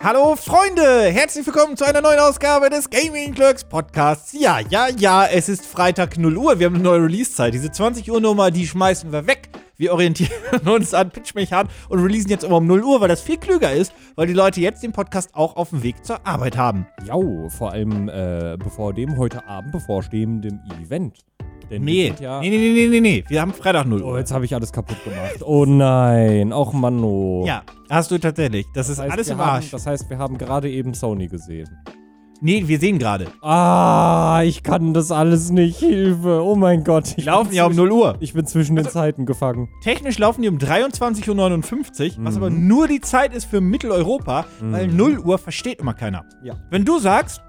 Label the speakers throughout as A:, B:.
A: Hallo Freunde, herzlich willkommen zu einer neuen Ausgabe des Gaming Clerks Podcasts. Ja, ja, ja, es ist Freitag 0 Uhr, wir haben eine neue Release-Zeit. Diese 20 Uhr Nummer, die schmeißen wir weg. Wir orientieren uns an Pitch-Mechanik und releasen jetzt immer um 0 Uhr, weil das viel klüger ist, weil die Leute jetzt den Podcast auch auf dem Weg zur Arbeit haben.
B: Ja, vor allem äh, bevor dem heute Abend bevorstehenden Event. Denn wir
A: Nee,
B: sind ja
A: nee, nee, nee, nee, nee, nee, wir haben Freitag 0
B: Oh,
A: Uhr.
B: jetzt habe ich alles kaputt gemacht. Oh nein, auch Manno.
A: Ja, hast du tatsächlich. Das, ist
B: Oh. Das heißt,
A: alles
B: wir
A: im
B: haben,
A: Arsch.
B: Das heißt, wir haben gerade eben Sony gesehen.
A: Nee, wir sehen gerade.
B: Ah, ich kann das alles nicht. Hilfe. Oh mein Gott.
A: Die laufen ja um Also- 0 Uhr.
B: Ich bin zwischen den Zeiten gefangen.
A: Technisch laufen die um 23.59 Uhr, was aber
B: Mhm.
A: nur die Zeit ist für Mitteleuropa, weil 0 Uhr versteht immer keiner.
B: Ja.
A: Wenn du sagst,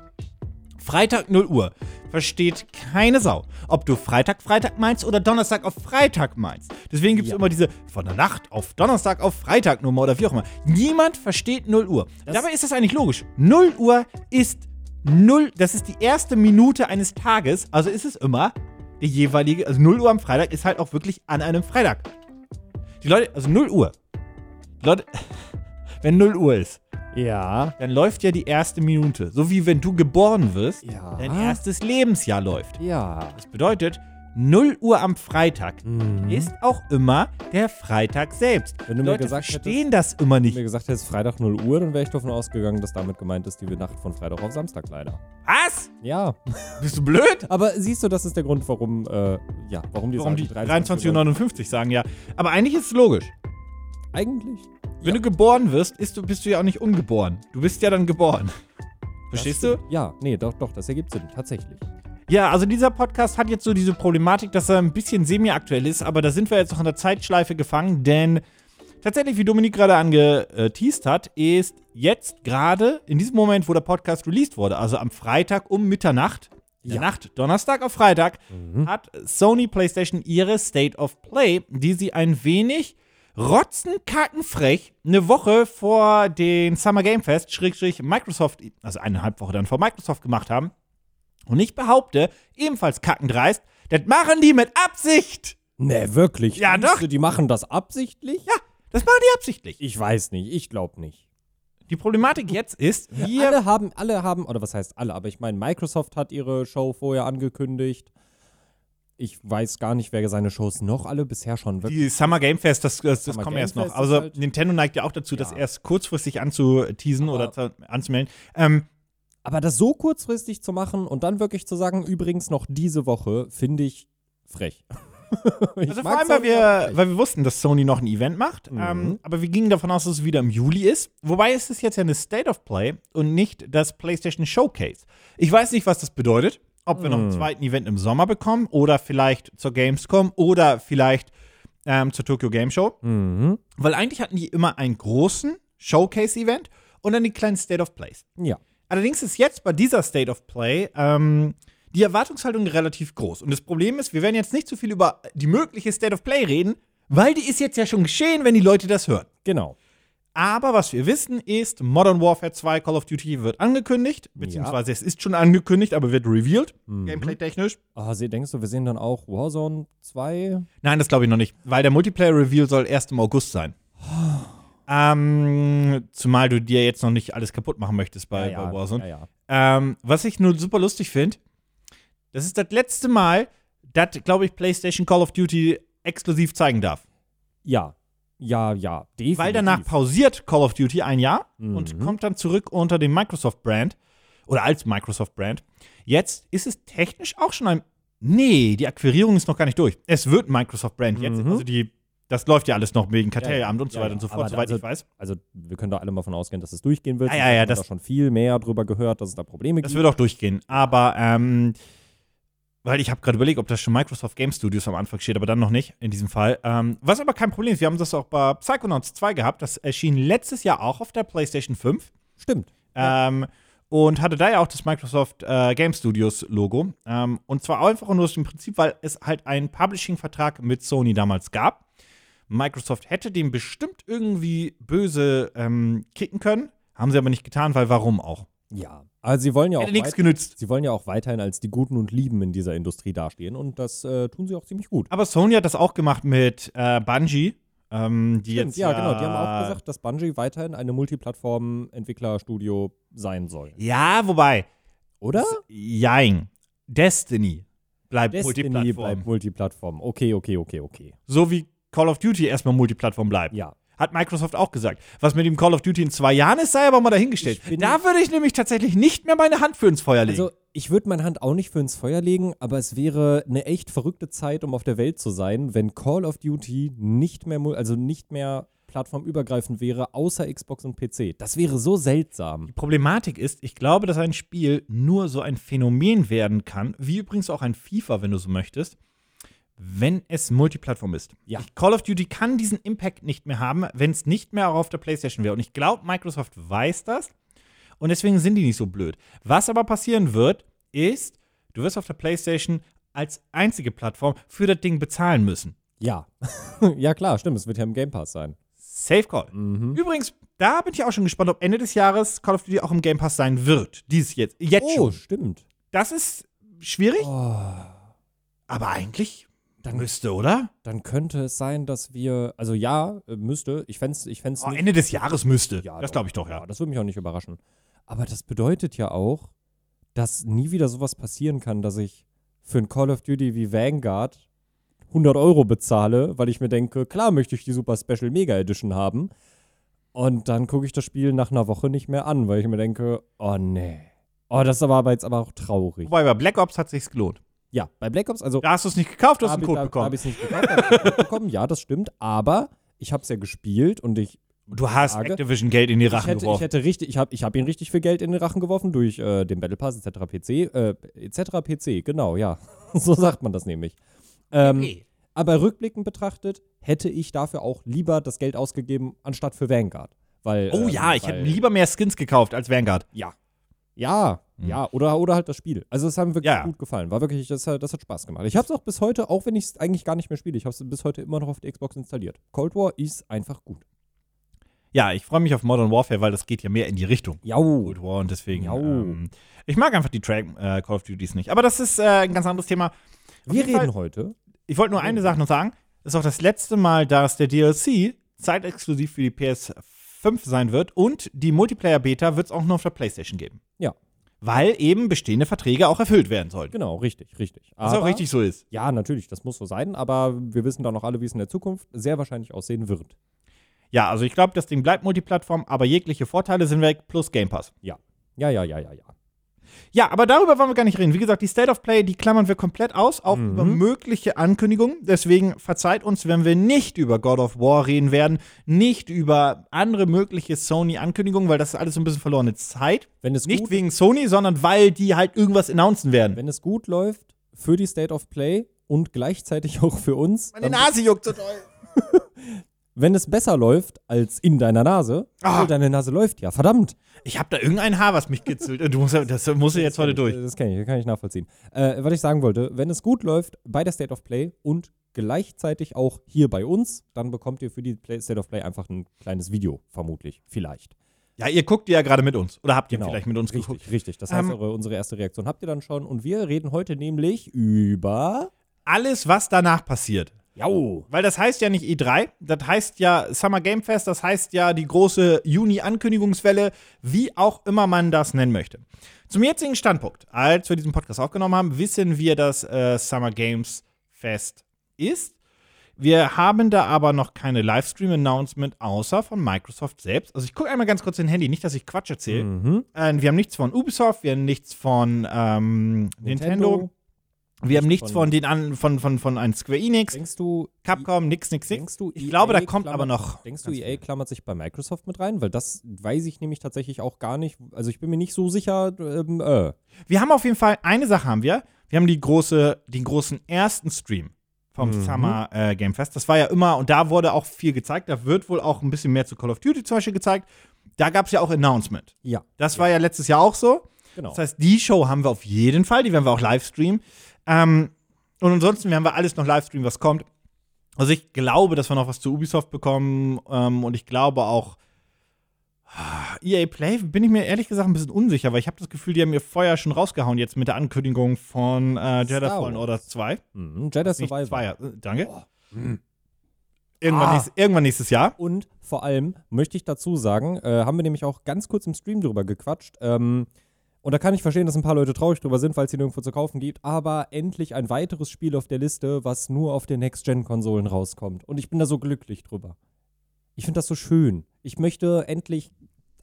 A: Freitag 0 Uhr, versteht keine Sau, ob du Freitag Freitag meinst oder Donnerstag auf Freitag meinst. Deswegen gibt es
B: Ja.
A: immer diese von der Nacht auf Donnerstag auf Freitag Nummer oder wie auch immer. Niemand versteht 0 Uhr.
B: Das-
A: Dabei ist das eigentlich logisch. 0 Uhr ist 0, das ist die erste Minute eines Tages, also ist es immer der jeweilige, also 0 Uhr am Freitag ist halt auch wirklich an einem Freitag. Die Leute, also 0 Uhr. Die Leute, wenn 0 Uhr ist,
B: Ja.
A: dann läuft ja die erste Minute. So wie wenn du geboren wirst,
B: Ja.
A: dein erstes Lebensjahr läuft.
B: Ja.
A: Das bedeutet, 0 Uhr am Freitag
B: Mhm.
A: ist auch immer der Freitag selbst.
B: Wenn du
A: Die
B: mir
A: Leute
B: gesagt
A: verstehen das immer
B: Wenn du mir
A: nicht.
B: gesagt hättest, Freitag 0 Uhr, dann wäre ich davon ausgegangen, dass damit gemeint ist, die Nacht von Freitag auf Samstag leider.
A: Was?
B: Ja.
A: Bist du blöd?
B: Aber siehst du, das ist der Grund, warum, äh, ja, warum die
A: Warum die
B: sagen,
A: 23.59 Uhr sagen ja. Aber eigentlich ist es logisch.
B: Eigentlich.
A: Wenn du geboren wirst, ist du, bist du ja auch nicht ungeboren. Du bist ja dann geboren. Verstehst du?
B: das, Ja, nee, doch, doch, das ergibt Sinn, tatsächlich.
A: Ja, also dieser Podcast hat jetzt so diese Problematik, dass er ein bisschen semi-aktuell ist, aber da sind wir jetzt noch in der Zeitschleife gefangen, denn tatsächlich, wie Dominik gerade angeteased hat, ist jetzt gerade in diesem Moment, wo der Podcast released wurde, also am Freitag um Mitternacht, in der
B: Ja.
A: Nacht, Donnerstag auf Freitag, hat Sony PlayStation ihre State of Play, die sie ein wenig rotzenkackenfrech eine Woche vor den Summer Game Fest, Schrägstrich Microsoft, also eineinhalb Woche dann vor Microsoft gemacht haben. Und ich behaupte, ebenfalls kackendreist, das machen die mit Absicht.
B: Nee, wirklich?
A: Ja,
B: Denkst
A: doch.
B: Du, die machen das absichtlich?
A: Ja, das machen die absichtlich.
B: Ich weiß nicht, ich glaube nicht.
A: Die Problematik jetzt ist, wir
B: Alle haben, alle haben, oder was heißt alle, aber ich meine, Microsoft hat ihre Show vorher angekündigt. Ich weiß gar nicht, wer seine Shows noch alle bisher schon wirklich.
A: die Summer Game Fest, das, das, das
B: Summer
A: kommen
B: Game
A: erst
B: Fest
A: noch.
B: ist
A: Also
B: halt-
A: Nintendo neigt ja auch dazu, das
B: Ja.
A: erst kurzfristig anzuteasen
B: Aber-
A: oder zu, anzumelden. Ähm,
B: Aber das so kurzfristig zu machen und dann wirklich zu sagen, übrigens noch diese Woche, finde ich frech. Ich
A: also vor
B: mag
A: allem, weil
B: Sony auch
A: wir,
B: nicht.
A: weil wir wussten, dass Sony noch ein Event macht.
B: Mhm.
A: Ähm, aber wir gingen davon aus, dass es wieder im Juli ist. Wobei es ist jetzt ja eine State of Play und nicht das PlayStation Showcase. Ich weiß nicht, was das bedeutet. Ob wir noch einen
B: Mhm.
A: zweiten Event im Sommer bekommen oder vielleicht zur Gamescom oder vielleicht ähm, zur Tokyo Game Show.
B: Mhm.
A: Weil eigentlich hatten die immer einen großen Showcase-Event und dann die kleinen State of Plays.
B: Ja.
A: Allerdings ist jetzt bei dieser State of Play ähm, die Erwartungshaltung relativ groß. Und das Problem ist, wir werden jetzt nicht so viel über die mögliche State of Play reden, weil die ist jetzt ja schon geschehen, wenn die Leute das hören.
B: Genau.
A: Aber was wir wissen ist, Modern Warfare 2 Call of Duty wird angekündigt, beziehungsweise es ist schon angekündigt, aber wird revealed,
B: Mhm.
A: gameplay-technisch.
B: Ah, sie, denkst du, wir sehen dann auch Warzone 2?
A: Nein, das glaube ich noch nicht, weil der Multiplayer-Reveal soll erst im August sein.
B: Oh.
A: Ähm, zumal du dir jetzt noch nicht alles kaputt machen möchtest bei, bei Warzone.
B: Ja, ja.
A: Ähm, was ich nur super lustig finde, das ist das letzte Mal, dass, glaube ich, PlayStation Call of Duty exklusiv zeigen darf.
B: ja, ja, ja, definitiv.
A: Weil danach pausiert Call of Duty ein Jahr und
B: Mhm.
A: kommt dann zurück unter dem Microsoft-Brand oder als Microsoft-Brand. Jetzt ist es technisch auch schon ein. Nee, die Akquirierung ist noch gar nicht durch. Es wird Microsoft-Brand jetzt.
B: Mhm.
A: Also die, das läuft ja alles noch wegen Kartellamt
B: Ja, ja,
A: und so
B: ja,
A: weiter
B: ja.
A: und so fort,
B: Aber
A: soweit
B: also-
A: ich weiß.
B: Also, wir können da alle mal von ausgehen, dass es durchgehen wird.
A: Ja, ja, ja,
B: Wir haben da
A: das-
B: schon viel mehr drüber gehört, dass es da Probleme
A: Das
B: gibt.
A: wird auch durchgehen. Aber, ähm, weil ich habe gerade überlegt, ob das schon Microsoft Game Studios am Anfang steht, aber dann noch nicht in diesem Fall. Ähm, was aber kein Problem ist, wir haben das auch bei Psychonauts 2 gehabt. Das erschien letztes Jahr auch auf der PlayStation 5.
B: Stimmt.
A: Ähm, und hatte da ja auch das Microsoft äh, Game Studios Logo. Ähm, und zwar einfach und nur aus dem Prinzip, weil es halt einen Publishing-Vertrag mit Sony damals gab. Microsoft hätte den bestimmt irgendwie böse ähm, kicken können, haben sie aber nicht getan, weil warum auch?
B: Ja. Aber sie wollen ja auch.
A: Hätte nichts
B: weit-
A: genützt.
B: Sie wollen ja auch weiterhin als die Guten und Lieben in dieser Industrie dastehen und das äh, tun sie auch ziemlich gut.
A: Aber Sony hat das auch gemacht mit äh, Bungie. Ähm, die jetzt
B: ja, genau. Die haben auch gesagt, dass Bungie weiterhin eine Multiplattform-Entwicklerstudio sein soll.
A: Ja, wobei,
B: Oder?
A: jein. Destiny bleibt
B: Destiny
A: Multiplattform.
B: bleibt Multiplattform. Okay, okay, okay, okay.
A: So wie Call of Duty erstmal Multiplattform bleibt.
B: Ja.
A: Hat Microsoft auch gesagt. Was mit dem Call of Duty in zwei Jahren ist, sei aber mal dahingestellt.
B: Ich bin-
A: Da würde ich nämlich tatsächlich nicht mehr meine Hand für ins Feuer legen.
B: Also, ich würde meine Hand auch nicht für ins Feuer legen, aber es wäre eine echt verrückte Zeit, um auf der Welt zu sein, wenn Call of Duty nicht mehr, mul- also nicht mehr plattformübergreifend wäre, außer Xbox und PC. Das wäre so seltsam.
A: Die Problematik ist, ich glaube, dass ein Spiel nur so ein Phänomen werden kann, wie übrigens auch ein FIFA, wenn du so möchtest, wenn es Multiplattform ist.
B: Ja.
A: Ich- Call of Duty kann diesen Impact nicht mehr haben, wenn es nicht mehr auch auf der PlayStation wäre. Und ich glaube, Microsoft weiß das und deswegen sind die nicht so blöd. Was aber passieren wird, ist, du wirst auf der PlayStation als einzige Plattform für das Ding bezahlen müssen.
B: Ja. ja, klar, stimmt. Es wird ja im Game Pass sein.
A: Safe Call.
B: Mhm.
A: Übrigens, da bin ich auch schon gespannt, ob Ende des Jahres Call of Duty auch im Game Pass sein wird. Dies jetzt. Jetzt schon.
B: Oh, stimmt.
A: Das ist schwierig,
B: Oh.
A: aber eigentlich
B: Dann-
A: müsste, oder?
B: Dann könnte es sein, dass wir, also ja, äh, müsste. Ich fände es ich fänd's
A: Oh,
B: nicht.
A: Ende des Jahres müsste.
B: Ja,
A: das glaube ich doch, ja.
B: Das würde mich auch nicht überraschen. Aber das bedeutet ja auch, dass nie wieder sowas passieren kann, dass ich für ein Call of Duty wie Vanguard 100 Euro bezahle, weil ich mir denke, klar möchte ich die Super Special Mega Edition haben. Und dann gucke ich das Spiel nach einer Woche nicht mehr an, weil ich mir denke, oh nee. Oh, das ist aber, aber jetzt aber auch traurig.
A: Wobei bei Black Ops hat sich's gelohnt.
B: Ja, bei Black Ops, also
A: Da hast du es nicht gekauft, du hast
B: hab
A: einen
B: ich-
A: Code
B: da, Da
A: bekommen.
B: habe ich es nicht gekauft, hab ich einen Code bekommen. Ja, das stimmt. Aber ich habe es ja gespielt und ich,
A: Du hast
B: Frage.
A: Activision Geld in die
B: ich
A: Rachen
B: hätte, ich
A: geworfen.
B: hätte richtig, ich habe, ich habe ihn richtig viel Geld in den Rachen geworfen durch äh, den Battle Pass etc. PC, äh, etc. PC. Genau, ja, so sagt man das nämlich. Ähm,
A: Okay.
B: Aber rückblickend betrachtet hätte ich dafür auch lieber das Geld ausgegeben anstatt für Vanguard, weil.
A: Oh
B: ähm,
A: ja, ich
B: weil-
A: hätte lieber mehr Skins gekauft als Vanguard.
B: Ja. Ja, ja, oder, oder halt das Spiel. Also es hat mir wirklich
A: Hm. Ja.
B: gut gefallen. War wirklich, das hat, das hat Spaß gemacht. Ich habe es auch bis heute, auch wenn ich es eigentlich gar nicht mehr spiele, ich habe es bis heute immer noch auf der Xbox installiert. Cold War ist einfach gut.
A: Ja, ich freue mich auf Modern Warfare, weil das geht ja mehr in die Richtung.
B: Jau.
A: Cold War und deswegen.
B: Jau.
A: Ähm, ich mag einfach die Track, äh, Call of Duties nicht. Aber das ist äh, ein ganz anderes Thema. Auf
B: Wir
A: jeden Fall-
B: reden heute.
A: Ich wollte nur eine Sache noch sagen. Das ist auch das letzte Mal, dass der DLC zeitexklusiv für die PS5 sein wird und die Multiplayer-Beta wird es auch nur auf der PlayStation geben.
B: Ja.
A: Weil eben bestehende Verträge auch erfüllt werden sollten.
B: Genau, richtig, richtig.
A: Was auch richtig so ist.
B: Ja, natürlich, das muss so sein, aber wir wissen doch noch alle, wie es in der Zukunft sehr wahrscheinlich aussehen wird.
A: Ja, also ich glaube, das Ding bleibt Multiplattform, aber jegliche Vorteile sind weg, plus Game Pass.
B: Ja. Ja, ja, ja, ja, ja.
A: Ja, aber darüber wollen wir gar nicht reden. Wie gesagt, die State of Play, die klammern wir komplett aus, auch
B: Mhm.
A: über mögliche Ankündigungen. Deswegen verzeiht uns, wenn wir nicht über God of War reden werden, nicht über andere mögliche Sony-Ankündigungen, weil das ist alles so ein bisschen verlorene Zeit.
B: Wenn es,
A: Nicht
B: gut,
A: wegen Sony, sondern weil die halt irgendwas announcen werden.
B: wenn es gut läuft für die State of Play und gleichzeitig auch für uns, dann,
A: Nase juckt so toll.
B: wenn es besser läuft als in deiner Nase,
A: Ah.
B: oh, deine Nase läuft ja, verdammt.
A: Ich hab da irgendein Haar, was mich kitzelt. Du musst, ja- das musst du jetzt heute durch.
B: Äh, Das kann ich, das kann ich nachvollziehen. Äh, was ich sagen wollte, wenn es gut läuft bei der State of Play und gleichzeitig auch hier bei uns, dann bekommt ihr für die Play State of Play einfach ein kleines Video, vermutlich, vielleicht.
A: Ja, ihr guckt ja gerade mit uns. Oder habt ihr vielleicht mit uns
B: Genau. richtig,
A: geguckt.
B: Richtig, das heißt,
A: Ähm,
B: eure, unsere erste Reaktion habt ihr dann schon. Und wir reden heute nämlich über.
A: Alles, was danach passiert.
B: Jau!
A: Weil das heißt ja nicht E3, das heißt ja Summer Game Fest, das heißt ja die große Juni-Ankündigungswelle, wie auch immer man das nennen möchte. Zum jetzigen Standpunkt, als wir diesen Podcast aufgenommen haben, wissen wir, dass äh, Summer Games Fest ist. Wir haben da aber noch keine Livestream-Announcement, außer von Microsoft selbst. Also ich gucke einmal ganz kurz in Handy, nicht, dass ich Quatsch erzähle.
B: Mhm.
A: Äh, wir haben nichts von Ubisoft, wir haben nichts von ähm, Nintendo, wir haben nichts von,
B: von-
A: den an, von, von, von einem Square Enix.
B: Denkst du. E
A: Capcom, nix, nix, nix.
B: Denkst du,
A: ich glaube, da
B: EA
A: kommt aber
B: klammert-
A: noch.
B: Denkst du,
A: ganz
B: EA
A: viel.
B: klammert sich bei Microsoft mit rein? Weil das weiß ich nämlich tatsächlich auch gar nicht. Also ich bin mir nicht so sicher. Ähm, äh.
A: Wir haben auf jeden Fall eine Sache haben wir. Wir haben die große, den großen ersten Stream vom
B: Mhm.
A: Summer äh, Game Fest. Das war ja immer und da wurde auch viel gezeigt. Da wird wohl auch ein bisschen mehr zu Call of Duty zum Beispiel gezeigt. Da gab es ja auch Announcement.
B: Ja,
A: Das war ja letztes Jahr auch so.
B: genau.
A: Das heißt, die Show haben wir auf jeden Fall. Die werden wir auch live streamen. Ähm, und ansonsten werden wir alles noch live streamen, was kommt. Also ich glaube, dass wir noch was zu Ubisoft bekommen. Ähm, und ich glaube auch ah, EA Play bin ich mir ehrlich gesagt ein bisschen unsicher, weil ich habe das Gefühl, die haben mir vorher schon rausgehauen jetzt mit der Ankündigung von äh, Jedi
B: Star
A: Fallen
B: Wars.
A: Order 2.
B: mhm. Jedi
A: Nicht
B: Survivor.
A: zwei, äh, danke. Irgendwann,
B: Ah.
A: nächst, irgendwann nächstes Jahr.
B: Und vor allem möchte ich dazu sagen, äh, haben wir nämlich auch ganz kurz im Stream drüber gequatscht. Ähm, und da kann ich verstehen, dass ein paar Leute traurig drüber sind, weil es sie nirgendwo zu kaufen gibt. Aber endlich ein weiteres Spiel auf der Liste, was nur auf den Next-Gen-Konsolen rauskommt. Und ich bin da so glücklich drüber. Ich finde das so schön. Ich möchte endlich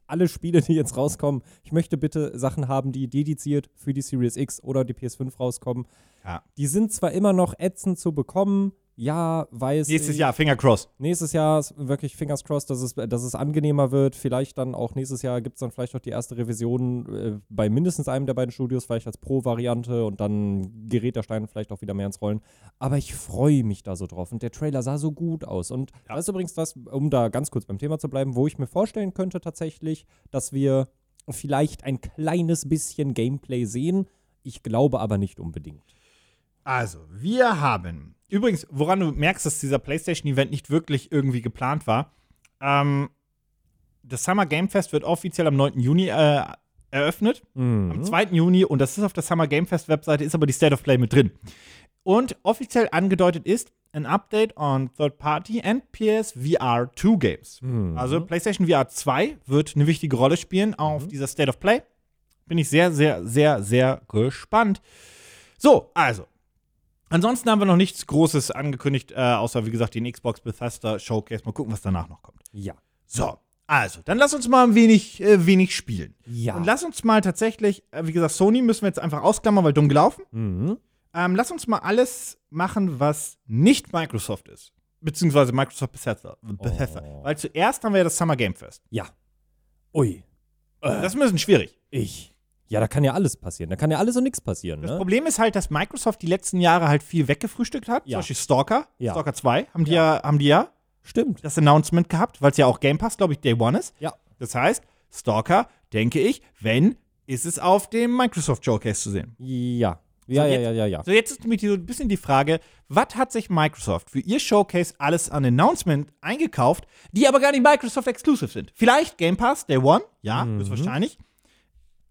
B: alle Spiele, die jetzt rauskommen, ich möchte bitte Sachen haben, die dediziert für die Series X oder die PS5 rauskommen.
A: Ja.
B: Die sind zwar immer noch ätzend zu bekommen. Ja, weiß
A: Nächstes
B: ich.
A: Jahr, Finger crossed.
B: Nächstes Jahr ist wirklich Fingers crossed, dass es, dass es angenehmer wird. Vielleicht dann auch nächstes Jahr gibt es dann vielleicht auch die erste Revision äh, bei mindestens einem der beiden Studios, vielleicht als Pro-Variante und dann gerät der Stein vielleicht auch wieder mehr ins Rollen. Aber ich freue mich da so drauf und der Trailer sah so gut aus. Und
A: Ja.
B: das ist übrigens das, um da ganz kurz beim Thema zu bleiben, wo ich mir vorstellen könnte tatsächlich, dass wir vielleicht ein kleines bisschen Gameplay sehen. Ich glaube aber nicht unbedingt.
A: Also, wir haben. Übrigens, woran du merkst, dass dieser PlayStation-Event nicht wirklich irgendwie geplant war. Ähm, das Summer Game Fest wird offiziell am 9. Juni äh, eröffnet. Am 2. Juni. Und das ist auf der Summer Game Fest-Webseite, ist aber die State of Play mit drin. Und offiziell angedeutet ist ein Update on Third-Party and PSVR 2 Games.
B: Mhm.
A: Also PlayStation VR 2 wird eine wichtige Rolle spielen auf dieser State of Play. Bin ich sehr, sehr, sehr, sehr gespannt. So, also. Ansonsten haben wir noch nichts Großes angekündigt, äh, außer wie gesagt den Xbox Bethesda Showcase. Mal gucken, was danach noch kommt.
B: Ja.
A: So, also, dann lass uns mal ein wenig, äh, wenig spielen.
B: Ja.
A: Und lass uns mal tatsächlich, äh, wie gesagt, Sony müssen wir jetzt einfach ausklammern, weil dumm gelaufen.
B: mhm.
A: Ähm, lass uns mal alles machen, was nicht Microsoft ist. Beziehungsweise Microsoft Bethesda. Bethesda.
B: Oh.
A: Weil zuerst haben wir ja das Summer Game Fest.
B: Ja. Ui.
A: Das ist ein bisschen schwierig.
B: Ich. Ja, da kann ja alles passieren. Da kann ja alles und nichts passieren,
A: Das
B: ne?
A: Problem ist halt, dass Microsoft die letzten Jahre halt viel weggefrühstückt hat.
B: Ja.
A: Zum Beispiel Stalker.
B: Ja.
A: Stalker 2 haben die ja, haben die ja
B: Stimmt.
A: das Announcement gehabt, weil es ja auch Game Pass, glaube ich, Day One ist.
B: Ja.
A: Das heißt, Stalker, denke ich, wenn, ist es auf dem Microsoft Showcase zu sehen.
B: Ja. Ja, ja,
A: jetzt-
B: ja, ja, ja.
A: So, jetzt ist nämlich so ein bisschen die Frage, was hat sich Microsoft für ihr Showcase alles an Announcement eingekauft, die aber gar nicht Microsoft-exclusive sind? Vielleicht Game Pass, Day One, ja, ist wahrscheinlich.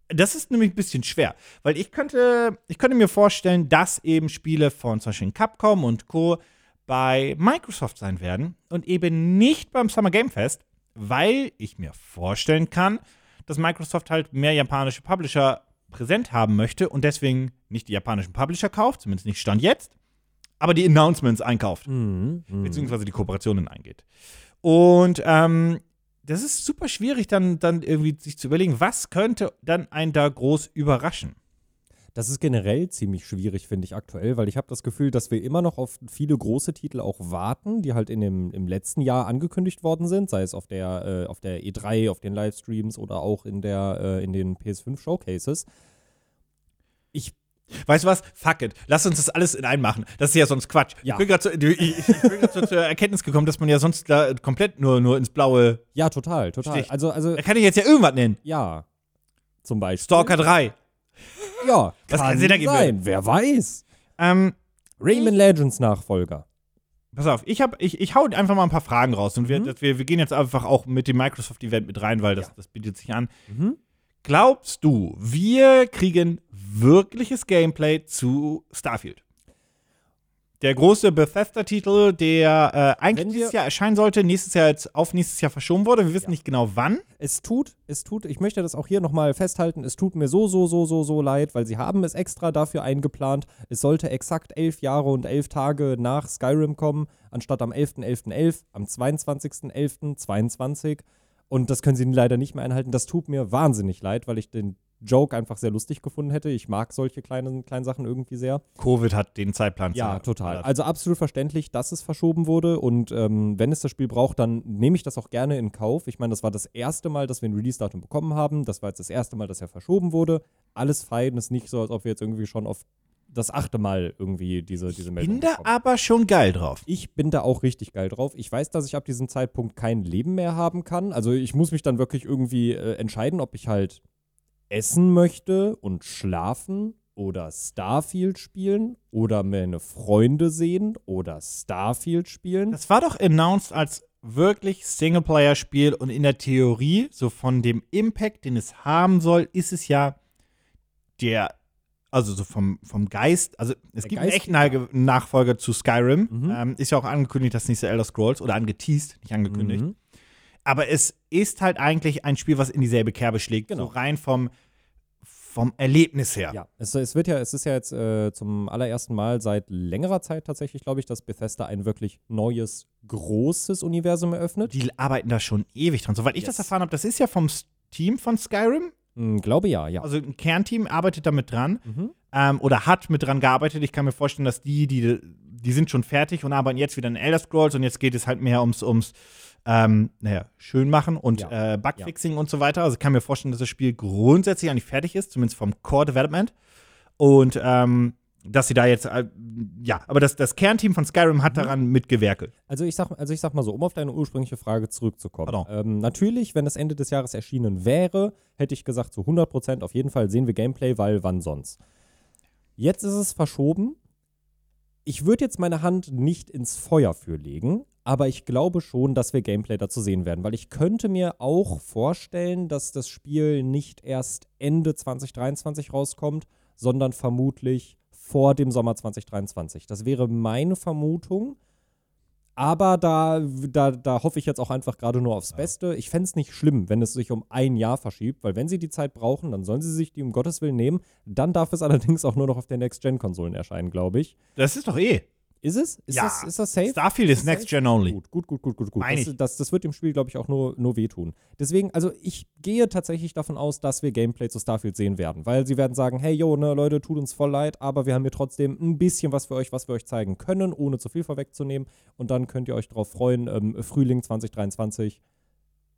A: Das ist nämlich ein bisschen schwer, weil ich könnte, ich könnte mir vorstellen, dass eben Spiele von zum Beispiel Capcom und Co. bei Microsoft sein werden und eben nicht beim Summer Game Fest, weil ich mir vorstellen kann, dass Microsoft halt mehr japanische Publisher präsent haben möchte und deswegen nicht die japanischen Publisher kauft, zumindest nicht Stand jetzt, aber die Announcements einkauft,
B: Mhm. Mhm.
A: beziehungsweise die Kooperationen eingeht. Und ähm, das ist super schwierig, dann, dann irgendwie sich zu überlegen, was könnte dann einen da groß überraschen.
B: Das ist generell ziemlich schwierig, finde ich aktuell, weil ich habe das Gefühl, dass wir immer noch auf viele große Titel auch warten, die halt in dem, im letzten Jahr angekündigt worden sind, sei es auf der, äh, auf der E3, auf den Livestreams oder auch in, der, äh, in den PS5 Showcases. Ich
A: Weißt du was? Fuck it. Lass uns das alles in einen machen. Das ist ja sonst Quatsch.
B: Ja.
A: Ich bin gerade zu, ich, ich bin grad so zur Erkenntnis gekommen, dass man ja sonst da komplett nur, nur ins Blaue.
B: ja, total, total.
A: Stich.
B: Also also
A: Da kann ich jetzt ja irgendwas nennen.
B: ja. Zum Beispiel.
A: Stalker 3.
B: Ja,
A: Was
B: kann
A: kann Sinn ergeben?
B: sein. Wer weiß?
A: Ähm,
B: Rayman Legends Nachfolger.
A: Pass auf, ich, hab, ich, ich hau einfach mal ein paar Fragen raus und wir,
B: Mhm.
A: dass wir, wir gehen jetzt einfach auch mit dem Microsoft-Event mit rein, weil das, das bietet sich an.
B: Mhm.
A: Glaubst du, wir kriegen wirkliches Gameplay zu Starfield? Der große Bethesda-Titel, der äh, eigentlich
B: Wenn wir-
A: dieses Jahr erscheinen sollte, nächstes Jahr jetzt auf nächstes Jahr verschoben wurde. Wir wissen nicht genau wann.
B: Es tut, es tut, ich möchte das auch hier nochmal festhalten, es tut mir so, so, so, so, so leid, weil sie haben es extra dafür eingeplant. Es sollte exakt elf Jahre und elf Tage nach Skyrim kommen, anstatt am 11.11.11, am 22.11.22. Und das können sie leider nicht mehr einhalten. Das tut mir wahnsinnig leid, weil ich den Joke einfach sehr lustig gefunden hätte. Ich mag solche kleinen, kleinen Sachen irgendwie sehr.
A: Covid hat den Zeitplan
B: Ja, total.
A: Also,
B: Also absolut verständlich, dass es verschoben wurde. Und ähm, wenn es das Spiel braucht, dann nehme ich das auch gerne in Kauf. Ich meine, das war das erste Mal, dass wir ein Release-Datum bekommen haben. Das war jetzt das erste Mal, dass er verschoben wurde. Alles fein. Es ist nicht so, als ob wir jetzt irgendwie schon auf das achte Mal irgendwie diese, diese Meldung
A: bin da
B: bekommen.
A: aber schon geil drauf.
B: Ich bin da auch richtig geil drauf. Ich weiß, dass ich ab diesem Zeitpunkt kein Leben mehr haben kann. Also ich muss mich dann wirklich irgendwie äh, entscheiden, ob ich halt essen möchte und schlafen oder Starfield spielen oder meine Freunde sehen oder Starfield spielen.
A: Das war doch announced als wirklich Singleplayer-Spiel und in der Theorie, so von dem Impact, den es haben soll, ist es ja der also so vom, vom Geist, also es
B: Der
A: gibt
B: Geist-
A: einen echten Nage- Nachfolger zu Skyrim.
B: Mhm.
A: Ähm, ist ja auch angekündigt, das nächste Elder Scrolls oder angeteased, nicht angekündigt.
B: Mhm.
A: Aber es ist halt eigentlich ein Spiel, was in dieselbe Kerbe schlägt,
B: Genau.
A: so rein vom, vom Erlebnis her.
B: Ja, es, es wird ja, es ist ja jetzt äh, zum allerersten Mal seit längerer Zeit tatsächlich, glaube ich, dass Bethesda ein wirklich neues, großes Universum eröffnet.
A: Die arbeiten da schon ewig dran. Soweit ich das
B: Yes.
A: erfahren habe, das ist ja vom S- Team von Skyrim.
B: Hm, glaube ja, ja.
A: Also ein Kernteam arbeitet damit dran
B: Mhm.
A: ähm, oder hat mit dran gearbeitet. Ich kann mir vorstellen, dass die, die, die sind schon fertig und arbeiten jetzt wieder in Elder Scrolls und jetzt geht es halt mehr ums, ums ähm, naja, schön machen und
B: Ja.
A: äh, Bugfixing und so weiter. Also ich kann mir vorstellen, dass das Spiel grundsätzlich eigentlich fertig ist, zumindest vom Core Development. Und ähm, dass sie da jetzt, äh, ja, aber das, das Kernteam von Skyrim
B: Mhm.
A: hat daran mitgewerkelt.
B: Also ich sag, also ich sag mal so, um auf deine ursprüngliche Frage zurückzukommen.
A: Pardon.
B: Ähm, natürlich, wenn das Ende des Jahres erschienen wäre, hätte ich gesagt, zu 100% auf jeden Fall sehen wir Gameplay, weil wann sonst. Jetzt ist es verschoben. Ich würde jetzt meine Hand nicht ins Feuer für legen, aber ich glaube schon, dass wir Gameplay dazu sehen werden, weil ich könnte mir auch vorstellen, dass das Spiel nicht erst Ende 2023 rauskommt, sondern vermutlich vor dem Sommer 2023. Das wäre meine Vermutung. Aber da, da, da hoffe ich jetzt auch einfach gerade nur aufs Beste. Ich fände es nicht schlimm, wenn es sich um ein Jahr verschiebt, weil wenn sie die Zeit brauchen, dann sollen sie sich die um Gottes Willen nehmen. Dann darf es allerdings auch nur noch auf den Next-Gen-Konsolen erscheinen, glaubebe ich.
A: Das ist doch eh.
B: Ist es? Ist,
A: Ja.
B: das, ist das safe?
A: Starfield ist
B: Das
A: Next
B: heißt-
A: Gen Only.
B: Gut, gut, gut, gut, gut. gut.
A: Meine
B: Das,
A: ich.
B: das, das wird dem Spiel, glaube ich, auch nur, nur wehtun. Deswegen, also ich gehe tatsächlich davon aus, dass wir Gameplay zu Starfield sehen werden, weil sie werden sagen, hey, yo, ne, Leute, tut uns voll leid, aber wir haben hier trotzdem ein bisschen was für euch, was wir euch zeigen können, ohne zu viel vorwegzunehmen. Und dann könnt ihr euch drauf freuen, ähm, Frühling 2023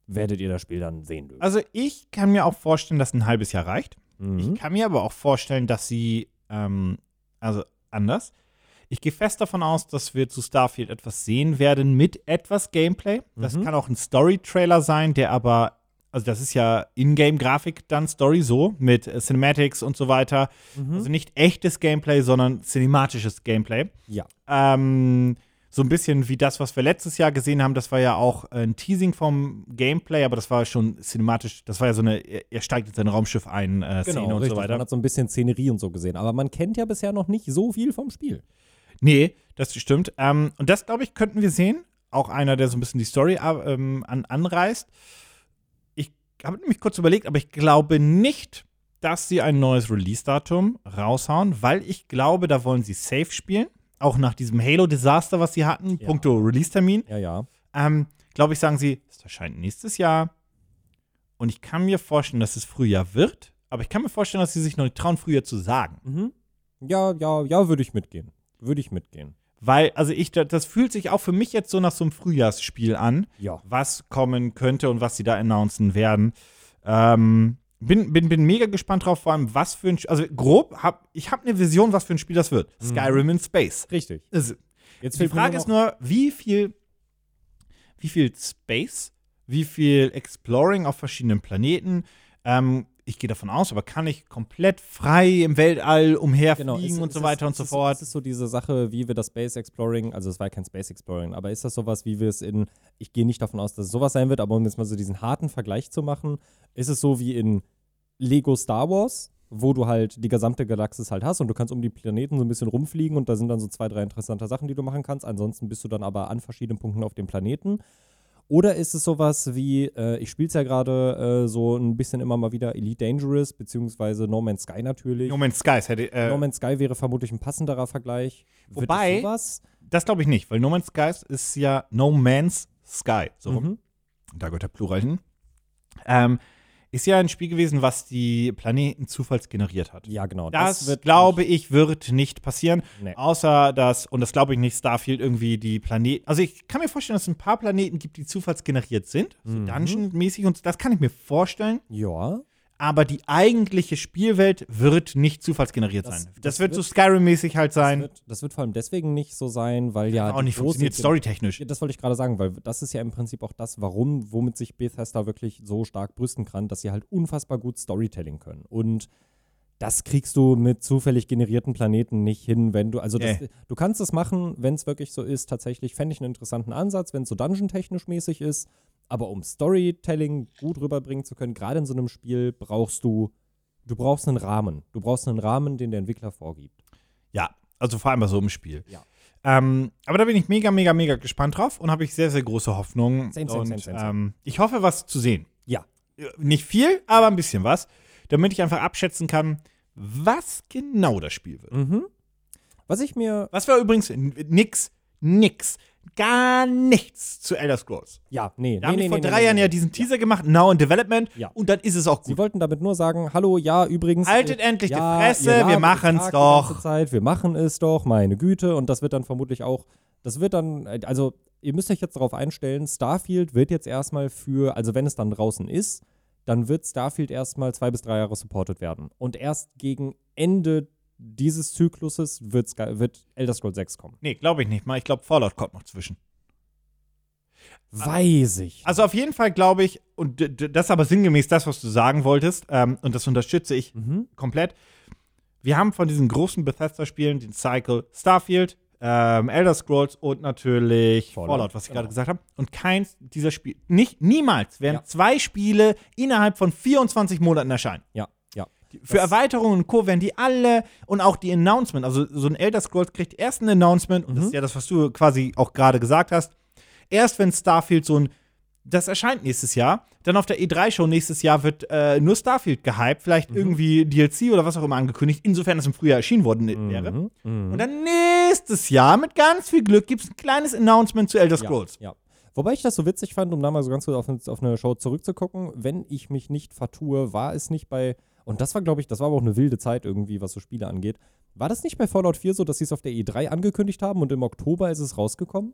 B: werdet ihr das Spiel dann sehen dürfen.
A: Also ich kann mir auch vorstellen, dass ein halbes Jahr reicht.
B: Mhm.
A: Ich kann mir aber auch vorstellen, dass sie, ähm, also anders. Ich gehe fest davon aus, dass wir zu Starfield etwas sehen werden mit etwas Gameplay. Das
B: Mhm.
A: kann auch ein Story-Trailer sein, der aber, also das ist ja Ingame-Grafik dann Story so, mit äh, Cinematics und so weiter.
B: Mhm.
A: Also nicht echtes Gameplay, sondern cinematisches Gameplay.
B: ja.
A: Ähm, so ein bisschen wie das, was wir letztes Jahr gesehen haben. Das war ja auch äh, ein Teasing vom Gameplay, aber das war schon cinematisch. Das war ja so eine, er er steigt in sein Raumschiff ein, äh, Szene und so
B: Genau, Man
A: weiter.
B: hat so ein bisschen Szenerie und so gesehen, aber man kennt ja bisher noch nicht so viel vom Spiel.
A: Nee, das stimmt. Ähm, und das, glaube ich, könnten wir sehen. Auch einer, der so ein bisschen die Story äh, ähm, an, anreißt. Ich habe nämlich kurz überlegt, aber ich glaube nicht, dass sie ein neues Release-Datum raushauen, weil ich glaube, da wollen sie safe spielen. Auch nach diesem Halo-Desaster, was sie hatten,
B: Ja.
A: punkto Release-Termin.
B: Ja, ja.
A: Ähm, glaube ich, sagen sie, es erscheint nächstes Jahr. Und ich kann mir vorstellen, dass es Frühjahr wird. Aber ich kann mir vorstellen, dass sie sich noch nicht trauen, Frühjahr zu sagen.
B: Mhm. Ja, ja, ja, würde ich mitgehen. Würde ich mitgehen.
A: Weil, also ich, da- das fühlt sich auch für mich jetzt so nach so einem Frühjahrsspiel an,
B: Ja.
A: was kommen könnte und was sie da announcen werden. Ähm, bin, bin, bin mega gespannt drauf, vor allem, was für ein Spiel. Also grob, hab, ich habe eine Vision, was für ein Spiel das wird. Skyrim in Space.
B: Richtig.
A: Also,
B: Jetzt
A: Die
B: fehlt Mhm. mir
A: Frage ist nur, wie viel, wie viel Space, wie viel Exploring auf verschiedenen Planeten. Ähm, ich gehe davon aus, aber kann ich komplett frei im Weltall umherfliegen
B: Genau, es-
A: und
B: es
A: so
B: ist-
A: weiter und
B: es
A: so
B: ist-
A: fort?
B: Es ist so diese Sache, wie wir das Space Exploring, also es war ja kein Space Exploring, aber ist das sowas, wie wir es in, ich gehe nicht davon aus, dass es sowas sein wird, aber um jetzt mal so diesen harten Vergleich zu machen, ist es so wie in Lego Star Wars, wo du halt die gesamte Galaxis halt hast und du kannst um die Planeten so ein bisschen rumfliegen und da sind dann so zwei, drei interessante Sachen, die du machen kannst. Ansonsten bist du dann aber an verschiedenen Punkten auf dem Planeten. Oder ist es sowas wie, äh, ich spiele es ja gerade äh, so ein bisschen immer mal wieder Elite Dangerous, beskies No Man's Sky natürlich.
A: No Man's Sky, hätte, äh,
B: No Man's Sky wäre vermutlich ein passenderer Vergleich. Mhm. Wird
A: Wobei-
B: es sowas?
A: das glaube ich nicht, weil No Man's Sky ist ja No Man's Sky. So rum.
B: Mhm.
A: da gehört der Plural hin. Ähm, ist ja ein Spiel gewesen, was die Planeten zufalls generiert hat.
B: Ja, genau.
A: Das,
B: wird
A: glaube ich, wird nicht passieren.
B: Nee.
A: Außer dass, und das glaube ich nicht, Starfield irgendwie die Planeten. Also ich kann mir vorstellen, dass es ein paar Planeten gibt, die zufallsgeneriert sind.
B: Mhm.
A: So Dungeon-mäßig und so, das kann ich mir vorstellen.
B: nicht- Ja.
A: Aber die eigentliche Spielwelt wird nicht zufallsgeneriert
B: Das-
A: sein. Das,
B: das
A: wird,
B: wird-
A: so Skyrim-mäßig halt
B: Das
A: sein.
B: wird, das wird vor allem deswegen nicht so sein, weil ja.
A: Hat auch
B: die
A: nicht
B: große- Genau.
A: funktioniert, storytechnisch.
B: Ja, das wollte ich gerade sagen, weil das ist ja im Prinzip auch das, warum, womit sich Bethesda wirklich so stark brüsten kann, dass sie halt unfassbar gut Storytelling können. Und das kriegst du mit zufällig generierten Planeten nicht hin, wenn du, also das,
A: Nee.
B: du kannst es machen, wenn es wirklich so ist, tatsächlich fände ich einen interessanten Ansatz, wenn es so dungeon-technisch mäßig ist, aber um Storytelling gut rüberbringen zu können, gerade in so einem Spiel brauchst du du brauchst einen Rahmen. Du brauchst einen Rahmen, den der Entwickler vorgibt.
A: Ja, also vor allem bei so einem Spiel.
B: Ja.
A: Ähm, aber da bin ich mega, mega, mega gespannt drauf und habe ich sehr, sehr große Hoffnungen.
B: Same, same,
A: und,
B: same, same, same.
A: Ähm, ich hoffe, was zu sehen.
B: Ja.
A: Äh, Nicht viel, aber ein bisschen was, damit ich einfach abschätzen kann, was genau das Spiel wird.
B: Mhm. Was ich mir,
A: Was war übrigens n- nix, nix, gar nichts zu Elder Scrolls.
B: ja, nee,
A: Da
B: nee,
A: haben
B: nee,
A: die vor
B: nee,
A: drei
B: nee,
A: Jahren
B: nee.
A: ja diesen Teaser gemacht, Now in Development,
B: Ja.
A: und dann ist es auch gut.
B: Sie wollten damit nur sagen, hallo, ja, übrigens. äh,
A: Haltet endlich die
B: ja,
A: Fresse,
B: ihr
A: wir
B: labert
A: machen's
B: den Tag
A: doch.
B: Die ganze Zeit, wir machen es doch, meine Güte. Und das wird dann vermutlich auch, das wird dann, äh, also ihr müsst euch jetzt darauf einstellen, Starfield wird jetzt erstmal für, also wenn es dann draußen ist, dann wird Starfield erstmal zwei bis drei Jahre supported werden. Und erst gegen Ende dieses Zykluses wird, Sky- wird Elder Scrolls 6 kommen.
A: Nee, glaube ich nicht mal. Ich glaube, Fallout kommt noch zwischen.
B: Weiß ich.
A: Also auf jeden Fall glaube ich, und d- d- das ist aber sinngemäß das, was du sagen wolltest, ähm, und das unterstütze ich
B: Mhm.
A: komplett. Wir haben von diesen großen Bethesda-Spielen den Cycle Starfield, ähm, Elder Scrolls und natürlich Fallout,
B: Fallout,
A: was ich
B: genau.
A: gerade gesagt habe. Und keins dieser Spiele, nicht, niemals werden
B: Ja.
A: zwei Spiele innerhalb von 24 Monaten erscheinen.
B: Ja, ja.
A: Die- Für Erweiterungen und Co. werden die alle und auch die Announcement, also so ein Elder Scrolls kriegt erst ein Announcement, und das
B: Mhm.
A: ist ja das, was du quasi auch gerade gesagt hast. Erst wenn Starfield so ein, das erscheint nächstes Jahr, dann auf der E3-Show nächstes Jahr wird äh, nur Starfield gehypt, vielleicht
B: Mhm.
A: irgendwie DLC oder was auch immer angekündigt, insofern es im Frühjahr erschienen worden wäre.
B: Mhm. Mhm.
A: Und dann nächstes Jahr mit ganz viel Glück gibt es ein kleines Announcement zu Elder Scrolls.
B: Ja, ja. Wobei ich das so witzig fand, um da mal so ganz kurz auf, eine- auf eine Show zurückzugucken, wenn ich mich nicht vertue, war es nicht bei, und das war, glaube ich, das war aber auch eine wilde Zeit irgendwie, was so Spiele angeht. War das nicht bei Fallout 4 so, dass sie es auf der E3 angekündigt haben und im Oktober ist es rausgekommen?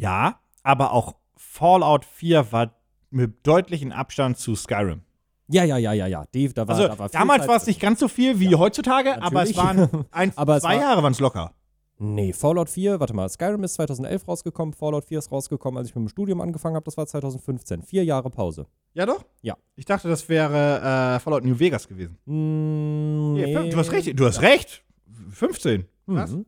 A: Ja, aber auch Fallout 4 war mit deutlichem Abstand zu Skyrim.
B: Ja, ja, ja, ja, ja. Dave, da war,
A: Also
B: da war viel
A: damals
B: Zeit
A: war es
B: drin.
A: nicht ganz so viel wie heutzutage, aber es
B: natürlich.
A: waren ein,
B: Aber es
A: zwei
B: war-
A: Jahre waren es locker.
B: Nee, Fallout 4, warte mal, Skyrim ist 2011 rausgekommen, Fallout 4 ist rausgekommen, als ich mit dem Studium angefangen habe, das war 2015. Vier Jahre Pause.
A: Ja doch?
B: Ja.
A: Ich dachte, das wäre äh, Fallout New Vegas gewesen.
B: Mm,
A: Nee,
B: nee.
A: fünf- Du hast recht, du hast recht. 15. Was?
B: Mhm.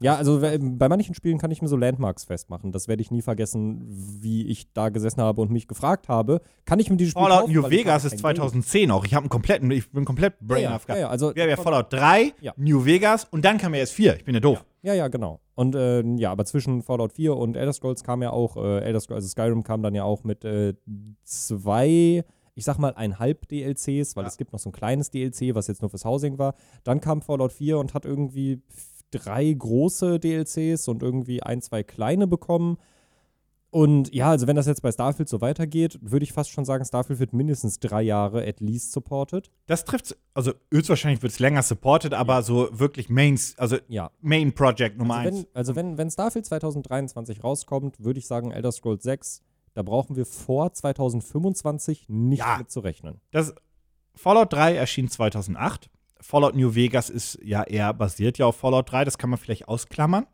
B: Ja, also we- bei manchen Spielen kann ich mir so Landmarks festmachen. Das werde ich nie vergessen, wie ich da gesessen habe und mich gefragt habe, kann ich mir dieses Spiel
A: Fallout
B: kaufen,
A: New
B: weil ich
A: Vegas
B: habe
A: ist
B: kein Geld.
A: 2010 auch. Ich habe einen kompletten, ich bin komplett brain
B: Ja, ja, ja, ja, also
A: Wir haben ja Fallout 3,
B: Ja.
A: New Vegas und dann kam ja erst 4. Ich bin ja doof.
B: ja, ja, genau. Und äh, ja, aber zwischen Fallout 4 und Elder Scrolls kam ja auch äh, Elder Scrolls, also Skyrim kam dann ja auch mit äh, zwei, ich sag mal einhalb DLCs, weil
A: Ja.
B: es gibt noch so ein kleines DLC, was jetzt nur fürs Housing war. Dann kam Fallout 4 und hat irgendwie f- drei große DLCs und irgendwie ein, zwei kleine bekommen. Und ja, also wenn das jetzt bei Starfield so weitergeht, würde ich fast schon sagen, Starfield wird mindestens drei Jahre at least supported.
A: Das trifft, also höchstwahrscheinlich wird es länger supported, aber so wirklich Mains, also
B: Ja,
A: Main Project Nummer
B: Also
A: 1.
B: wenn, also wenn, wenn Starfield 2023 rauskommt, würde ich sagen, Elder Scrolls 6, da brauchen wir vor 2025 nicht
A: Ja.
B: mit zu rechnen.
A: Das Fallout 3 erschien 2008. Fallout New Vegas ist ja eher basiert ja auf Fallout 3, das kann man vielleicht ausklammern.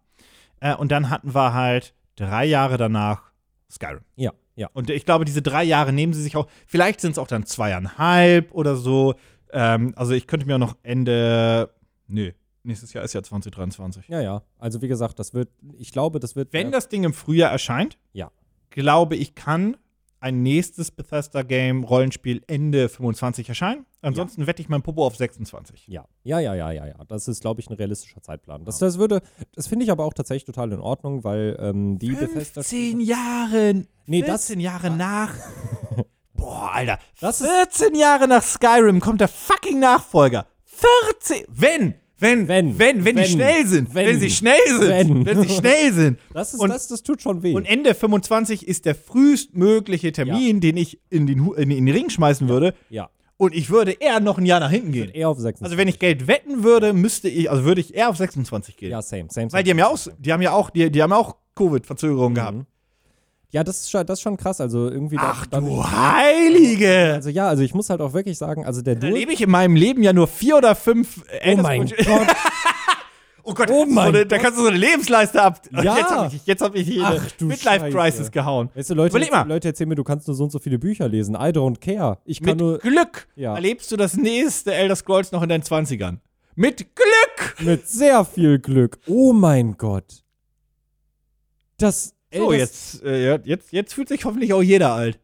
A: Äh, und dann hatten wir halt drei Jahre danach Skyrim.
B: Ja, ja.
A: Und ich glaube, diese drei Jahre nehmen sie sich auch, vielleicht sind es auch dann zweieinhalb oder so. Ähm, also ich könnte mir auch noch Ende, nö, nächstes Jahr ist ja 2023.
B: Ja, ja. Also wie gesagt, das wird, ich glaube, das wird.
A: Wenn
B: äh,
A: das Ding im Frühjahr erscheint,
B: Ja.
A: glaube ich, kann ein nächstes Bethesda-Game, Rollenspiel Ende 25 erscheinen. Ansonsten wette ich mein Popo auf 26.
B: ja, ja, ja, ja, ja, ja. Das ist, glaube ich, ein realistischer Zeitplan. Das, das würde, das finde ich aber auch tatsächlich total in Ordnung, weil ähm, die Bethesda.
A: 15 Jahre,
B: Nee,
A: 14
B: das-
A: Jahre nach. Ah. Boah, Alter.
B: Das ist-
A: 14 Jahre nach Skyrim kommt der fucking Nachfolger. 14. Wenn, wenn, wenn,
B: Wenn,
A: wenn, die
B: wenn,
A: schnell sind. Wenn,
B: wenn,
A: sie schnell sind.
B: wenn.
A: wenn sie schnell sind.
B: Das ist,
A: Und-
B: das, das tut schon weh.
A: Und Ende 25 ist der frühestmögliche Termin, den ich in den, Hu- in den Ring schmeißen würde.
B: ja.
A: Und ich würde eher noch ein Jahr nach hinten gehen.
B: Eher auf 26.
A: Also wenn ich Geld wetten würde, müsste ich, also würde ich eher auf 26 gehen.
B: ja, same, same, same.
A: Weil die haben ja auch, die haben ja auch, die, die haben ja auch Covid-Verzögerungen
B: Mhm.
A: gehabt.
B: Ja, das ist, schon- das ist schon krass. Also irgendwie. da-
A: Ach
B: da-
A: du Heilige!
B: Also ja, also ich muss halt auch wirklich sagen, also der
A: Da
B: Durchschnitt.
A: lebe ich in meinem Leben ja nur vier oder fünf äh,
B: Oh mein Gott.
A: Oh Gott,
B: Oh
A: so
B: mein
A: eine, da kannst du so eine Lebensleiste ab.
B: Ja.
A: Jetzt habe ich, jetzt hab ich hier
B: Ach du
A: eine Midlife-Crisis
B: Scheiße.
A: gehauen.
B: Weißt du, Leute,
A: Überleg mal.
B: Leute erzählen mir, du kannst nur so und so viele Bücher lesen. I don't care. Ich kann
A: Mit
B: nur
A: Glück
B: Ja.
A: erlebst du das nächste Elder Scrolls noch in deinen 20ern. Mit Glück!
B: mit sehr viel Glück. Oh mein Gott. Das
A: So,
B: Elder-
A: jetzt, äh, ja, jetzt, jetzt fühlt sich hoffentlich auch jeder alt.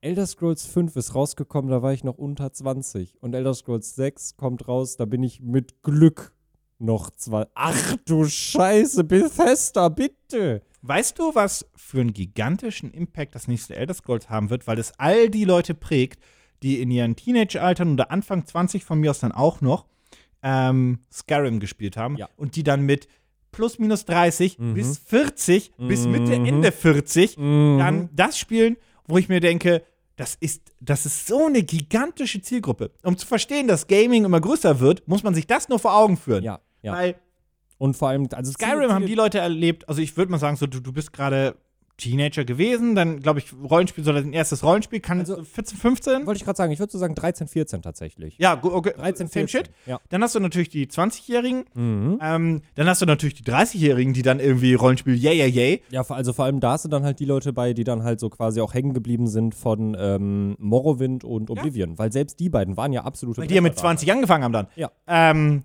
B: Elder Scrolls 5 ist rausgekommen, da war ich noch unter 20. Und Elder Scrolls 6 kommt raus, da bin ich mit Glück noch zwei. Ach du Scheiße, Bethesda, bitte!
A: Weißt du, was für einen gigantischen Impact das nächste Elder Scrolls haben wird, weil es all die Leute prägt, die in ihren Teenage-Altern oder Anfang 20 von mir aus dann auch noch ähm, Skyrim gespielt haben
B: Ja.
A: und die dann mit plus minus 30 bis 40 bis Mitte
B: Mhm.
A: Ende 40
B: Mhm.
A: dann das spielen, wo ich mir denke, das ist, das ist so eine gigantische Zielgruppe. Um zu verstehen, dass Gaming immer größer wird, muss man sich das nur vor Augen führen.
B: ja, ja.
A: Weil
B: Und vor allem, also
A: Skyrim haben die Leute erlebt, also ich würde mal sagen, so du, du bist gerade Teenager gewesen, dann glaube ich Rollenspiel, so dein erstes Rollenspiel kann
B: Also-
A: 14, 15?
B: Wollte ich gerade sagen, ich würde so sagen 13, 14 tatsächlich.
A: Ja, gu- okay.
B: 13,
A: same
B: 14.
A: shit.
B: Ja.
A: Dann hast du natürlich die 20-Jährigen,
B: Mhm.
A: ähm, dann hast du natürlich die 30-Jährigen, die dann irgendwie Rollenspiel, yay, yay, yay.
B: Ja, vor- also vor allem da sind dann halt die Leute bei, die dann halt so quasi auch hängen geblieben sind von ähm, Morrowind und Oblivion. Weil selbst die beiden waren ja absolute
A: Weil die ja mit
B: Bretter
A: 20 angefangen haben dann.
B: Ja.
A: Ähm,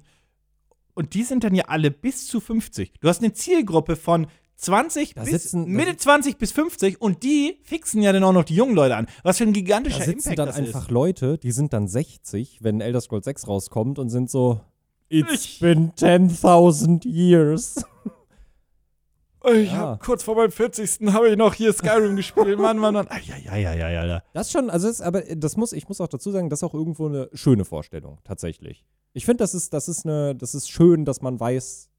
A: und die sind dann ja alle bis zu 50. Du hast eine Zielgruppe von 20
B: Da
A: bis
B: sitzen- da
A: Mitte 20 bis 50 und die fixen ja dann auch noch die jungen Leute an. Was für ein
B: da.
A: gigantischer
B: Da sitzen
A: Impact
B: dann
A: das
B: einfach
A: ist.
B: Leute, die sind dann 60, wenn Elder Scrolls 6 rauskommt und sind so It's
A: Ich-
B: been 10.000 years.
A: Ich
B: Ja. hab
A: kurz vor meinem 40. habe ich noch hier Skyrim gespielt. Mann, Mann, Mann. Ja, ja, ja, ja, ja, ja.
B: Das schon, also das, aber das muss, ich muss auch dazu sagen, das ist auch irgendwo eine schöne Vorstellung, tatsächlich. Ich finde, das ist, das ist eine, das ist schön, dass man weiß,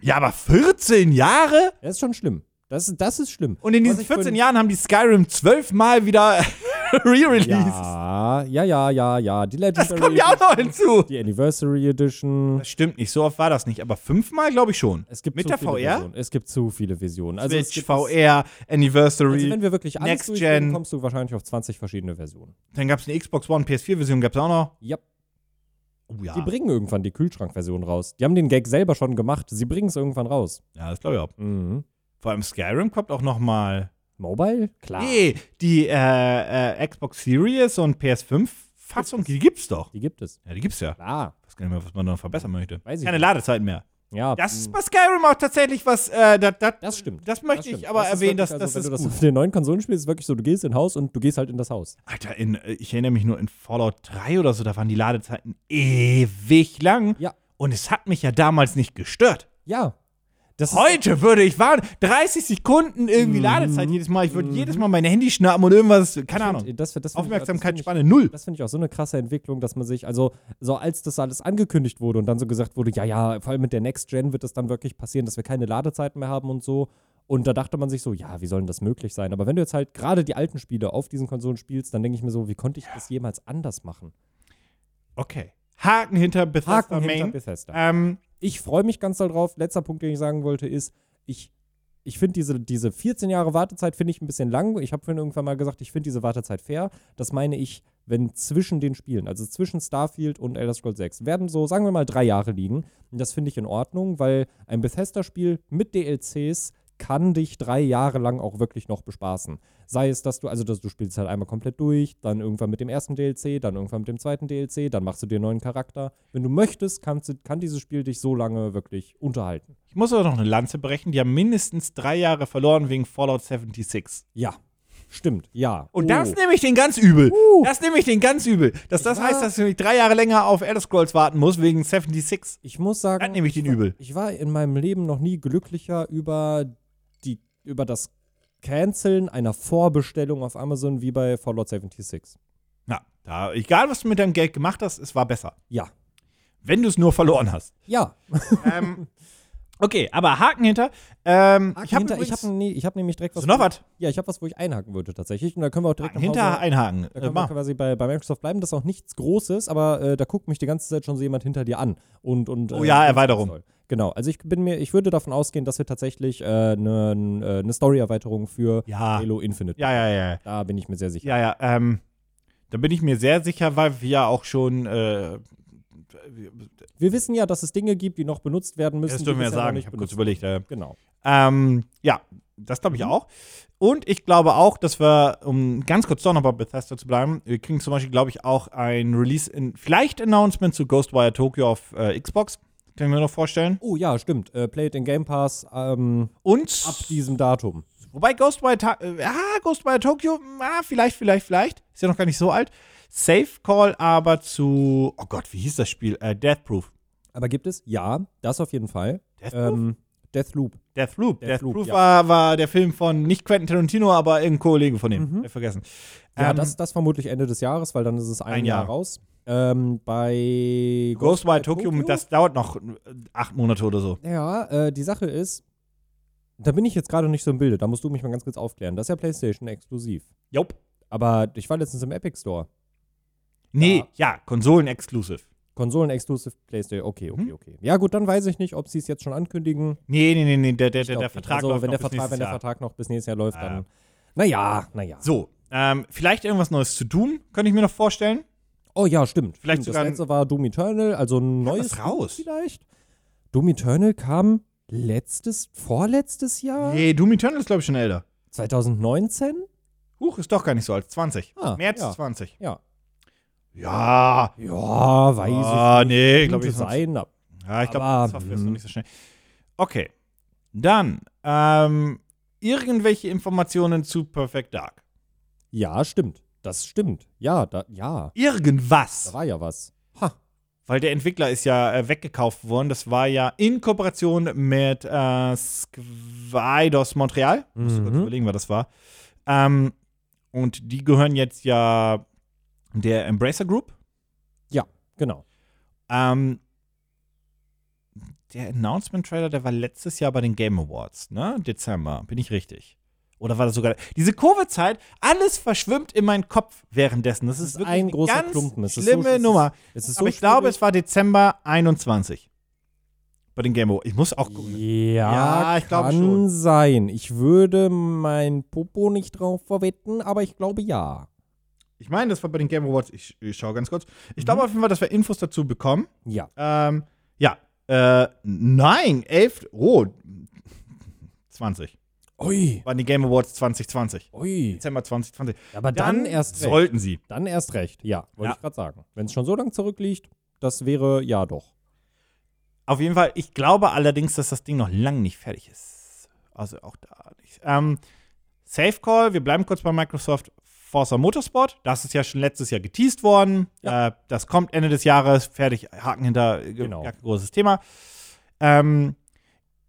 A: Ja, aber 14 Jahre?
B: das ist schon schlimm. Das, das ist schlimm.
A: Und in
B: Was
A: diesen
B: ich für
A: 14
B: ein-
A: Jahren haben die Skyrim zwölfmal wieder re-released.
B: Ja, ja, ja, ja, ja. Die Legendary
A: Das kommt ja auch noch hinzu.
B: Die Anniversary Edition.
A: Das stimmt nicht, so oft war das nicht, aber fünfmal glaube ich schon.
B: Es gibt
A: Mit
B: zu
A: der
B: viele
A: VR?
B: Versionen. Es gibt zu viele Versionen. Also, es
A: Switch,
B: gibt,
A: VR,
B: Also
A: Anniversary.
B: wenn wir wirklich alles
A: Next
B: durchgehen,
A: Gen.
B: kommst du wahrscheinlich auf 20 verschiedene Versionen.
A: dann gab es eine Xbox One PS4-Version, gab es auch noch.
B: Ja.
A: Oh ja.
B: Die bringen irgendwann die Kühlschrankversion raus. Die haben den Gag selber schon gemacht. Sie bringen es irgendwann raus.
A: ja, das glaube ich auch.
B: Mhm.
A: Vor allem Skyrim kommt auch noch mal.
B: Mobile? Klar.
A: Nee, die äh, äh, Xbox Series und PS5-Fassung, die gibt's doch.
B: Die gibt es.
A: Ja, die gibt's ja.
B: Klar.
A: Ich weiß gar nicht mehr, was man da noch verbessern möchte.
B: Hm. Weiß ich
A: Keine
B: nicht.
A: Ladezeiten mehr.
B: Ja.
A: Das ist
B: mh,
A: bei Skyrim auch tatsächlich was, äh, das, das,
B: das stimmt.
A: das möchte
B: stimmt.
A: ich aber
B: Das ist
A: erwähnen,
B: wirklich,
A: dass
B: also,
A: das
B: wenn
A: ist
B: du das
A: gut.
B: auf den neuen Konsolen spielst, ist wirklich so, du gehst in ein Haus und du gehst halt in das Haus.
A: Alter, in, äh, ich erinnere mich nur in Fallout 3 oder so, da waren die Ladezeiten ewig lang.
B: Ja.
A: Und es hat mich ja damals nicht gestört.
B: Ja. Das ist-
A: Heute würde ich warten. 30 Sekunden irgendwie Ladezeit jedes Mal. Ich würde jedes Mal mein Handy schnappen und irgendwas, keine
B: find-
A: Ahnung.
B: Mhm. Das, das find ich- das find ich-
A: Aufmerksamkeitsspanne null.
B: Das finde ich auch so eine krasse Entwicklung, dass man sich, also, so als das alles angekündigt wurde und dann so gesagt wurde, ja, ja, vor allem mit der Next Gen wird es dann wirklich passieren, dass wir keine Ladezeiten mehr haben und so. Und da dachte man sich so, ja, wie soll denn das möglich sein? Aber wenn du jetzt halt gerade die alten Spiele auf diesen Konsolen spielst, dann denke ich mir so, wie konnte ich das jemals anders machen?
A: Okay. Haken hinter Bethesda
B: Haken
A: Main.
B: hinter Bethesda.
A: ähm,
B: Ich freue mich ganz doll drauf. Letzter Punkt, den ich sagen wollte, ist, ich, ich finde diese, diese 14 Jahre Wartezeit finde ich ein bisschen lang. Ich habe vorhin irgendwann mal gesagt, ich finde diese Wartezeit fair. Das meine ich, wenn zwischen den Spielen, also zwischen Starfield und Elder Scrolls 6, werden so, sagen wir mal, drei Jahre liegen. Und das finde ich in Ordnung, weil ein Bethesda-Spiel mit DLCs kann dich drei Jahre lang auch wirklich noch bespaßen. Sei es, dass du, also dass du spielst halt einmal komplett durch, dann irgendwann mit dem ersten DLC, dann irgendwann mit dem zweiten DLC, dann machst du dir einen neuen Charakter. Wenn du möchtest, kannst du, kann dieses Spiel dich so lange wirklich unterhalten.
A: ich muss aber noch eine Lanze brechen. Die haben mindestens drei Jahre verloren wegen Fallout 76.
B: Ja. Stimmt, ja.
A: Und
B: Oh.
A: das nehme ich den ganz übel.
B: Uh.
A: Das nehme ich den ganz übel. Dass das
B: Ja.
A: heißt, dass ich drei Jahre länger auf Elder Scrolls warten muss wegen 76.
B: Ich muss sagen,
A: Dann nehme ich den übel.
B: ich war in meinem Leben noch nie glücklicher über, die, über das Canceln einer Vorbestellung auf Amazon wie bei Fallout 76.
A: Na, da, egal was du mit deinem Geld gemacht hast, es war besser.
B: Ja.
A: Wenn du es nur verloren hast.
B: Ja.
A: ähm, okay, aber Haken hinter. Ähm, ich
B: Ich
A: habe
B: habe ich hab, nee, ich hab nämlich direkt was.
A: Also noch was?
B: Ja, ich habe was, wo ich einhaken würde tatsächlich. Und da können wir auch direkt
A: Haken
B: nach
A: hinter
B: Hause-
A: einhaken.
B: Da
A: Äh,
B: können wir
A: mach.
B: quasi bei, bei Microsoft bleiben. Das ist auch nichts Großes, aber äh, da guckt mich die ganze Zeit schon so jemand hinter dir an. Und, und, äh,
A: Oh ja, Erweiterung.
B: soll. Genau, also ich bin mir, ich würde davon ausgehen, dass wir tatsächlich äh, eine eine Story-Erweiterung für
A: Ja.
B: Halo Infinite.
A: Ja, ja, ja.
B: Da bin ich mir sehr sicher.
A: Ja, ja. Ähm, da bin ich mir sehr sicher, weil wir ja auch schon. Äh,
B: Wir wissen ja, dass es Dinge gibt, die noch benutzt werden müssen.
A: das
B: die
A: dürfen wir ja
B: bisher noch
A: sagen.
B: nicht
A: Ich habe kurz
B: benutzt
A: überlegt. Äh,
B: wurden. Genau.
A: ähm, ja, das glaube ich
B: Mhm.
A: auch. Und ich glaube auch, dass wir, um ganz kurz doch noch bei Bethesda zu bleiben, wir kriegen zum Beispiel, glaube ich, auch ein Release, in, vielleicht Announcement zu Ghostwire Tokyo auf äh, Xbox. Können wir noch vorstellen.
B: Oh ja, stimmt. Äh, Play it in Game Pass ähm,
A: Und
B: ab diesem Datum.
A: Wobei Ghostwire, Ta äh, ah, Ghostwire Tokyo, ah, vielleicht, vielleicht, vielleicht. ist ja noch gar nicht so alt. Safe Call aber zu, oh Gott, wie hieß das Spiel? Äh, Death Proof.
B: Aber gibt es? Ja, das auf jeden Fall.
A: Deathloop?
B: Ähm, Deathloop.
A: Deathloop.
B: Deathloop,
A: Deathloop
B: ja.
A: war, war der Film von nicht Quentin Tarantino, aber irgendein Kollege von ihm. Hab ich vergessen.
B: Mhm. Ja,
A: Ähm,
B: das, das vermutlich Ende des Jahres, weil dann ist es ein,
A: ein
B: Jahr.
A: Jahr.
B: raus. Ähm, bei
A: Ghostwire Tokyo, das dauert noch äh, acht Monate oder so.
B: Ja, äh, die Sache ist, da bin ich jetzt gerade nicht so im Bilde. Da musst du mich mal ganz kurz aufklären. Das ist ja PlayStation exklusiv.
A: Jop.
B: Aber ich war letztens im Epic Store.
A: Nee,
B: Ja.
A: ja, Konsolen-exclusive.
B: Konsolen-exclusive PlayStation. Okay, okay,
A: Mhm.
B: okay. Ja, gut, dann weiß ich nicht, ob sie es jetzt schon ankündigen.
A: Nee, nee, nee, nee, der, der,
B: Ich
A: der,
B: glaub
A: der
B: nicht.
A: Vertrag
B: also,
A: läuft
B: wenn
A: noch
B: der
A: bis
B: Vertrag,
A: nächstes
B: wenn der
A: Jahr. Ah,
B: Vertrag noch bis nächstes Jahr läuft,
A: Ja.
B: dann. Naja, naja.
A: So, ähm, vielleicht irgendwas Neues zu Doom, könnte ich mir noch vorstellen.
B: Oh ja, stimmt.
A: Vielleicht
B: stimmt.
A: sogar ein-
B: das letzte war Doom Eternal, also ein neues
A: was raus?
B: Doom vielleicht. Doom Eternal kam letztes, vorletztes Jahr?
A: Nee, Doom Eternal ist, glaube ich, schon älter.
B: 2019?
A: Huch, ist doch gar nicht so alt. 20.
B: Ah,
A: März
B: ja.
A: 20.
B: Ja.
A: Ja.
B: Ja, weiß
A: ah, nee,
B: ich.
A: glaube
B: Könnte
A: ich. sonst-
B: sein. aber-
A: Ja, ich glaube,
B: Aber,
A: Software ist noch
B: hm.
A: nicht so schnell. Okay. Dann, ähm, irgendwelche Informationen zu Perfect Dark.
B: Ja, stimmt. Das stimmt. Ja, da, ja. Da
A: Irgendwas.
B: war ja was. Ha.
A: Weil der Entwickler ist ja äh, weggekauft worden. Das war ja in Kooperation mit äh, Squidos Montreal. Ich muss
B: Mhm.
A: kurz überlegen, wer das war. Ähm, und die gehören jetzt ja der Embracer Group.
B: Genau.
A: Ähm, der Announcement-Trailer, der war letztes Jahr bei den Game Awards, ne? Dezember, bin ich richtig? Oder war das sogar diese Covid-Zeit? Alles verschwimmt in meinen Kopf währenddessen. Das ist,
B: ist
A: wirklich
B: ein
A: eine
B: großer
A: ganz
B: Klumpen. Es ist so-
A: schlimme
B: es ist
A: Nummer.
B: Es ist
A: Aber
B: so
A: ich glaube,
B: schwierig.
A: es war Dezember 21 bei den Game Awards. Ich muss auch gucken. ne?
B: Ja,
A: Ja, ich glaube
B: kann
A: schon.
B: sein. Ich würde mein Popo nicht drauf verwetten, aber ich glaube ja.
A: Ich meine, das war bei den Game Awards. Ich, ich schaue ganz kurz. Ich glaube
B: Mhm.
A: auf jeden Fall, dass wir Infos dazu bekommen.
B: Ja.
A: Ähm, ja. Äh, nein, 11. Oh. 20.
B: Ui.
A: Waren die Game Awards 2020.
B: Ui.
A: Dezember 2020.
B: Aber dann, erst recht.
A: sollten sie.
B: Dann erst recht, ja, wollte
A: Ja.
B: ich gerade sagen. Wenn es schon so lang zurückliegt, das wäre ja doch.
A: Auf jeden Fall, ich glaube allerdings, dass das Ding noch lang nicht fertig ist. Also auch da nicht. Ähm, Safe Call, wir bleiben kurz bei Microsoft. Forza Motorsport, das ist ja schon letztes Jahr geteased worden. Äh, das kommt Ende des Jahres, fertig, Haken hinter, äh,
B: Genau.
A: gar kein großes Thema. Ähm,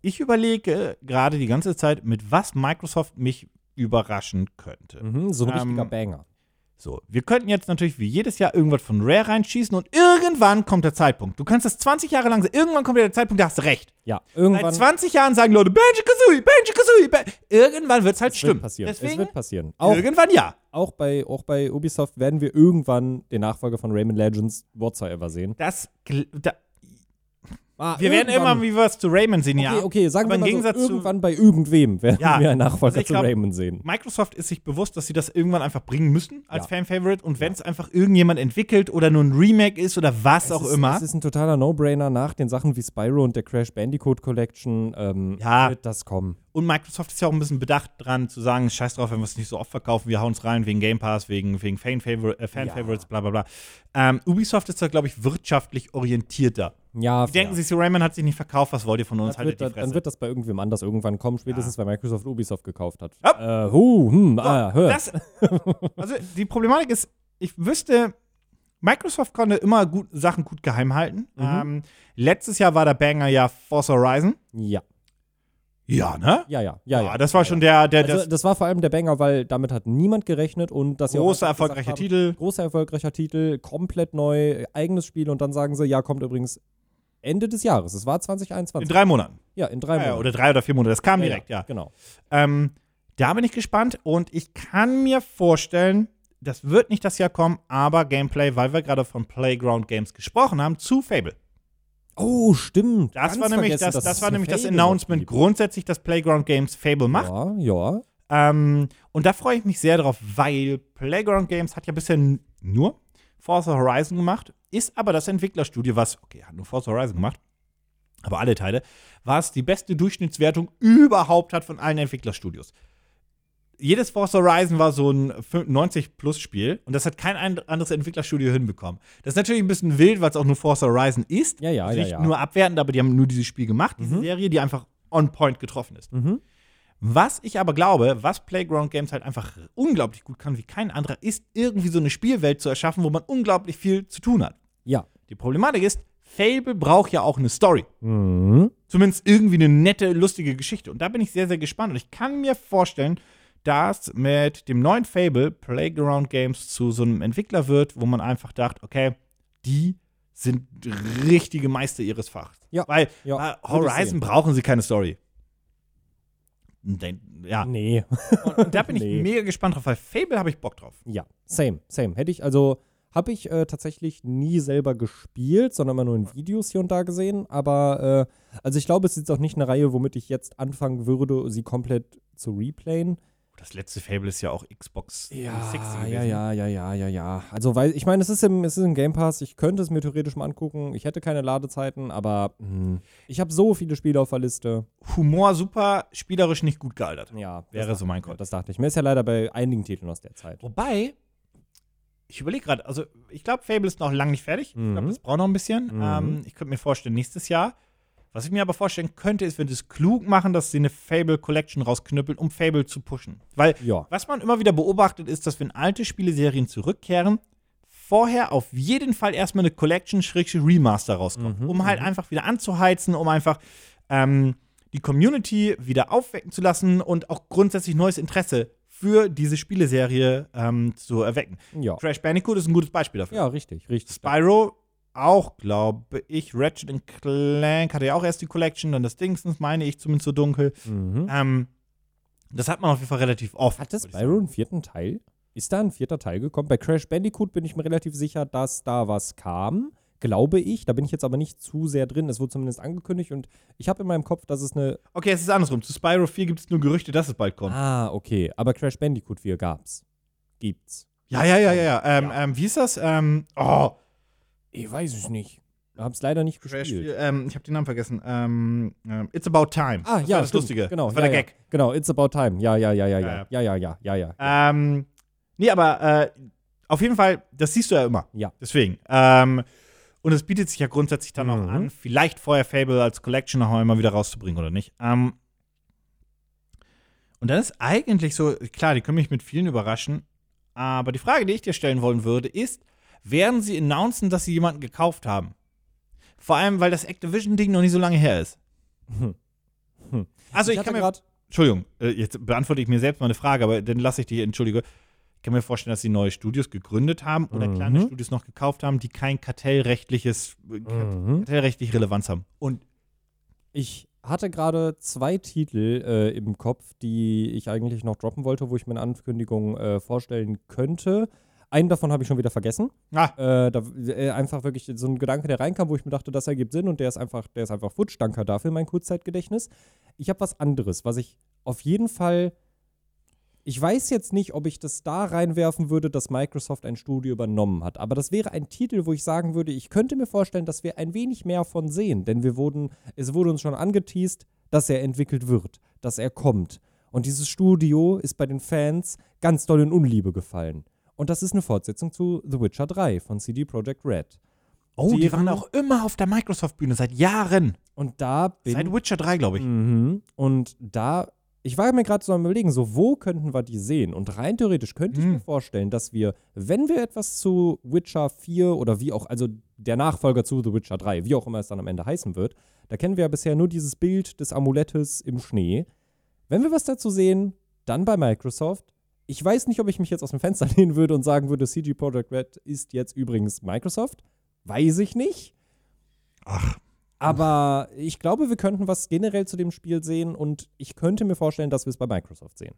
A: ich überlege gerade die ganze Zeit, mit was Microsoft mich überraschen könnte.
B: Mhm, so ein
A: Ähm,
B: richtiger Banger.
A: So, wir könnten jetzt natürlich wie jedes Jahr irgendwas von Rare reinschießen und irgendwann kommt der Zeitpunkt. Du kannst das 20 Jahre lang, irgendwann kommt der Zeitpunkt, da hast du recht.
B: Ja,
A: Seit
B: irgendwann
A: 20 Jahren sagen Leute, Banjo Kazooie, Banjo Kazooie, ba irgendwann wird's halt
B: wird
A: stimmen.
B: passieren. es
A: Deswegen,
B: wird passieren. Auch,
A: irgendwann ja.
B: auch, bei, auch bei Ubisoft werden wir irgendwann den Nachfolger von Rayman Legends Whatsoever sehen.
A: Das, gl- da,
B: Ah,
A: wir werden immer wie was zu Raymond sehen, ja.
B: Okay, okay, sagen
A: Aber
B: wir
A: im
B: mal
A: Gegensatz
B: so,
A: zu-
B: irgendwann bei irgendwem werden
A: Ja,
B: wir einen Nachfolger
A: also ich
B: zu
A: glaub-
B: Rayman sehen.
A: Microsoft ist sich bewusst, dass sie das irgendwann einfach bringen müssen als
B: Ja.
A: Fan-Favorite und wenn es einfach irgendjemand entwickelt oder nur ein Remake ist oder was auch
B: es ist,
A: immer.
B: Es ist ein totaler No-Brainer nach den Sachen wie Spyro und der Crash Bandicoot Collection. Ähm,
A: Ja.
B: Wird das kommen.
A: Und Microsoft ist ja auch ein bisschen bedacht dran, zu sagen, scheiß drauf, wenn wir es nicht so oft verkaufen, wir hauen es rein wegen Game Pass, wegen, wegen Fan-Favor- äh, Fan-Favorites, bla bla bla. Ähm, Ubisoft ist da, glaube ich, wirtschaftlich orientierter.
B: Ja,
A: Die denken sich so, Rayman hat sich nicht verkauft, was wollt ihr von uns?
B: Das wird,
A: Haltet die
B: dann,
A: Fresse.
B: dann wird das bei irgendwem anders irgendwann kommen, spätestens weil Microsoft Ubisoft gekauft hat.
A: Hopp.
B: Äh, hu, hm, ah, hör.
A: das, also die Problematik ist, ich wüsste, Microsoft konnte immer gut, Sachen gut geheim halten.
B: Mhm.
A: Ähm, letztes Jahr war der Banger ja Force Horizon.
B: ja,
A: Ja, ne?
B: ja, ja, ja,
A: Ah,
B: ja.
A: das war schon der, der
B: also, das, war vor allem der Banger, weil damit hat niemand gerechnet und das
A: das große, erfolgreiche Titel.
B: Großer erfolgreicher Titel, komplett neu, äh, eigenes Spiel und dann sagen sie, ja, kommt übrigens Ende des Jahres. Es war
A: In
B: 2021.
A: drei Monaten.
B: ja, in
A: Ja,
B: drei
A: ja,
B: Monaten.
A: oder drei oder vier Monate. Das kam
B: Ja,
A: direkt, ja.
B: Genau.
A: Ähm, da bin ich gespannt und ich kann mir vorstellen, das wird nicht das Jahr kommen, aber Gameplay, weil wir gerade von Playground Games gesprochen haben, zu Fable.
B: Oh, stimmt.
A: Das
B: Ganz
A: war nämlich,
B: vergessen,
A: das,
B: dass
A: das
B: es
A: war
B: eine
A: nämlich das
B: Fable
A: Announcement
B: gibt.
A: grundsätzlich, dass Playground Games Fable macht.
B: Ja, ja.
A: Ähm, und da freue ich mich sehr drauf, weil Playground Games hat ja bisher n- nur Forza Horizon gemacht, ist aber das Entwicklerstudio, was, okay, hat nur Forza Horizon gemacht, aber alle Teile, was die beste Durchschnittswertung überhaupt hat von allen Entwicklerstudios. Jedes Forza Horizon war so ein 90-Plus-Spiel und das hat kein and- anderes Entwicklerstudio hinbekommen. Das ist natürlich ein bisschen wild, weil es auch nur Forza Horizon ist.
B: Ja, ja,
A: Das ist
B: ja,
A: Nicht
B: ja.
A: nur abwertend, aber die haben nur dieses Spiel gemacht, diese Serie, die einfach on point getroffen ist.
B: Mhm.
A: Was ich aber glaube, was Playground Games halt einfach unglaublich gut kann, wie kein anderer, ist irgendwie so eine Spielwelt zu erschaffen, wo man unglaublich viel zu tun hat.
B: Ja.
A: Die Problematik ist, Fable braucht ja auch eine Story.
B: Mhm.
A: Zumindest irgendwie eine nette, lustige Geschichte. Und da bin ich sehr, sehr gespannt. Und ich kann mir vorstellen, dass mit dem neuen Fable Playground Games zu so einem Entwickler wird, wo man einfach dacht, okay, die sind richtige Meister ihres Fachs.
B: Ja.
A: Weil
B: Ja,
A: äh,
B: würd ich
A: Horizon
B: sehen.
A: brauchen sie keine Story. Den- Ja,
B: Nee.
A: und da bin ich
B: Nee.
A: mega gespannt drauf, weil Fable habe ich Bock drauf.
B: Ja, same, same. Hätte ich, also habe ich äh, tatsächlich nie selber gespielt, sondern immer nur in Videos hier und da gesehen. Aber äh, also ich glaube, es ist jetzt auch nicht eine Reihe, womit ich jetzt anfangen würde, sie komplett zu replayen. Ah,
A: Das letzte Fable ist ja auch Xbox 360
B: ja,
A: gewesen.
B: ja, ja, ja, ja, ja. Also weil ich meine, es ist im, es ist im Game Pass. Ich könnte es mir theoretisch mal angucken. Ich hätte keine Ladezeiten, aber mh, ich habe so viele Spiele auf der Liste.
A: Humor super, spielerisch nicht gut gealtert.
B: Ja, das
A: Wäre
B: dachte
A: so mein
B: ich mir.
A: Call.
B: Das dachte ich mir. Ist ja leider bei einigen Titeln aus der Zeit.
A: Wobei, ich überlege gerade, also ich glaube, Fable ist noch lange nicht fertig. Ich glaube,
B: Mhm.
A: das braucht noch ein bisschen.
B: Mhm.
A: Ähm, ich könnte mir vorstellen, nächstes Jahr. Was ich mir aber vorstellen könnte, ist, wenn sie es klug machen, dass sie eine Fable Collection rausknüppeln, um Fable zu pushen. Weil
B: Ja.
A: was man immer wieder beobachtet, ist, dass wenn alte Spieleserien zurückkehren, vorher auf jeden Fall erstmal eine Collection-Remaster rauskommt,
B: Mhm,
A: um halt einfach wieder anzuheizen, um einfach ähm, die Community wieder aufwecken zu lassen und auch grundsätzlich neues Interesse für diese Spieleserie ähm, zu erwecken.
B: Ja.
A: Crash Bandicoot ist ein gutes Beispiel dafür.
B: Ja, richtig, richtig.
A: Spyro auch, glaube ich. Ratchet Clank hatte ja auch erst die Collection, dann das Dingsens, meine ich zumindest so dunkel.
B: Mhm.
A: Ähm, das hat man auf jeden Fall relativ oft.
B: Hat das
A: würd ich
B: Spyro einen vierten Teil? Ist da ein vierter Teil gekommen? Bei Crash Bandicoot bin ich mir relativ sicher, dass da was kam, glaube ich. Da bin ich jetzt aber nicht zu sehr drin. Es wurde zumindest angekündigt und ich habe in meinem Kopf, dass es eine.
A: Okay, es ist andersrum. Zu Spyro 4 gibt es nur Gerüchte, dass es bald kommt.
B: Ah, okay. Aber Crash Bandicoot 4 gab's. Gibt's.
A: Ja, ja, ja, ja. ja. Ähm,
B: Ja.
A: Ähm, wie ist das? Ähm, oh,
B: Ich weiß es nicht. Hab's leider nicht
A: Crash,
B: gespielt.
A: ähm, ich habe den Namen vergessen. Ähm, ähm, It's About Time.
B: Ah,
A: das
B: ja,
A: war das
B: stimmt.
A: Lustige.
B: Genau,
A: das war
B: ja,
A: der
B: ja.
A: Gag.
B: Genau, it's about time. Ja, ja, ja, ja,
A: Ja,
B: ja. Ja, ja, ja, ja, ja.
A: Ähm, nee, aber äh, auf jeden Fall, das siehst du ja immer.
B: Ja.
A: Deswegen. Ähm, und es bietet sich ja grundsätzlich dann auch
B: Mhm.
A: an, vielleicht vorher Fable als Collection noch einmal wieder rauszubringen oder nicht. Ähm, und dann ist eigentlich so, klar, die können mich mit vielen überraschen, aber die Frage, die ich dir stellen wollen würde, ist, werden sie announcen, dass sie jemanden gekauft haben? Vor allem, weil das Activision-Ding noch nicht so lange her ist.
B: Hm. Hm.
A: Also ich,
B: hatte
A: kann mir
B: grad-
A: Entschuldigung, äh, jetzt beantworte ich mir selbst meine Frage, aber dann lasse ich dich, entschuldige. Ich kann mir vorstellen, dass sie neue Studios gegründet haben oder
B: Mhm.
A: kleine Studios noch gekauft haben, die kein kartellrechtliches, äh, kat-
B: Mhm.
A: kartellrechtliche Relevanz haben. Und
B: Ich hatte gerade zwei Titel äh, im Kopf, die ich eigentlich noch droppen wollte, wo ich meine Ankündigung äh, vorstellen könnte. Einen davon habe ich schon wieder vergessen.
A: ah,
B: Äh, da, äh, einfach wirklich so ein Gedanke, der reinkam, wo ich mir dachte, das ergibt Sinn und der ist einfach, der ist einfach futsch. Danke dafür, mein Kurzzeitgedächtnis. Ich habe was anderes, was ich auf jeden Fall. Ich weiß jetzt nicht, ob ich das da reinwerfen würde, dass Microsoft ein Studio übernommen hat. Aber das wäre ein Titel, wo ich sagen würde, ich könnte mir vorstellen, dass wir ein wenig mehr von sehen. Denn wir wurden, es wurde uns schon angeteased, dass er entwickelt wird, dass er kommt. Und dieses Studio ist bei den Fans ganz doll in Unliebe gefallen. Und das ist eine Fortsetzung zu The Witcher 3 von CD Projekt Red.
A: oh, die,
B: deren-
A: waren auch immer auf der Microsoft-Bühne seit Jahren.
B: Und da bin
A: Seit Witcher 3, glaube ich.
B: Mhm. Und da, ich war mir gerade so am überlegen, so wo könnten wir die sehen? Und rein theoretisch könnte ich
A: Mhm.
B: mir vorstellen, dass wir, wenn wir etwas zu Witcher 4 oder wie auch, also der Nachfolger zu The Witcher 3, wie auch immer es dann am Ende heißen wird, da kennen wir ja bisher nur dieses Bild des Amulettes im Schnee. Wenn wir was dazu sehen, dann bei Microsoft. Ich weiß nicht, ob ich mich jetzt aus dem Fenster lehnen würde und sagen würde, CG Projekt Red ist jetzt übrigens Microsoft. Weiß ich nicht.
A: Ach,
B: Aber ich glaube, wir könnten was generell zu dem Spiel sehen und ich könnte mir vorstellen, dass wir es bei Microsoft sehen.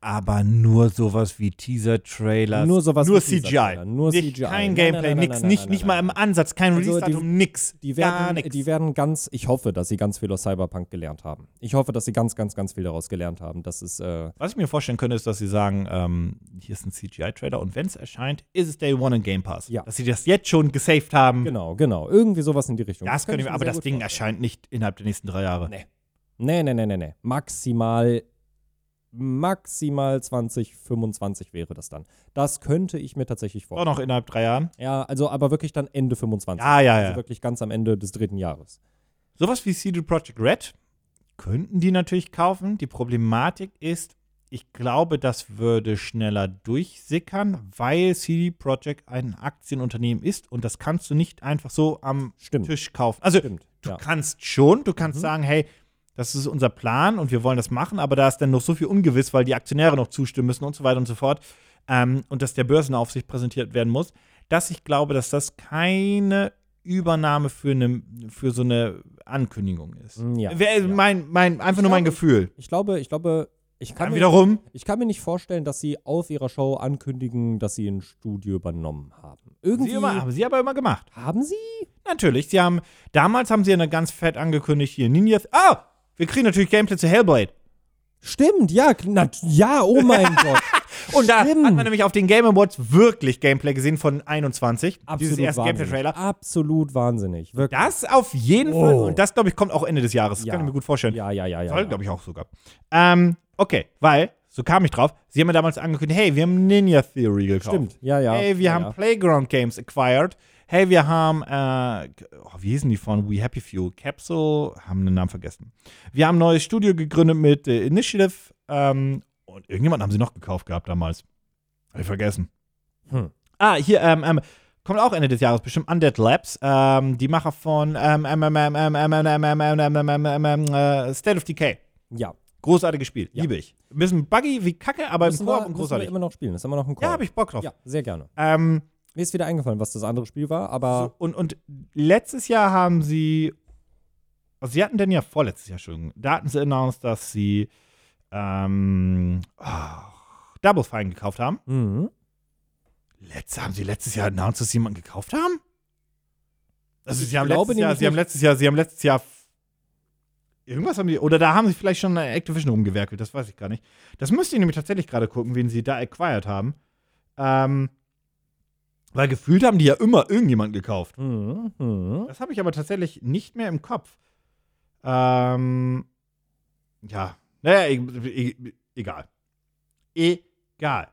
A: aber nur sowas wie Teaser-Trailers.
B: Nur sowas
A: Nur
B: wie
A: CGI.
B: Teaser-Trailer, nur
A: nicht,
B: CGI.
A: Kein
B: Nein, nein,
A: Gameplay,
B: nein, nein,
A: nix,
B: nein,
A: nicht,
B: nein,
A: nicht
B: nein,
A: mal im
B: nein.
A: Ansatz, kein
B: Also die-
A: Release-Datum, nix.
B: Die
A: Gar
B: werden,
A: nix.
B: die werden ganz, ich hoffe, dass sie ganz viel aus Cyberpunk gelernt haben. Ich hoffe, dass sie ganz, ganz, ganz viel daraus gelernt haben. Das ist, äh,
A: Was ich mir vorstellen könnte, ist, dass sie sagen, ähm, hier ist ein CGI-Trailer und wenn es erscheint, ist es Day One in Game Pass.
B: Ja.
A: Dass sie das jetzt schon gesaved haben.
B: genau, genau. Irgendwie sowas in die Richtung.
A: Das könnte ich mir,
B: kann mir
A: aber
B: sehr
A: das
B: gut
A: Ding
B: vorstellen.
A: erscheint nicht innerhalb der nächsten drei Jahre.
B: Nee. Nee, nee, nee, nee, nee. Maximal, maximal 2025 wäre das dann. Das könnte ich mir tatsächlich
A: Auch
B: vorstellen.
A: Oh, noch innerhalb drei Jahren.
B: Ja, also aber wirklich dann Ende 25.
A: Ja, ja,
B: Also
A: Ah, ja.
B: wirklich ganz am Ende des dritten Jahres.
A: Sowas wie CD Projekt Red könnten die natürlich kaufen. Die Problematik ist, ich glaube, das würde schneller durchsickern, weil CD Projekt ein Aktienunternehmen ist und das kannst du nicht einfach so am
B: Stimmt.
A: Tisch kaufen. Also
B: Stimmt,
A: du
B: ja.
A: kannst schon, du kannst sagen, hey, das ist unser Plan und wir wollen das machen, aber da ist dann noch so viel ungewiss, weil die Aktionäre noch zustimmen müssen und so weiter und so fort ähm, und dass der Börsenaufsicht präsentiert werden muss, dass ich glaube, dass das keine Übernahme für, eine, für so eine Ankündigung ist.
B: Ja,
A: Wär,
B: ja.
A: Mein, mein, einfach nur mein
B: glaube,
A: Gefühl.
B: Ich glaube, ich glaube, ich kann,
A: Dann
B: mir,
A: wiederum,
B: ich kann mir nicht vorstellen, dass sie auf ihrer Show ankündigen, dass sie ein Studio übernommen haben. Irgendwie
A: sie immer, haben sie aber immer gemacht.
B: haben sie?
A: Natürlich, sie haben, damals haben sie eine ganz fett angekündigt hier, Ninja, ah, wir kriegen natürlich Gameplay zu Hellblade.
B: Stimmt, ja, kn- na, ja, oh mein Gott.
A: Und da
B: Stimmt.
A: hat man nämlich auf den Game Awards wirklich Gameplay gesehen von 21, dieses erste Gameplay-Trailer.
B: Absolut wahnsinnig. Wirklich.
A: Das auf jeden
B: Oh.
A: Fall, und das, glaube ich, kommt auch Ende des Jahres, das
B: Ja.
A: kann ich mir gut vorstellen.
B: Ja, ja, ja, ja.
A: Soll,
B: ja.
A: glaube ich, auch sogar. Ähm, okay, weil, so kam ich drauf, sie haben ja damals angekündigt, hey, wir haben Ninja Theory gekauft.
B: Stimmt, ja, ja.
A: Hey, wir
B: ja,
A: haben
B: ja.
A: Playground Games acquired. Hey, wir haben, äh, oh, wie hießen die von We Happy Few? Capsule, haben den Namen vergessen. Wir haben ein neues Studio gegründet mit äh, Initiative ähm, und irgendjemand haben sie noch gekauft gehabt damals. Hab ich vergessen.
B: Hm.
A: Ah, hier, ähm, ähm, kommt auch Ende des Jahres bestimmt Undead Labs, ähm, die Macher von ähm, ähm, ähm, ähm, ähm, ähm, ähm, ähm, ähm, ähm, ähm, ähm, ähm, ähm, äh, State of Decay.
B: Ja,
A: Großartiges Spiel,
B: Ja.
A: liebe ich. Ein bisschen buggy wie Kacke, aber im
B: müssen
A: Koop
B: wir,
A: und
B: müssen wir
A: großartig.
B: immer noch spielen. Das ist immer noch ein Korb.
A: Ja, habe ich Bock drauf.
B: Ja, sehr gerne.
A: Ähm,
B: Mir ist wieder eingefallen, was das andere Spiel war, aber
A: So, und, und letztes Jahr haben sie, also sie hatten denn ja vorletztes Jahr schon, da hatten sie announced, dass sie ähm, ah, Double Fine gekauft haben.
B: mhm.
A: Letzt, haben sie letztes Jahr announced, dass sie jemanden gekauft haben? Also
B: Ich
A: sie haben,
B: glaube
A: letztes Jahr,
B: nämlich
A: sie haben
B: nicht.
A: letztes Jahr, sie haben letztes Jahr f- irgendwas haben sie, oder da haben sie vielleicht schon äh, Activision rumgewerkelt, das weiß ich gar nicht. Das müsste ich nämlich tatsächlich gerade gucken, wen sie da acquired haben. Ähm, weil gefühlt haben die ja immer irgendjemanden gekauft.
B: Mhm. Mhm.
A: Das habe ich aber tatsächlich nicht mehr im Kopf. Ähm, ja, naja, e e egal. Egal.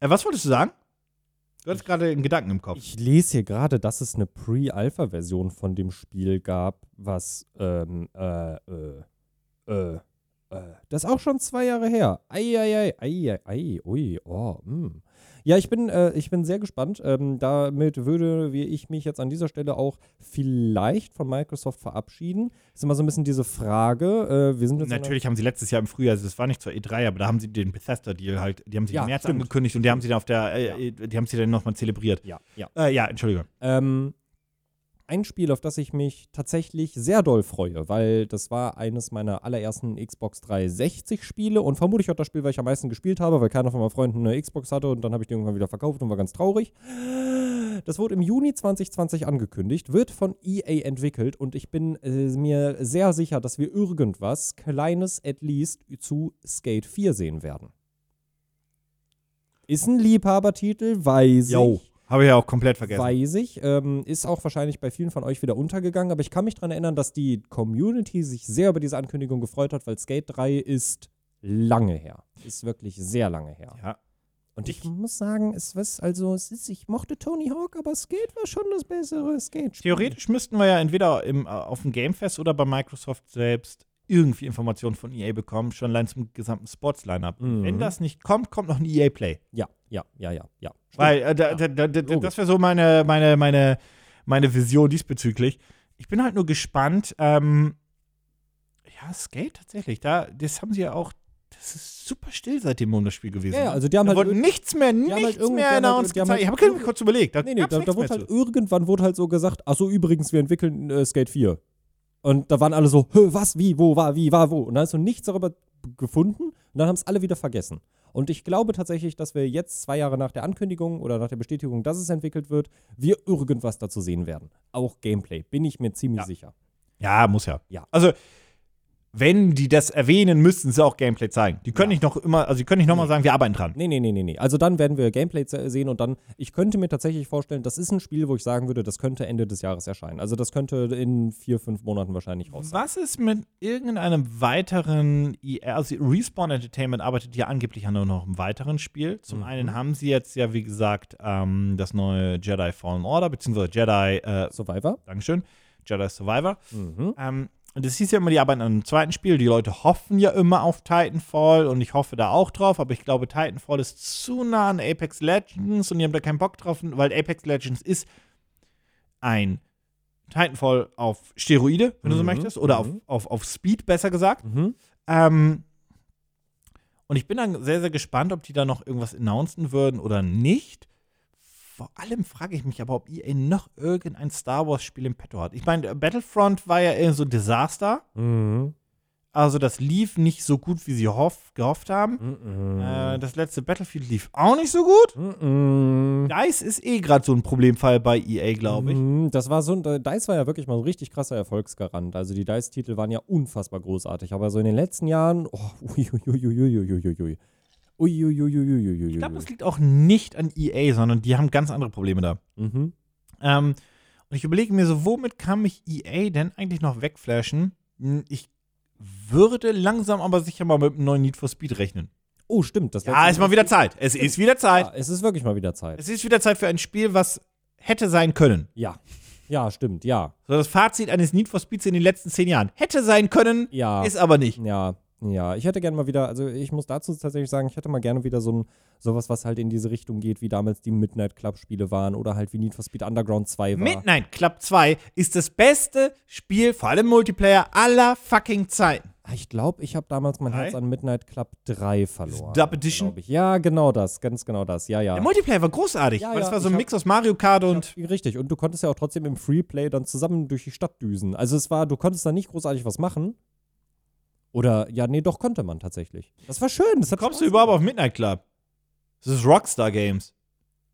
A: Äh, was wolltest du sagen? Du hattest gerade einen Gedanken im Kopf.
B: Ich lese hier gerade, dass es eine Pre-Alpha-Version von dem Spiel gab, was ähm, äh, äh, äh, äh, das ist auch schon zwei Jahre her. Ei, ei, ei, ei, ei, ui, oh, mm. Ja, ich bin, äh, ich bin sehr gespannt. Ähm, damit würde wie ich mich jetzt an dieser Stelle auch vielleicht von Microsoft verabschieden. Ist immer so ein bisschen diese Frage. Äh, wir sind jetzt in einer-
A: Natürlich haben sie letztes Jahr im Frühjahr, also das war nicht zur E3, aber da haben sie den Bethesda-Deal halt, die haben sie
B: Ja,
A: im März
B: stimmt.
A: angekündigt und die haben sie dann auf der, äh,
B: Ja.
A: äh, die haben sie dann nochmal zelebriert.
B: Ja, ja.
A: Äh, ja, Entschuldigung.
B: Ähm, ein Spiel, auf das ich mich tatsächlich sehr doll freue, weil das war eines meiner allerersten Xbox 360 Spiele und vermutlich auch das Spiel, was ich am meisten gespielt habe, weil keiner von meinen Freunden eine Xbox hatte und dann habe ich die irgendwann wieder verkauft und war ganz traurig. Das wurde im Juni 2020 angekündigt, wird von EA entwickelt und ich bin äh, mir sehr sicher, dass wir irgendwas Kleines at least zu Skate 4 sehen werden. Ist ein Liebhabertitel, weiß ich.
A: Habe ich ja auch komplett vergessen.
B: Weiß ich. Ähm, ist auch wahrscheinlich bei vielen von euch wieder untergegangen, aber ich kann mich daran erinnern, dass die Community sich sehr über diese Ankündigung gefreut hat, weil Skate 3 ist lange her. Ist wirklich sehr lange her.
A: ja.
B: Und ich,
A: Ich-
B: muss sagen, es was, also es ist, ich mochte Tony Hawk, aber Skate war schon das bessere Skate.
A: Theoretisch müssten wir ja entweder im, äh, auf dem Gamefest oder bei Microsoft selbst irgendwie Informationen von EA bekommen, schon allein zum gesamten Sports-Lineup.
B: Mhm.
A: Wenn das nicht kommt, kommt noch ein EA Play.
B: Ja, ja, ja, ja, ja. Stimmt.
A: Weil äh, da,
B: Ja.
A: da, da, da,
B: Logisch.
A: das wäre so meine, meine, meine, meine Vision diesbezüglich. Ich bin halt nur gespannt. Ähm, ja, Skate tatsächlich. Da, das haben sie ja auch. Das ist super still seit dem Monatspiel gewesen.
B: ja, ja, also die haben
A: da
B: halt
A: wurde nichts mehr,
B: halt
A: nichts
B: irgend- die
A: mehr
B: haben halt-
A: announced.
B: die haben
A: gezeigt. Ich
B: halt-
A: habe kurz überlegt. Da
B: Nee, nee,
A: gab's
B: da, da
A: nichts mehr
B: wurde
A: zu.
B: halt, irgendwann wurde halt so gesagt, ach so, übrigens, wir entwickeln äh, Skate 4. Und da waren alle so, "Hö, was, wie, wo, war, wie, war, wo. Und dann hast du nichts darüber gefunden und dann haben es alle wieder vergessen. Und ich glaube tatsächlich, dass wir jetzt zwei Jahre nach der Ankündigung oder nach der Bestätigung, dass es entwickelt wird, wir irgendwas dazu sehen werden. Auch Gameplay, bin ich mir ziemlich
A: Ja.
B: sicher.
A: Ja, muss ja.
B: Ja.
A: Also, wenn die das erwähnen, müssten sie auch Gameplay zeigen. Die können
B: Ja.
A: nicht noch immer, also die können nicht nochmal
B: Nee.
A: sagen, wir arbeiten dran.
B: Nee, nee, nee, nee, nee. Also dann werden wir Gameplay ze- sehen und dann, ich könnte mir tatsächlich vorstellen, das ist ein Spiel, wo ich sagen würde, das könnte Ende des Jahres erscheinen. Also das könnte in vier, fünf Monaten wahrscheinlich raus sein.
A: Was ist mit irgendeinem weiteren EA? Also Respawn Entertainment arbeitet ja angeblich an noch einem weiteren Spiel. Zum
B: Mhm.
A: einen haben sie jetzt ja, wie gesagt, ähm, das neue Jedi Fallen Order, beziehungsweise Jedi, äh,
B: Survivor?
A: Dankeschön, Jedi Survivor.
B: Mhm.
A: Ähm, Und es hieß ja immer, die arbeiten an einem zweiten Spiel. Die Leute hoffen ja immer auf Titanfall und ich hoffe da auch drauf, aber ich glaube, Titanfall ist zu nah an Apex Legends und die haben da keinen Bock drauf, weil Apex Legends ist ein Titanfall auf Steroide, wenn du so
B: Mhm,
A: möchtest, oder auf,
B: mhm.
A: auf, auf Speed, besser gesagt.
B: Mhm.
A: Ähm, und ich bin dann sehr, sehr gespannt, ob die da noch irgendwas announcen würden oder nicht. Vor allem frage ich mich aber, ob EA noch irgendein Star Wars-Spiel im Petto hat. Ich meine, Battlefront war ja eher so ein Desaster.
B: Mhm.
A: Also, das lief nicht so gut, wie sie hoff, gehofft haben.
B: Mhm.
A: Äh, das letzte Battlefield lief auch nicht so gut.
B: Mhm.
A: DICE ist eh gerade so ein Problemfall bei EA, glaube ich.
B: Mhm, Das war so ein, DICE war ja wirklich mal ein richtig krasser Erfolgsgarant. Also die DICE-Titel waren ja unfassbar großartig. Aber so in den letzten Jahren, oh, uiuiuiuiuiuiui. Uiuiuiuiuiuiui.
A: Ich glaube, das liegt auch nicht an EA, sondern die haben ganz andere Probleme da.
B: Mhm.
A: Ähm, und ich überlege mir so, womit kann mich EA denn eigentlich noch wegflashen? Hm, Ich würde langsam aber sicher mal mit einem neuen Need for Speed rechnen.
B: Oh, stimmt. Das
A: Ja,
B: letzte-
A: ist mal wieder Zeit. Es ist wieder Zeit.
B: Ja, es ist wirklich mal wieder Zeit.
A: Es ist wieder Zeit für ein Spiel, was hätte sein können.
B: Ja. Ja, stimmt. Ja.
A: So das Fazit eines Need for Speeds in den letzten zehn Jahren. Hätte sein können,
B: Ja.
A: ist aber nicht.
B: Ja, ja. Ich hätte gerne mal wieder, also ich muss dazu tatsächlich sagen, ich hätte mal gerne wieder so ein, sowas, was halt in diese Richtung geht, wie damals die Midnight Club-Spiele waren oder halt wie Need for Speed Underground 2 war.
A: Midnight Club 2 ist das beste Spiel, vor allem Multiplayer, aller fucking Zeiten.
B: Ah, Ich glaube, ich habe damals mein
A: Drei?
B: Herz an Midnight Club 3 verloren.
A: Dub Edition?
B: glaub Ich. Ja, genau das, ganz genau das. Ja, ja.
A: Der Multiplayer war großartig,
B: Ja,
A: weil es
B: ja,
A: war so
B: ich
A: ein
B: hab-
A: Mix aus Mario Kart und
B: Richtig, und du konntest ja auch trotzdem im Freeplay dann zusammen durch die Stadt düsen. Also es war, du konntest da nicht großartig was machen. Oder, ja, nee, doch konnte man tatsächlich. Das war schön. Das hat
A: Kommst du
B: Spaß
A: überhaupt auf Midnight Club? Das ist Rockstar Games.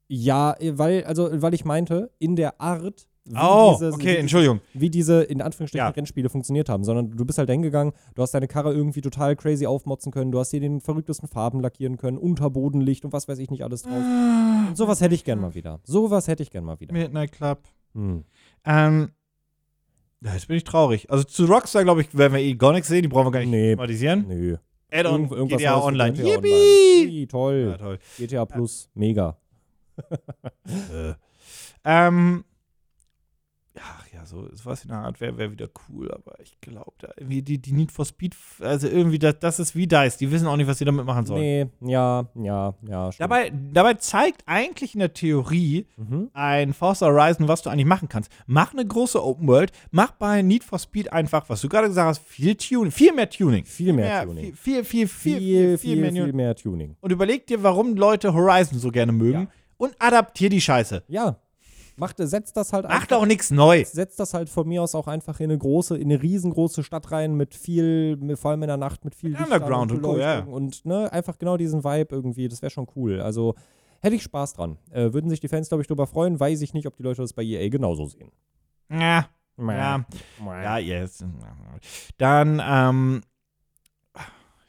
B: Ja, äh, weil, also, weil ich meinte, in der Art, wie,
A: Oh,
B: diese,
A: okay,
B: wie,
A: Entschuldigung.
B: wie diese in Anführungsstrichen
A: Ja.
B: Rennspiele funktioniert haben, sondern du bist halt hingegangen, du hast deine Karre irgendwie total crazy aufmotzen können, du hast dir den verrücktesten Farben lackieren können, Unterbodenlicht und was weiß ich nicht alles drauf. Und sowas hätte ich gern mal wieder. Sowas hätte ich gern mal wieder.
A: Midnight Club.
B: Hm.
A: Ähm. Ja, jetzt bin ich traurig. Also zu Rockstar, glaube ich, werden wir eh gar nichts sehen. Die brauchen wir gar nicht
B: Nee.
A: thematisieren.
B: Nö.
A: Add-on
B: Irgend- irgendwas
A: GTA
B: Neues für
A: Online.
B: GTA Online.
A: Yippie!
B: Ui,
A: Ja,
B: toll.
A: toll.
B: GTA Plus, mega.
A: Äh. Ähm. Ach ja, so was in der Art wäre wär wieder cool, aber ich glaube, da irgendwie die, die Need for Speed, also irgendwie, das, das ist wie DICE. Die wissen auch nicht, was sie damit machen sollen.
B: Nee, ja, ja, ja. stimmt.
A: Dabei, dabei zeigt eigentlich in der Theorie,
B: Mhm.
A: ein Forza Horizon, was du eigentlich machen kannst. Mach eine große Open World, mach bei Need for Speed einfach, was du gerade gesagt hast, viel Tuning, viel mehr Tuning.
B: Viel mehr Tuning.
A: Viel, viel, viel, viel,
B: Viel,
A: viel,
B: viel,
A: mehr
B: viel
A: Tuning.
B: mehr Tuning.
A: Und überleg dir, warum Leute Horizon so gerne mögen
B: Ja.
A: und adaptier die Scheiße.
B: Ja. Macht, setzt das halt
A: Mach doch nichts neu.
B: setzt das halt von mir aus auch einfach in eine große, in eine riesengroße Stadt rein mit viel, mit, vor allem in der Nacht mit viel
A: Mit
B: Lichtern
A: Underground und Co., ja, ja.
B: Beleuchtung und ne, einfach genau diesen Vibe irgendwie, das wäre schon cool. Also hätte ich Spaß dran. Äh, würden sich die Fans, glaube ich, drüber freuen, weiß ich nicht, ob die Leute das bei EA genauso sehen.
A: Ja, ja, ja, yes. Dann, ähm,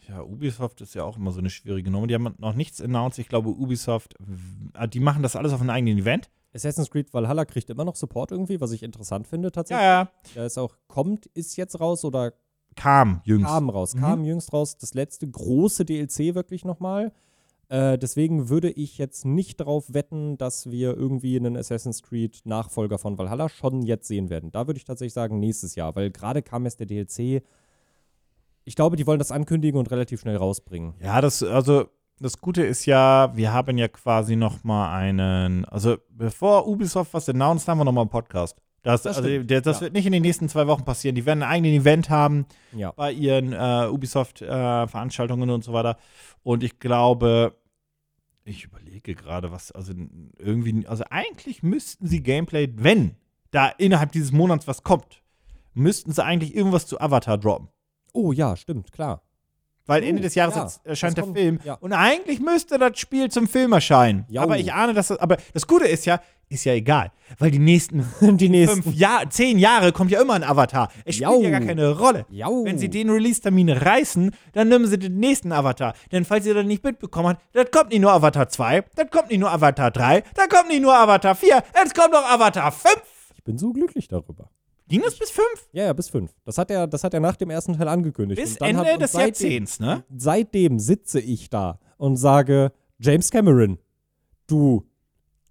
A: ja, Ubisoft ist ja auch immer so eine schwierige Nummer. Die haben noch nichts announced. Ich glaube, Ubisoft, w- ah, die machen das alles auf einem eigenen Event.
B: Assassin's Creed Valhalla kriegt immer noch Support irgendwie, was ich interessant finde
A: Ja,
B: tatsächlich.
A: ja.
B: Da ist auch, kommt, ist jetzt raus oder
A: Kam jüngst.
B: kam raus,
A: Mhm.
B: kam jüngst raus, das letzte große DLC wirklich nochmal. Äh, deswegen würde ich jetzt nicht darauf wetten, dass wir irgendwie einen Assassin's Creed Nachfolger von Valhalla schon jetzt sehen werden. Da würde ich tatsächlich sagen, nächstes Jahr, weil gerade kam erst der DLC. Ich glaube, die wollen das ankündigen und relativ schnell rausbringen.
A: Ja, das, also, das Gute ist ja, wir haben ja quasi noch mal einen, also, bevor Ubisoft was announced, haben wir noch mal einen Podcast. Das,
B: Das
A: also,
B: stimmt,
A: der, das
B: ja.
A: wird nicht in den nächsten zwei Wochen passieren. Die werden ein eigenes Event haben
B: Ja.
A: bei ihren äh, Ubisoft-Veranstaltungen und so weiter. Und ich glaube, ich überlege gerade, was, also irgendwie, also eigentlich müssten sie Gameplay, wenn da innerhalb dieses Monats was kommt, müssten sie eigentlich irgendwas zu Avatar droppen.
B: Oh ja, stimmt, klar.
A: Weil
B: Oh,
A: Ende des Jahres
B: ja,
A: jetzt erscheint der
B: das kommt-
A: Film.
B: ja.
A: Und eigentlich müsste das Spiel zum Film erscheinen.
B: Jau.
A: Aber ich ahne, dass das. Aber das Gute ist ja, ist ja egal. Weil die nächsten
B: die nächsten.
A: fünf Jahre, zehn Jahre kommt ja immer ein Avatar. Es spielt
B: Jau.
A: ja gar keine Rolle.
B: Jau.
A: Wenn sie den Release-Termin reißen, dann nehmen sie den nächsten Avatar. Denn falls ihr das nicht mitbekommen habt, das kommt nicht nur Avatar 2, das kommt nicht nur Avatar 3, das kommt nicht nur Avatar 4, jetzt kommt noch Avatar 5.
B: Ich bin so glücklich darüber.
A: Ging das bis 5?
B: Ja, ja, bis fünf. Das hat er, das hat er nach dem ersten Teil angekündigt.
A: Bis
B: Und dann hat-
A: Ende
B: und
A: des
B: seitdem-
A: Jahrzehnts, ne?
B: seitdem sitze ich da und sage, James Cameron, du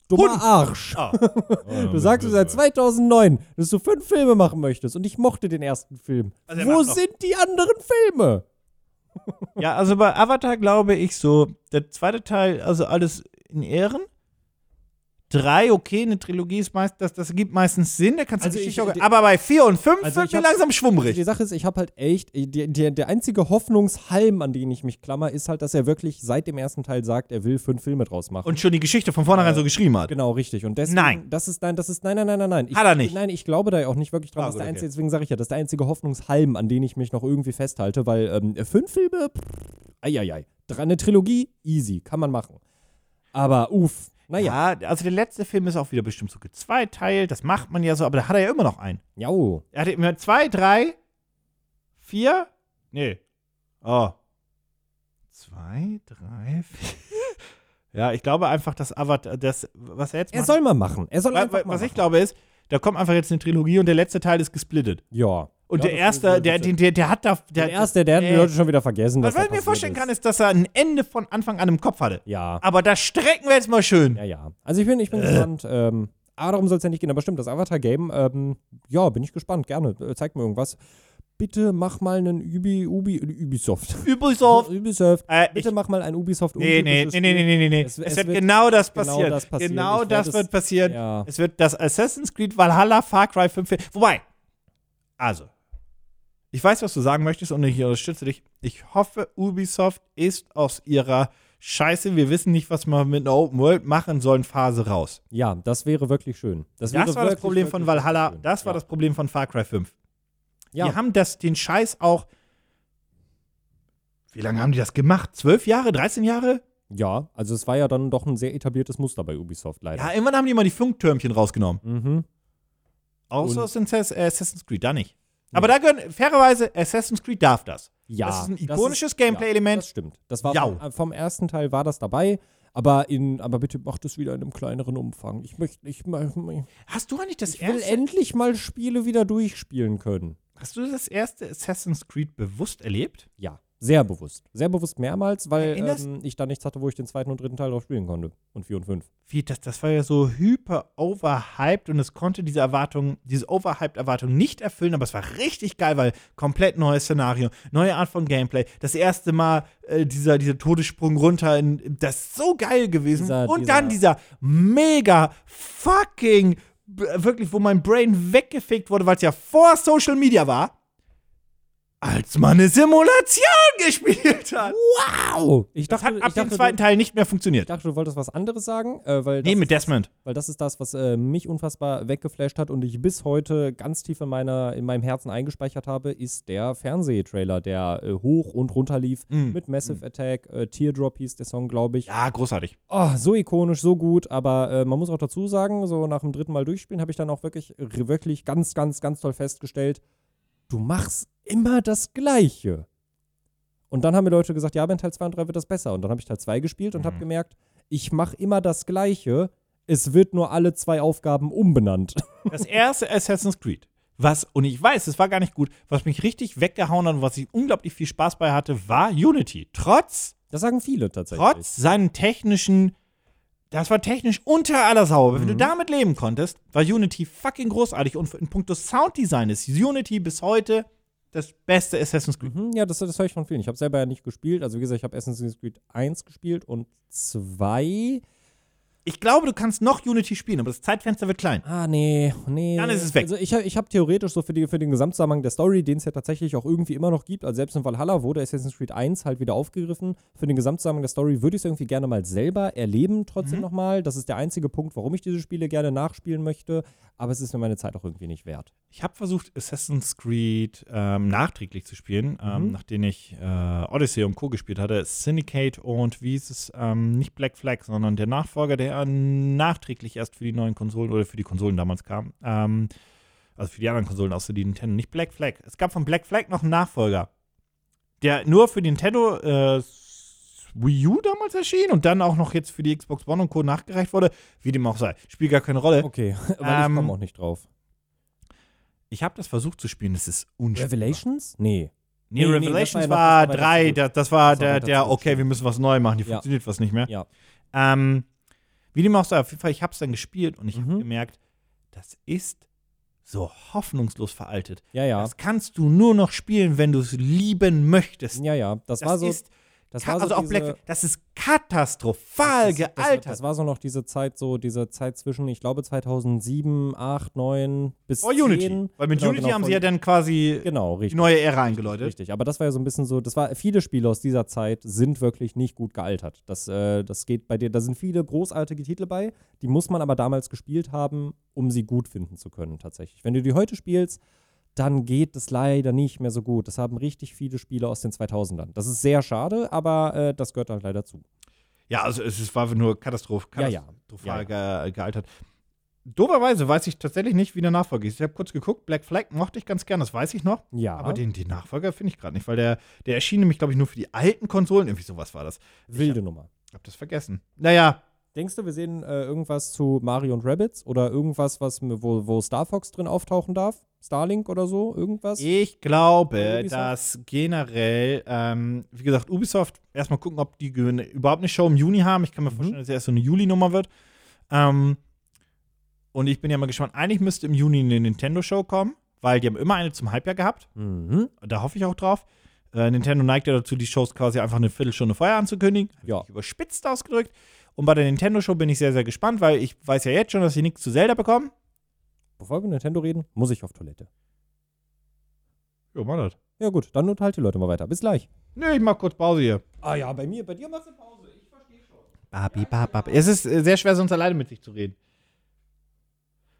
B: Dummer
A: Hund.
B: Arsch.
A: Ah.
B: Du sagst seit 2009, dass du fünf Filme machen möchtest und ich mochte den ersten Film.
A: Also er
B: Wo
A: macht noch-
B: sind die anderen Filme?
A: Ja, also bei Avatar glaube ich so, der zweite Teil, also alles in Ehren. Drei, okay, eine Trilogie ist meist, das, das gibt meistens Sinn, da kannst du
B: Also
A: richtig
B: ich-
A: auch, Aber bei vier und fünf
B: Also
A: wird
B: ich
A: mir
B: hab-
A: langsam
B: Die
A: schwummrig.
B: Sache ist, ich habe halt echt, die, die, der einzige Hoffnungshalm, an den ich mich klammer, ist halt, dass er wirklich seit dem ersten Teil sagt, er will fünf Filme draus machen.
A: Und schon die Geschichte von vornherein so geschrieben hat.
B: Genau, richtig. Und deswegen,
A: Nein.
B: Das ist, nein, das ist, nein, nein, nein, nein, nein. Ich,
A: Hat er nicht.
B: Nein, ich glaube da ja auch nicht wirklich dran.
A: Ah,
B: das ist
A: gut,
B: der einzige,
A: okay.
B: Deswegen sage ich ja, das ist der einzige Hoffnungshalm, an den ich mich noch irgendwie festhalte, weil ähm, fünf Filme, pff, ei, ei, ei. Dra- Eine Trilogie, easy, kann man machen. Aber uff, naja.
A: Ja, also der letzte Film ist auch wieder bestimmt so gezweiteilt, das macht man ja so, aber da hat er ja immer noch einen.
B: Jau.
A: Er hatte immer zwei, drei, vier, nee, oh. Zwei, drei, vier. Ja, ich glaube einfach, dass Avatar, das, was er jetzt
B: Er
A: macht,
B: soll mal machen. Er soll
A: Wa-
B: einfach
A: wa-
B: mal
A: was
B: machen.
A: ich glaube ist, da kommt einfach jetzt eine Trilogie und der letzte Teil ist gesplittet.
B: Ja.
A: Und
B: ja,
A: der
B: das-
A: erste, der,
B: das-
A: der, der, der hat da.
B: Der erste, der hat die
A: äh,
B: Leute schon wieder vergessen.
A: Was
B: dass
A: man
B: da
A: mir
B: passiert
A: vorstellen
B: ist.
A: kann, ist, dass er ein Ende von Anfang an im Kopf hatte.
B: Ja,
A: Aber da strecken wir jetzt mal schön.
B: ja, ja. Also ich bin, ich bin
A: Äh.
B: gespannt. Ähm, ah, darum soll es ja nicht gehen, aber stimmt, das Avatar-Game, ähm, ja, bin ich gespannt. Gerne, äh, zeig mir irgendwas. Bitte mach mal einen Ubi, Ubi, Ubisoft.
A: Ubisoft.
B: Ubisoft.
A: Äh, ich,
B: Bitte mach mal ein ubisoft
A: nee, nee, nee, nee, nee, nee, nee, nee.
B: Es-
A: Es,
B: es
A: wird,
B: wird
A: genau das
B: genau
A: passieren.
B: das passieren. Ich
A: Genau
B: werd
A: das
B: es-
A: wird passieren.
B: Ja.
A: Es wird das Assassin's Creed Valhalla, Far Cry 5. fe- Wobei, also, ich weiß, was du sagen möchtest und ich unterstütze dich. Ich hoffe, Ubisoft ist aus ihrer Scheiße, wir wissen nicht, was wir mit einer Open World machen sollen, Phase raus.
B: ja, das wäre wirklich schön. Das, wäre
A: Das war das
B: wirklich,
A: Problem von
B: wirklich
A: Valhalla,
B: schön.
A: das war
B: ja.
A: das Problem von Far Cry 5.
B: Ja,
A: Die haben das, den Scheiß auch. Wie lange haben die das gemacht? Zwölf Jahre? 13 Jahre?
B: ja, also es war ja dann doch ein sehr etabliertes Muster bei Ubisoft, leider.
A: Ja, irgendwann haben die mal die Funktürmchen rausgenommen.
B: Mhm.
A: Außer
B: Und-
A: es sind Assas- äh, Assassin's Creed, da nicht. Aber da gehören, fairerweise, Assassin's Creed darf das.
B: Ja,
A: Das ist ein
B: das
A: ikonisches
B: ist- Ja,
A: Gameplay-Element.
B: das stimmt. Das war
A: Ja.
B: vom, äh, vom ersten Teil war das dabei, aber in aber bitte macht es wieder in einem kleineren Umfang. Ich möchte ich, mö- ich
A: Hast du eigentlich das
B: will
A: erste,
B: endlich mal Spiele wieder durchspielen können.
A: hast du das erste Assassin's Creed bewusst erlebt?
B: Ja, sehr bewusst. Sehr bewusst mehrmals, weil
A: Erinnerst-
B: ähm, ich da nichts hatte, wo ich den zweiten und dritten Teil drauf spielen konnte und 4 und 5.
A: Wie, das, das war ja so hyper overhyped und es konnte diese Erwartung, diese overhyped Erwartung nicht erfüllen, aber es war richtig geil, weil komplett neues Szenario, neue Art von Gameplay, das erste Mal äh, dieser, dieser Todessprung runter, in, das ist so geil gewesen.
B: Dieser-
A: und
B: dieser-
A: dann dieser mega fucking, b- wirklich, wo mein Brain weggefickt wurde, weil es ja vor Social Media war, als man eine Simulation gespielt hat.
B: Au! Ich
A: Das
B: dachte,
A: hat ab
B: Uh, ich dachte,
A: dem zweiten
B: du,
A: Teil nicht mehr
B: ich
A: funktioniert.
B: dachte, du wolltest was anderes sagen, äh, weil, das
A: Nee,
B: ist,
A: mit Desmond.
B: weil das ist das, was äh, mich unfassbar weggeflasht hat und ich bis heute ganz tief in, meiner, in meinem Herzen eingespeichert habe, ist der Fernsehtrailer, der äh, hoch und runter lief
A: Mm.
B: mit Massive Attack, äh, Teardrop hieß der Song, glaube ich.
A: Ja, großartig.
B: Oh, so ikonisch, so gut, aber äh, man muss auch dazu sagen, so nach dem dritten Mal durchspielen habe ich dann auch wirklich, r- wirklich ganz, ganz, ganz toll festgestellt, du machst immer das Gleiche. Und dann haben mir Leute gesagt, ja, aber in Teil 2 und 3 wird das besser. Und dann habe ich Teil 2 gespielt und habe
A: Mhm.
B: gemerkt, ich mache immer das Gleiche, es wird nur alle zwei Aufgaben umbenannt.
A: Das erste Assassin's Creed, was, und ich weiß, es war gar nicht gut, was mich richtig weggehauen hat und was ich unglaublich viel Spaß bei hatte, war Unity. Trotz,
B: Das sagen viele tatsächlich.
A: trotz seinen technischen, das war technisch unter aller Sau, aber wenn du damit leben konntest, war Unity fucking großartig und in puncto Sounddesign ist Unity bis heute das beste Assassin's Creed.
B: Mhm, ja, das, das höre ich von vielen. Ich habe selber ja nicht gespielt. Also wie gesagt, ich habe Assassin's Creed 1 gespielt und 2.
A: Ich glaube, du kannst noch Unity spielen, aber das Zeitfenster wird klein.
B: Ah, nee, nee.
A: Dann ist es weg.
B: Also ich, hab- ich habe theoretisch so für, die, für den Gesamtzusammenhang der Story, den es ja tatsächlich auch irgendwie immer noch gibt, also selbst in Valhalla wurde Assassin's Creed 1 halt wieder aufgegriffen. Für den Gesamtzusammenhang der Story würde ich es irgendwie gerne mal selber erleben, trotzdem
A: Mhm.
B: nochmal. Das ist der einzige Punkt, warum ich diese Spiele gerne nachspielen möchte. Aber es ist mir meine Zeit auch irgendwie nicht wert.
A: Ich habe versucht, Assassin's Creed ähm, nachträglich zu spielen, ähm, nachdem ich äh, Odyssey und Co. gespielt hatte. Syndicate und wie ist es, ähm, nicht Black Flag, sondern der Nachfolger, der nachträglich erst für die neuen Konsolen oder für die Konsolen damals kam. Ähm, also für die anderen Konsolen, außer die Nintendo. Nicht Black Flag. Es gab von Black Flag noch einen Nachfolger, der nur für die Nintendo äh, Wii U damals erschien und dann auch noch jetzt für die Xbox One und Co. nachgereicht wurde. Wie dem auch sei. Spielt gar keine Rolle.
B: Okay, weil
A: Ähm,
B: ich komme auch nicht drauf.
A: Ich habe das versucht zu spielen, das ist unspielbar.
B: Revelations? Nee.
A: Nee,
B: Nee, nee,
A: Revelations
B: das
A: war
B: war ja noch- das war
A: drei, das,
B: weiter
A: das war
B: Das war
A: der,
B: weiter
A: der,
B: zurück,
A: okay,
B: stimmt.
A: wir müssen was neu machen, hier
B: Ja.
A: funktioniert was nicht mehr.
B: Ja.
A: Ähm, Wie dem auch sei, auf jeden Fall, ich habe es dann gespielt und ich
B: Mhm.
A: habe gemerkt, das ist so hoffnungslos veraltet.
B: Ja, ja.
A: Das kannst du nur noch spielen, wenn du es lieben möchtest.
B: ja, ja. Das,
A: das
B: war so.
A: ist
B: das
A: ka-
B: war so
A: also auch
B: diese,
A: Black, das ist katastrophal
B: das, ist-
A: gealtert.
B: Das, das war so noch diese Zeit, so diese Zeit zwischen, ich glaube, 2007, 8, 9 bis
A: Vor Oh, Unity.
B: 10.
A: Weil mit
B: Genau,
A: Unity
B: genau,
A: haben
B: vor-
A: sie ja dann quasi
B: Genau,
A: die
B: richtig.
A: neue Ära eingeläutet.
B: Richtig, aber das war ja so ein bisschen so, das war, viele Spiele aus dieser Zeit sind wirklich nicht gut gealtert. Das, äh, das geht bei dir, da sind viele großartige Titel bei, die muss man aber damals gespielt haben, um sie gut finden zu können, tatsächlich. Wenn du die heute spielst, dann geht es leider nicht mehr so gut. Das haben richtig viele Spiele aus den 2000ern. Das ist sehr schade, aber äh, das gehört halt leider zu.
A: Ja, also es ist- war nur katastroph
B: Ja, ja.
A: katastrophal Ge gealtert. Doberweise weiß ich tatsächlich nicht, wie der Nachfolger ist. Ich habe kurz geguckt, Black Flag mochte ich ganz gern, das weiß ich noch.
B: Ja,
A: Aber den, den Nachfolger finde ich gerade nicht, weil der, der erschien nämlich, glaube ich, nur für die alten Konsolen. Irgendwie sowas war das.
B: wilde Nummer.
A: Hab das vergessen. Naja,
B: Denkst du, wir sehen äh, irgendwas zu Mario und Rabbits oder irgendwas, was, m- wo, wo Star Fox drin auftauchen darf? Starlink oder so? Irgendwas?
A: ich glaube,
B: Ubisoft?
A: dass generell, ähm, wie gesagt, Ubisoft, erstmal gucken, ob die gew- überhaupt eine Show im Juni haben. Ich kann mir vorstellen, dass es erst so eine Juli-Nummer wird. Ähm, und ich bin ja mal gespannt. Eigentlich müsste im Juni eine Nintendo-Show kommen, weil die haben immer eine zum Halbjahr gehabt.
B: Mhm.
A: Da hoffe ich auch drauf. Äh, Nintendo neigt ja dazu, die Shows quasi einfach eine Viertelstunde vorher anzukündigen. Hab ich
B: Ja.
A: nicht Überspitzt ausgedrückt. Und bei der Nintendo-Show bin ich sehr, sehr gespannt, weil ich weiß ja jetzt schon, dass sie nichts zu Zelda bekommen.
B: Bevor wir über Nintendo reden, muss ich auf Toilette.
A: Ja, mach das.
B: Ja gut, dann unterhalte die Leute mal weiter. Bis gleich.
A: Nee, ich mach kurz Pause hier.
B: Ah ja, bei mir, bei dir machst du Pause.
A: Babi, bab, bab. Es ist äh, sehr schwer, sonst alleine mit sich zu reden.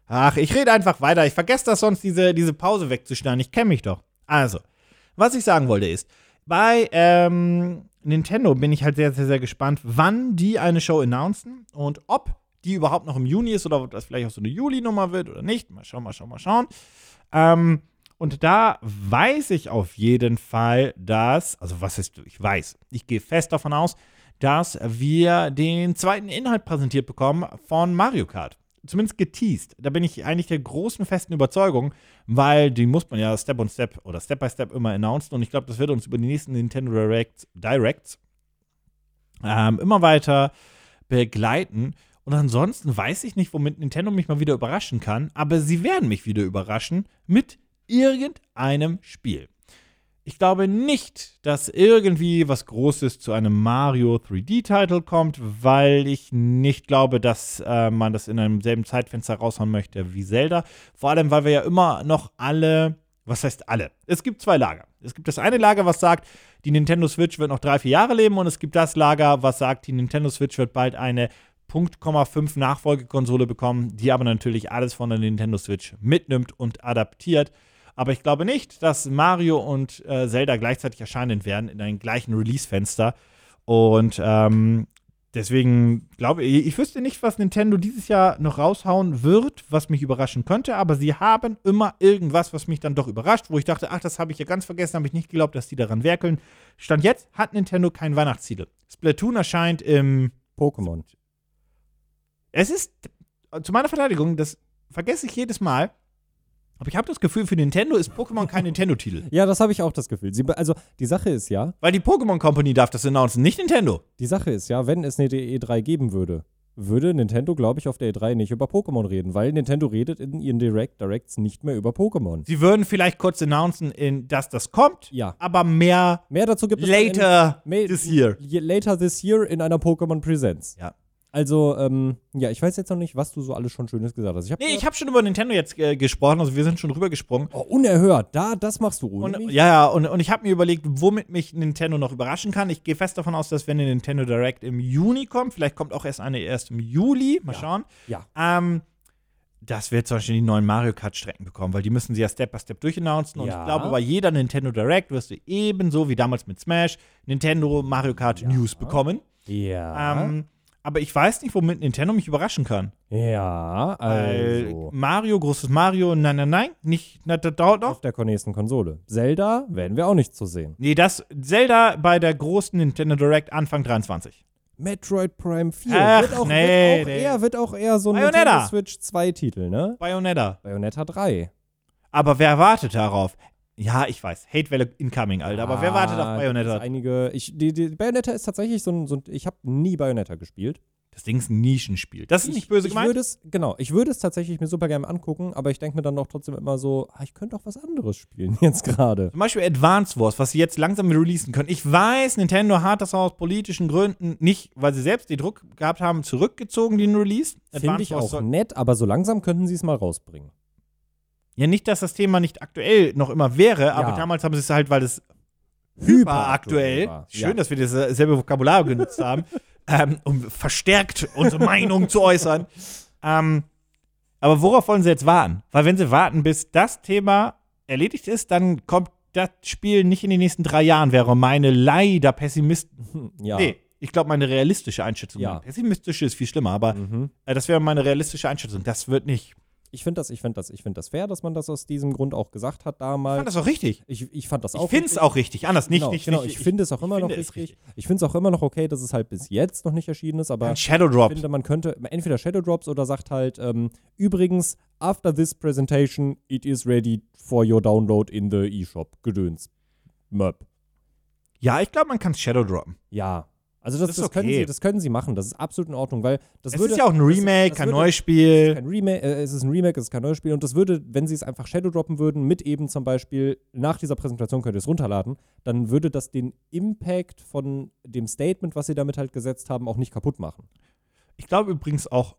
A: Ach, ich rede einfach weiter. Ich vergesse das sonst, diese, diese Pause wegzuschneiden. Ich kenne mich doch. Also, was ich sagen wollte ist, bei ähm, Nintendo bin ich halt sehr, sehr, sehr gespannt, wann die eine Show announcen und ob die überhaupt noch im Juni ist oder ob das vielleicht auch so eine Juli-Nummer wird oder nicht. Mal schauen, mal schauen, mal schauen. Ähm, und da weiß ich auf jeden Fall, dass, also was ist, ich weiß, ich gehe fest davon aus, dass wir den zweiten Inhalt präsentiert bekommen von Mario Kart. Zumindest geteased. Da bin ich eigentlich der großen festen Überzeugung, weil die muss man ja Step on Step oder Step by Step immer announcen und ich glaube, das wird uns über die nächsten Nintendo Directs, Directs ähm, immer weiter begleiten. Und ansonsten weiß ich nicht, womit Nintendo mich mal wieder überraschen kann, aber sie werden mich wieder überraschen mit irgendeinem Spiel. Ich glaube nicht, dass irgendwie was Großes zu einem Mario 3D-Title kommt, weil ich nicht glaube, dass äh, man das in einem selben Zeitfenster raushauen möchte wie Zelda. Vor allem, weil wir ja immer noch alle, was heißt alle? Es gibt zwei Lager. Es gibt das eine Lager, was sagt, die Nintendo Switch wird noch drei, vier Jahre leben, und es gibt das Lager, was sagt, die Nintendo Switch wird bald eine Punkt, Komma fünf Nachfolgekonsole bekommen, die aber natürlich alles von der Nintendo Switch mitnimmt und adaptiert. Aber ich glaube nicht, dass Mario und äh, Zelda gleichzeitig erscheinen werden in einem gleichen Release-Fenster. Und ähm, deswegen glaube ich, ich wüsste nicht, was Nintendo dieses Jahr noch raushauen wird, was mich überraschen könnte. Aber sie haben immer irgendwas, was mich dann doch überrascht, wo ich dachte, ach, das habe ich ja ganz vergessen, habe ich nicht geglaubt, dass die daran werkeln. Stand jetzt hat Nintendo keinen Weihnachtstitel. Splatoon erscheint im
B: Pokémon.
A: es ist, zu meiner Verteidigung, das vergesse ich jedes Mal, aber ich habe das Gefühl, für Nintendo ist Pokémon kein Nintendo-Titel.
B: Ja, das habe ich auch das Gefühl. Sie, be- also die Sache ist ja,
A: Weil die Pokémon Company darf das announcen, nicht Nintendo.
B: die Sache ist ja, wenn es eine E3 geben würde, würde Nintendo, glaube ich, auf der E3 nicht über Pokémon reden, weil Nintendo redet in ihren Direct Directs nicht mehr über Pokémon.
A: Sie würden vielleicht kurz announcen, in, dass das kommt,
B: Ja.
A: aber mehr
B: Mehr dazu gibt es
A: later
B: May-
A: this year.
B: in, later this year in einer Pokémon Presents.
A: Ja.
B: Also, ähm, ja, ich weiß jetzt noch nicht, was du so alles schon Schönes gesagt hast. Ich habe
A: Nee, ich habe schon über Nintendo jetzt äh, gesprochen, also wir sind schon rübergesprungen.
B: oh, unerhört, da, das machst du ohne
A: Und, äh,
B: mich.
A: ja, ja, und, und ich habe mir überlegt, womit mich Nintendo noch überraschen kann. Ich gehe fest davon aus, dass wenn eine Nintendo Direct im Juni kommt, vielleicht kommt auch erst eine erst im Juli, mal schauen.
B: Ja.
A: Ähm, dass wir zum Beispiel die neuen Mario Kart-Strecken bekommen, weil die müssen sie ja Step by Step durchannouncen. Und
B: Ja.
A: ich glaube, bei jeder Nintendo Direct wirst du ebenso wie damals mit Smash Nintendo Mario Kart News bekommen.
B: Ja.
A: Ähm, aber ich weiß nicht, womit Nintendo mich überraschen kann.
B: ja,
A: Weil
B: also.
A: Mario, großes Mario, nein, nein, nein, nicht, na, das dauert noch.
B: auf der nächsten Konsole. Zelda werden wir auch nicht zu sehen.
A: Nee, das Zelda bei der großen Nintendo Direct Anfang 23.
B: Metroid Prime 4
A: Ach,
B: wird, auch,
A: nee,
B: wird, auch
A: nee.
B: Eher, wird auch eher so ein
A: Bayonetta.
B: Nintendo Switch 2 Titel, ne?
A: Bayonetta.
B: Bayonetta 3.
A: Aber wer wartet darauf? Ja, ich weiß. Hatewelle incoming, Alter. Aber wer wartet auf
B: Ah, da gibt's
A: Bayonetta?
B: Einige, ich, die, die Bayonetta ist tatsächlich so ein, so ein ich habe nie Bayonetta gespielt.
A: Das Ding ist ein Nischenspiel. Das ist nicht böse
B: ich
A: gemeint.
B: würde es, genau, ich würde es tatsächlich mir super gerne angucken, aber ich denke mir dann doch trotzdem immer so, ah, ich könnte auch was anderes spielen jetzt gerade.
A: Zum Beispiel Advance Wars, was sie jetzt langsam releasen können. Ich weiß, Nintendo hat das aus politischen Gründen nicht, weil sie selbst den Druck gehabt haben, zurückgezogen, den Release.
B: Finde ich
A: Wars
B: auch
A: soll-
B: nett, aber so langsam könnten sie es mal rausbringen.
A: Ja, nicht, dass das Thema nicht aktuell noch immer wäre, aber
B: Ja.
A: damals haben sie es halt, weil es
B: Hyperaktuell
A: hyperaktuell,
B: war.
A: schön,
B: Ja.
A: dass wir dasselbe Vokabular genutzt haben, ähm, um verstärkt unsere Meinung zu äußern. Ähm, aber worauf wollen sie jetzt warten? Weil wenn sie warten, bis das Thema erledigt ist, dann kommt das Spiel nicht in den nächsten drei Jahren, wäre meine leider pessimist
B: Ja.
A: Nee, ich glaube, meine realistische Einschätzung.
B: Ja.
A: Pessimistische ist viel schlimmer, aber
B: Mhm.
A: äh, das wäre meine realistische Einschätzung. Das wird nicht.
B: Ich finde das, ich finde das, ich finde das fair, dass man das aus diesem Grund auch gesagt hat
A: Ich
B: damals.
A: fand das auch richtig.
B: ich, ich fand das
A: Ich
B: auch.
A: finde es
B: richtig.
A: auch richtig. Anders nicht.
B: genau,
A: nicht,
B: genau.
A: nicht
B: ich finde es auch immer noch
A: finde es
B: richtig. Ich finde es auch immer noch okay, dass es halt bis jetzt noch nicht erschienen ist, aber
A: Ein Shadow Drop.
B: ich finde, man könnte entweder Shadow Drops oder sagt halt, ähm, übrigens, after this presentation, it is ready for your download in the eShop. Gedöns. Möp.
A: Ja, ich glaube, man kann Shadow droppen.
B: Ja. Also das,
A: Das
B: das,
A: ist
B: können
A: okay.
B: sie, das können sie machen. Das ist absolut in Ordnung, weil das
A: Es
B: würde.
A: ist ja auch ein Remake,
B: das
A: kein
B: würde-
A: neues Spiel.
B: kein Remake, äh, es ist ein Remake, es ist kein neues Spiel und das würde, wenn sie es einfach Shadow droppen würden, mit eben zum Beispiel nach dieser Präsentation könnt ihr es runterladen, dann würde das den Impact von dem Statement, was sie damit halt gesetzt haben, auch nicht kaputt machen.
A: Ich glaube übrigens auch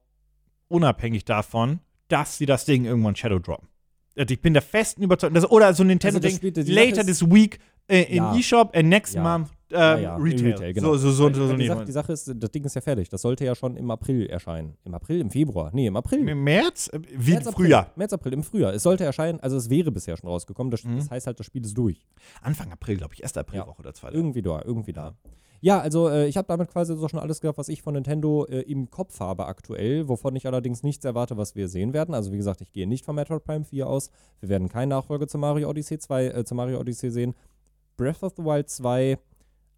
A: unabhängig davon, dass sie das Ding irgendwann Shadow droppen. Also Ich bin der festen Überzeugung, dass, oder so ein
B: Also das
A: Nintendo-Ding,
B: spielt- die Sache
A: later
B: ist-
A: this week äh, in
B: Ja.
A: eShop and next
B: Ja.
A: month äh,
B: Ja, ja, in
A: Retail.
B: Retail, genau.
A: So, so, so,
B: Weil-
A: so,
B: weil
A: so
B: die,
A: nehmen
B: Sache, die Sache ist, das Ding ist ja fertig. Das sollte ja schon im April erscheinen. Im April, im Februar? Nee, im April.
A: wir. Im März? Äh, Wie
B: März, April.
A: Frühjahr.
B: März, April, im Frühjahr. Es sollte erscheinen, also es wäre bisher schon rausgekommen. Das,
A: Mhm.
B: das heißt halt, das Spiel ist durch.
A: Anfang April, glaube ich. 1.
B: Ja.
A: Aprilwoche oder 2.
B: Irgendwie da, irgendwie da. Ja, also äh, ich habe damit quasi so schon alles gehabt, was ich von Nintendo äh, im Kopf habe aktuell, wovon ich allerdings nichts erwarte, was wir sehen werden. Also wie gesagt, ich gehe nicht von Metroid Prime 4 aus. Wir werden keinen Nachfolger zu Mario Odyssey 2, äh, zu Mario Odyssey sehen. Breath of the Wild 2.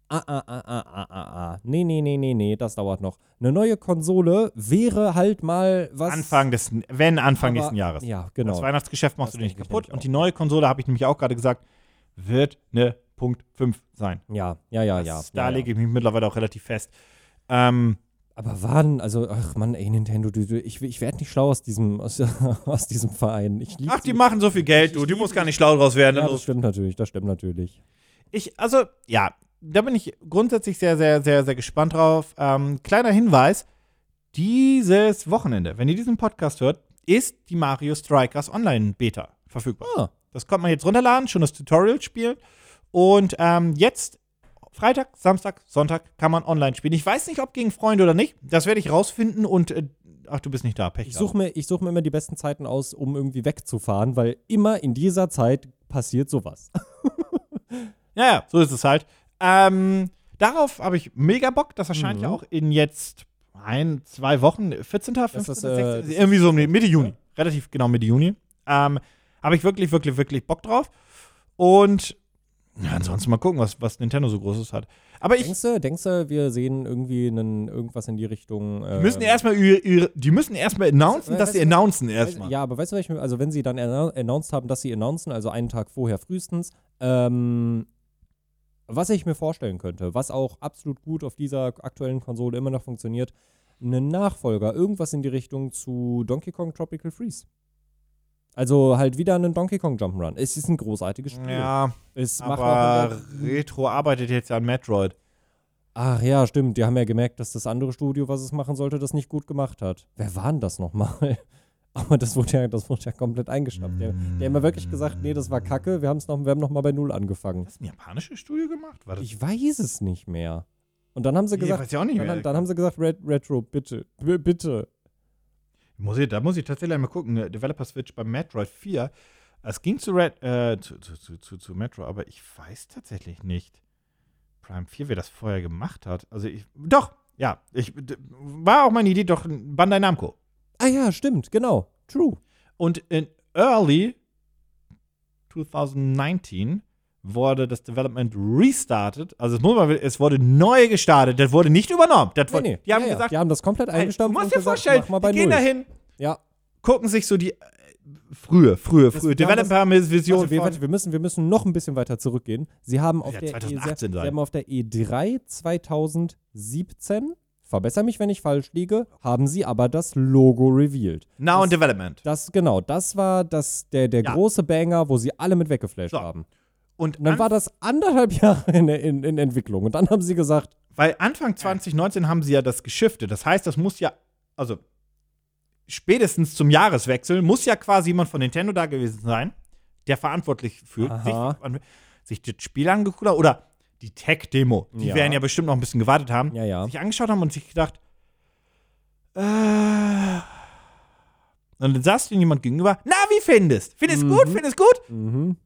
B: Ah, ah, ah, ah, ah, ah, ah. Nee, nee, nee, nee, nee, das dauert noch. Eine neue Konsole wäre halt mal was.
A: Anfang des, wenn Anfang
B: aber-
A: nächsten Jahres.
B: Ja, genau.
A: Das Weihnachtsgeschäft machst
B: Das
A: du dir nicht
B: denke ich
A: kaputt.
B: nämlich
A: Und
B: auch.
A: die neue Konsole, habe ich nämlich auch gerade gesagt, wird eine Punkt 5 sein.
B: Ja, ja, ja, ja.
A: Das, da
B: ja, ja.
A: lege ich mich mittlerweile auch relativ fest. Ähm,
B: Aber wann? Also, ach Mann, ey, Nintendo, du, du, ich, ich werde nicht schlau aus diesem, aus, aus diesem Verein. Ich lieb
A: ach, die
B: sie.
A: machen so viel Geld, du. Die muss gar nicht schlau draus werden.
B: Ja,
A: Also,
B: das stimmt natürlich, das stimmt natürlich.
A: Ich, also, ja, da bin ich grundsätzlich sehr, sehr, sehr, sehr gespannt drauf. Ähm, kleiner Hinweis: Dieses Wochenende, wenn ihr diesen Podcast hört, ist die Mario Strikers Online Beta verfügbar.
B: Ah,
A: Das konnte man jetzt runterladen, schon das Tutorial spielen. Und ähm, jetzt, Freitag, Samstag, Sonntag, kann man online spielen. Ich weiß nicht, ob gegen Freunde oder nicht. Das werde ich rausfinden und. Äh, ach, du bist nicht da, Pech.
B: ich
A: gehabt.
B: suche mir, ich such mir immer die besten Zeiten aus, um irgendwie wegzufahren, weil immer in dieser Zeit passiert sowas.
A: Ja, ja, so ist es halt. Ähm, darauf habe ich mega Bock. Das erscheint
B: Mhm.
A: ja auch in jetzt ein, zwei Wochen, 14., 15.,
B: ist, äh,
A: 16.,
B: das ist
A: irgendwie so um die- Mitte Juni. Relativ genau Mitte Juni. Ähm, habe ich wirklich, wirklich, wirklich Bock drauf. Und ja, ansonsten mal gucken, was, was Nintendo so Großes hat. Aber ich,
B: Denkst du, denkst du, wir sehen irgendwie einen, irgendwas in die Richtung. ähm,
A: Die müssen erstmal ihre, ihre, die müssen erstmal announcen,
B: Weißt
A: dass sie
B: du-
A: announcen
B: Äh, Weiß-
A: erstmal.
B: Ja, aber weißt du, was ich mir- also wenn sie dann annou- announced haben, dass sie announcen, also einen Tag vorher frühestens, ähm, was ich mir vorstellen könnte, was auch absolut gut auf dieser aktuellen Konsole immer noch funktioniert, einen Nachfolger, irgendwas in die Richtung zu Donkey Kong Tropical Freeze. Also halt wieder einen Donkey Kong Jump'n'Run. Es ist ein großartiges Spiel.
A: Ja,
B: es macht auch
A: aber
B: in der-
A: Retro arbeitet jetzt an Metroid.
B: Ach ja, stimmt. Die haben ja gemerkt, dass das andere Studio, was es machen sollte, das nicht gut gemacht hat. Wer war denn das nochmal? Aber das wurde ja, das wurde ja komplett eingeschnappt. Der, die haben ja wirklich gesagt, nee, das war kacke, wir, haben's noch, wir haben nochmal bei Null angefangen.
A: Das ist ein japanisches Studio gemacht? War das?
B: Ich weiß es nicht mehr. Und dann haben sie
A: Nee,
B: gesagt,
A: weiß ich auch nicht
B: dann,
A: mehr.
B: haben- dann haben sie gesagt, Red, Retro, bitte, b- bitte.
A: muss ich, da muss ich tatsächlich einmal gucken. ne, Developer Switch bei Metroid 4. Es ging zu, Red, äh, zu, zu, zu, zu, zu Metro, aber ich weiß tatsächlich nicht. Prime 4, wer das vorher gemacht hat. Also ich. Doch, ja. Ich, d- war auch meine Idee, doch Bandai Namco.
B: Ah ja, stimmt, genau, true.
A: Und in early 2019 wurde das Development restarted. Also es, muss man, es wurde neu gestartet. Das wurde nicht übernommen. Das wurde, Die haben
B: ja, ja,
A: gesagt,
B: die haben das komplett
A: hey, du
B: eingestampft und
A: musst dir
B: gesagt,
A: vorstellen,
B: mach mal bei
A: die gehen
B: Null.
A: dahin,
B: Ja,
A: gucken sich so die äh, frühe, frühe, frühe
B: wir haben das-
A: Developer-Vision
B: Warte, Also wir,
A: von-
B: warte, wir, müssen, wir müssen noch ein bisschen weiter zurückgehen. Sie haben auf,
A: Ja,
B: der, E-
A: 2018
B: sie,
A: sein.
B: haben auf der E3 2017 verbessere mich, wenn ich falsch liege, haben sie aber das Logo revealed.
A: Now in Development.
B: Das, genau, das war das, der, der
A: Ja.
B: große Banger, wo sie alle mit weggeflasht
A: So.
B: haben.
A: Und
B: Und dann
A: an,
B: war das anderthalb Jahre in, in, in Entwicklung. Und dann haben sie gesagt,
A: weil Anfang 2019 haben sie ja das geschiftet. Das heißt, das muss ja, also spätestens zum Jahreswechsel muss ja quasi jemand von Nintendo da gewesen sein, der verantwortlich für sich,
B: Aha.
A: an, sich das Spiel angeguckt hat oder die Tech-Demo. Die
B: Ja.
A: werden ja bestimmt noch ein bisschen gewartet haben.
B: ja, ja.
A: sich angeschaut haben und sich gedacht, äh, und dann saß ihnen jemand gegenüber, na, wie findest? Findest
B: Mhm.
A: gut, findest gut?
B: Mhm.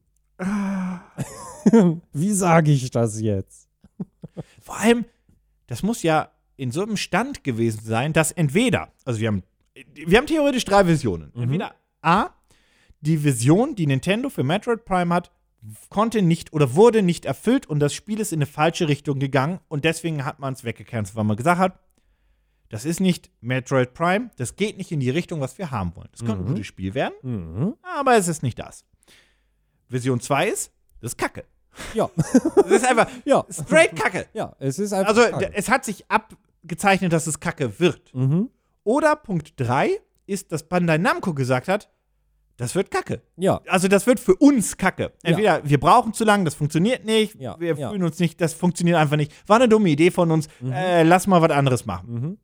B: Wie sage ich das jetzt?
A: Vor allem, das muss ja in so einem Stand gewesen sein, dass entweder, also wir haben, wir haben theoretisch drei Visionen.
B: Mhm.
A: Entweder A, die Vision, die Nintendo für Metroid Prime hat, konnte nicht oder wurde nicht erfüllt und das Spiel ist in eine falsche Richtung gegangen und deswegen hat man es weggecancelt, weil man gesagt hat, das ist nicht Metroid Prime, das geht nicht in die Richtung, was wir haben wollen. Das könnte ein
B: Mhm.
A: gutes Spiel werden,
B: Mhm.
A: aber es ist nicht das. Vision 2 ist, das ist Kacke.
B: Ja,
A: Das ist einfach
B: ja,
A: straight Kacke.
B: ja. Es ist einfach.
A: Also
B: Kacke.
A: d- es hat sich abgezeichnet, dass es Kacke wird.
B: mhm.
A: Oder Punkt 3 ist, dass Bandai Namco gesagt hat, das wird Kacke.
B: Ja,
A: Also das wird für uns Kacke. Entweder wir brauchen zu lange, das funktioniert nicht,
B: Ja,
A: wir
B: ja.
A: fühlen uns nicht, das funktioniert einfach nicht. War eine dumme Idee von uns, äh, lass mal was anderes machen.
B: mhm.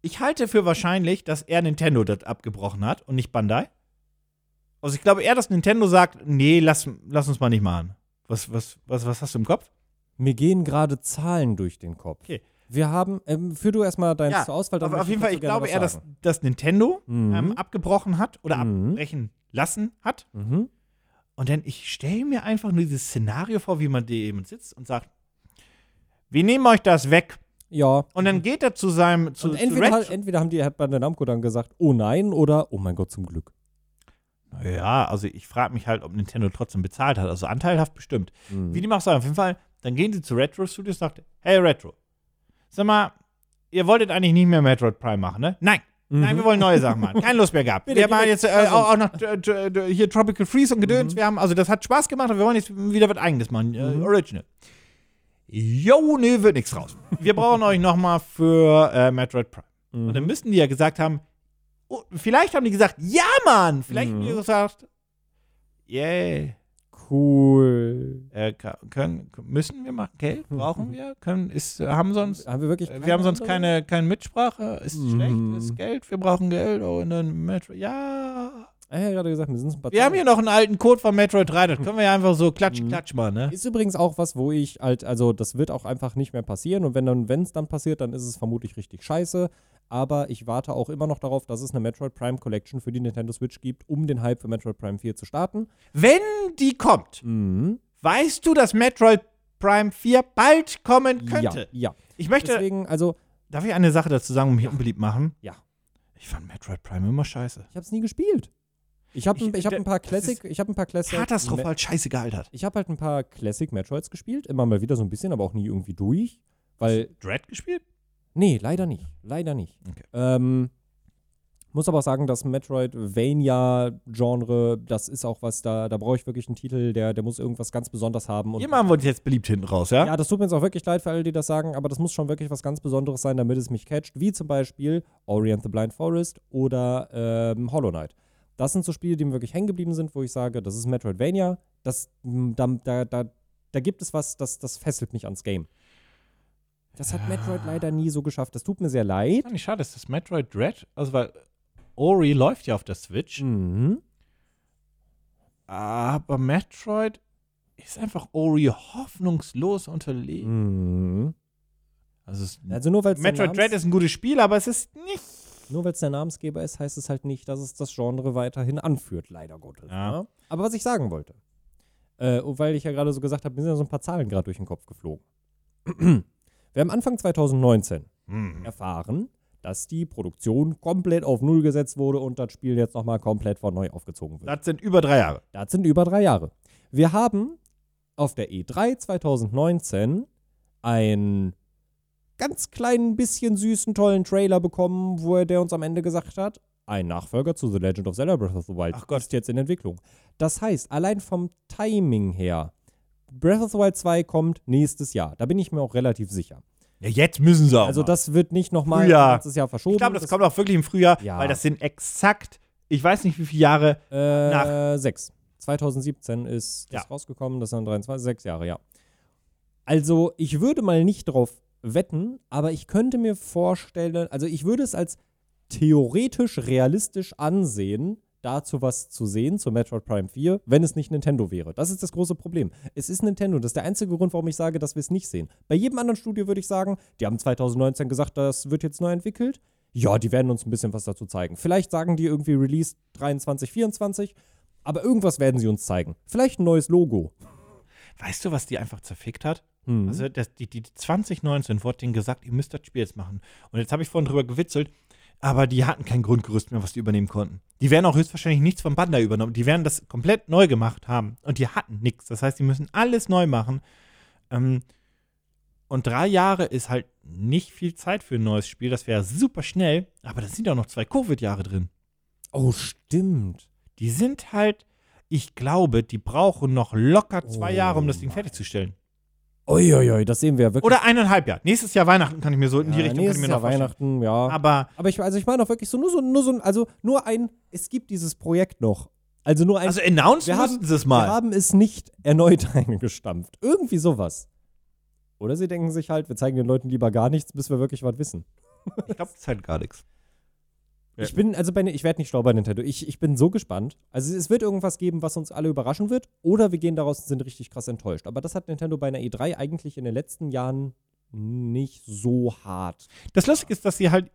A: Ich halte für wahrscheinlich, dass er Nintendo das abgebrochen hat und nicht Bandai. Also ich glaube eher, dass Nintendo sagt, nee, lass, lass uns mal nicht machen. Was, was, was, was hast du im Kopf?
B: Mir gehen gerade Zahlen durch den Kopf.
A: Okay.
B: Wir haben, ähm, führ du erstmal deins
A: Ja,
B: zur Auswahl. dann
A: Aber auf
B: möchte
A: jeden Fall,
B: dazu
A: ich
B: gerne
A: glaube
B: was
A: eher, dass,
B: sagen.
A: dass Nintendo
B: Mhm.
A: ähm, abgebrochen hat oder
B: Mhm.
A: abbrechen lassen hat.
B: Mhm.
A: Und dann, ich stelle mir einfach nur dieses Szenario vor, wie man da eben sitzt und sagt, wir nehmen euch das weg.
B: Ja.
A: Und dann geht er zu seinem, zu,
B: Mhm. Und
A: zu
B: entweder,
A: Red.
B: hat, entweder haben die, hat Bandai Namco dann gesagt, oh nein, oder oh mein Gott, zum Glück.
A: ja, also ich frage mich halt, ob Nintendo trotzdem bezahlt hat. Also anteilhaft bestimmt.
B: Mhm.
A: Wie die macht es auf jeden Fall. Dann gehen sie zu Retro Studios und sagt, hey Retro, sag mal, ihr wolltet eigentlich nicht mehr Metroid Prime machen, ne? Nein. Nein, wir wollen neue Sachen machen. Keine Lust mehr gehabt.
B: Mhm. Bitte,
A: wir machen
B: bitte.
A: jetzt äh,
B: Also- Mhm.
A: auch, auch noch äh, t- t- hier Tropical Freeze und Gedöns. Wir haben, also das hat Spaß gemacht, aber wir wollen jetzt wieder was eigenes machen. Äh, original. Jo, nee, wird nichts raus. Wir brauchen euch nochmal für äh, Metroid Prime. Und
B: Mhm.
A: dann müssten die ja gesagt haben, oh, vielleicht haben die gesagt, ja, Mann. Vielleicht
B: Mhm.
A: haben die gesagt, yay.
B: Cool.
A: Äh, ka- können, müssen wir machen?
B: Mhm.
A: Geld brauchen wir? Können, ist, haben sonst
B: Haben wir wirklich.
A: äh, Wir haben sonst
B: andere?
A: keine, keine Mitsprache. Ist
B: Mhm.
A: schlecht, ist Geld, wir brauchen Geld. Oh, und dann Metroid. Ja.
B: Er hat gerade gesagt, wir sind ein paar
A: Wir haben
B: Zahlen.
A: hier noch einen alten Code von Metroid 3. Das können wir ja einfach so klatsch,
B: Mhm.
A: klatsch mal, ne?
B: Ist übrigens auch was, wo ich halt, also das wird auch einfach nicht mehr passieren und wenn dann, wenn es dann passiert, dann ist es vermutlich richtig scheiße. Aber ich warte auch immer noch darauf, dass es eine Metroid Prime Collection für die Nintendo Switch gibt, um den Hype für Metroid Prime 4 zu starten.
A: Wenn die kommt, Mhm. weißt du, dass Metroid Prime 4 bald kommen könnte?
B: Ja, ja.
A: Ich möchte.
B: Deswegen, also,
A: darf ich eine Sache dazu sagen, um mich unbeliebt machen?
B: Ja.
A: Ich fand Metroid Prime immer scheiße.
B: ich habe es nie gespielt. Ich habe
A: Ich-
B: ich, hab
A: da-
B: ein paar
A: das ist
B: Classic, ich habe ein paar Classic.
A: Katastrophal scheiße gealtert.
B: Ich habe halt ein paar Classic Metroids gespielt, immer mal wieder so ein bisschen, aber auch nie irgendwie durch, weil
A: Dread gespielt?
B: Nee, leider nicht. Leider nicht.
A: Okay.
B: Ähm, muss aber auch sagen, das Metroidvania-Genre, das ist auch was, da, da brauche ich wirklich einen Titel, der, der muss irgendwas ganz Besonderes haben. Und
A: Ihr machen wir uns jetzt beliebt hinten raus, ja?
B: ja, das tut mir jetzt auch wirklich leid für alle, die das sagen, aber das muss schon wirklich was ganz Besonderes sein, damit es mich catcht, wie zum Beispiel Ori and the Blind Forest oder ähm, Hollow Knight. Das sind so Spiele, die mir wirklich hängen geblieben sind, wo ich sage, das ist Metroidvania, das, m, da, da, da, da gibt es was, das, das fesselt mich ans Game. Das hat Metroid leider nie so geschafft. Das tut mir sehr leid.
A: Fand ich schade, dass das Metroid Dread, also weil Ori läuft ja auf der Switch.
B: Mhm.
A: Aber Metroid ist einfach Ori hoffnungslos unterlegen.
B: Mhm.
A: Also es
B: Also nur weil es der,
A: Metroid Dread
B: Namens,
A: ist ein gutes Spiel, aber es ist nicht.
B: nur weil's der Namensgeber ist, heißt es halt nicht, dass es das Genre weiterhin anführt, leider Gottes.
A: Ja.
B: ne? Aber was ich sagen wollte, äh, und weil ich ja gerade so gesagt habe, mir sind ja so ein paar Zahlen gerade durch den Kopf geflogen. Wir haben Anfang 2019
A: Mhm.
B: erfahren, dass die Produktion komplett auf Null gesetzt wurde und das Spiel jetzt nochmal komplett von neu aufgezogen wird.
A: Das sind über drei Jahre.
B: Das sind über drei Jahre. Wir haben auf der E E3 2019 einen ganz kleinen bisschen süßen, tollen Trailer bekommen, wo er der uns am Ende gesagt hat, ein Nachfolger zu The Legend of Zelda Breath of the Wild
A: Ach Gott.
B: ist jetzt in Entwicklung. Das heißt, allein vom Timing her, Breath of the Wild 2 kommt nächstes Jahr. Da bin ich mir auch relativ sicher.
A: Ja, jetzt müssen sie auch.
B: Also
A: mal.
B: das wird nicht
A: Oh
B: nochmal
A: Frühjahr.
B: letztes Jahr verschoben.
A: ich glaube, das, kommt auch wirklich im Frühjahr,
B: Ja.
A: weil das sind exakt, ich weiß nicht wie viele Jahre.
B: äh,
A: nach-
B: Sechs. 2017 ist das
A: Ja.
B: rausgekommen, das sind 23, sechs Jahre, ja. Also ich würde mal nicht drauf wetten, aber ich könnte mir vorstellen, also ich würde es als theoretisch realistisch ansehen, dazu was zu sehen, zu Metroid Prime 4, wenn es nicht Nintendo wäre. Das ist das große Problem. Es ist Nintendo. Das ist der einzige Grund, warum ich sage, dass wir es nicht sehen. Bei jedem anderen Studio würde ich sagen, die haben 2019 gesagt, das wird jetzt neu entwickelt. Ja, die werden uns ein bisschen was dazu zeigen. Vielleicht sagen die irgendwie Release 23, 24, aber irgendwas werden sie uns zeigen. Vielleicht ein neues Logo.
A: Weißt du, was die einfach zerfickt hat?
B: Hm.
A: Also das, die, die 2019 wurde denen gesagt, ihr müsst das Spiel jetzt machen. Und jetzt habe ich vorhin drüber gewitzelt, aber die hatten kein Grundgerüst mehr, was die übernehmen konnten. Die werden auch höchstwahrscheinlich nichts von Banda übernommen. Die werden das komplett neu gemacht haben. Und die hatten nichts. Das heißt, die müssen alles neu machen. Ähm, und drei Jahre ist halt nicht viel Zeit für ein neues Spiel. Das wäre super schnell. Aber da sind ja auch noch zwei Covid-Jahre drin.
B: Oh, stimmt.
A: Die sind halt, ich glaube, die brauchen noch locker zwei
B: Oh
A: Jahre, um das Ding
B: Mann.
A: fertigzustellen.
B: Uioi, das sehen wir ja wirklich.
A: Oder eineinhalb Jahre. Nächstes Jahr Weihnachten kann ich mir so in die
B: Ja,
A: Richtung kann ich
B: nächstes
A: mir
B: Jahr
A: noch vorstellen.
B: Weihnachten, ja.
A: Aber
B: Aber ich, also ich meine auch wirklich so nur so, nur so, ein- also nur ein, es gibt dieses Projekt noch. Also nur ein,
A: also announced
B: Wir haben-
A: mussten sie es
B: wir
A: mal.
B: haben es nicht erneut eingestampft. Irgendwie sowas. Oder sie denken sich halt, wir zeigen den Leuten lieber gar nichts, bis wir wirklich was wissen.
A: Ich glaube, es ist halt gar nichts. Ja.
B: Ich bin, also bei, ich werde nicht schlau bei Nintendo. Ich, ich bin so gespannt. Also es wird irgendwas geben, was uns alle überraschen wird. Oder wir gehen daraus und sind richtig krass enttäuscht. Aber das hat Nintendo bei einer E3 eigentlich in den letzten Jahren nicht so hart.
A: Das Lustige ist, dass sie halt,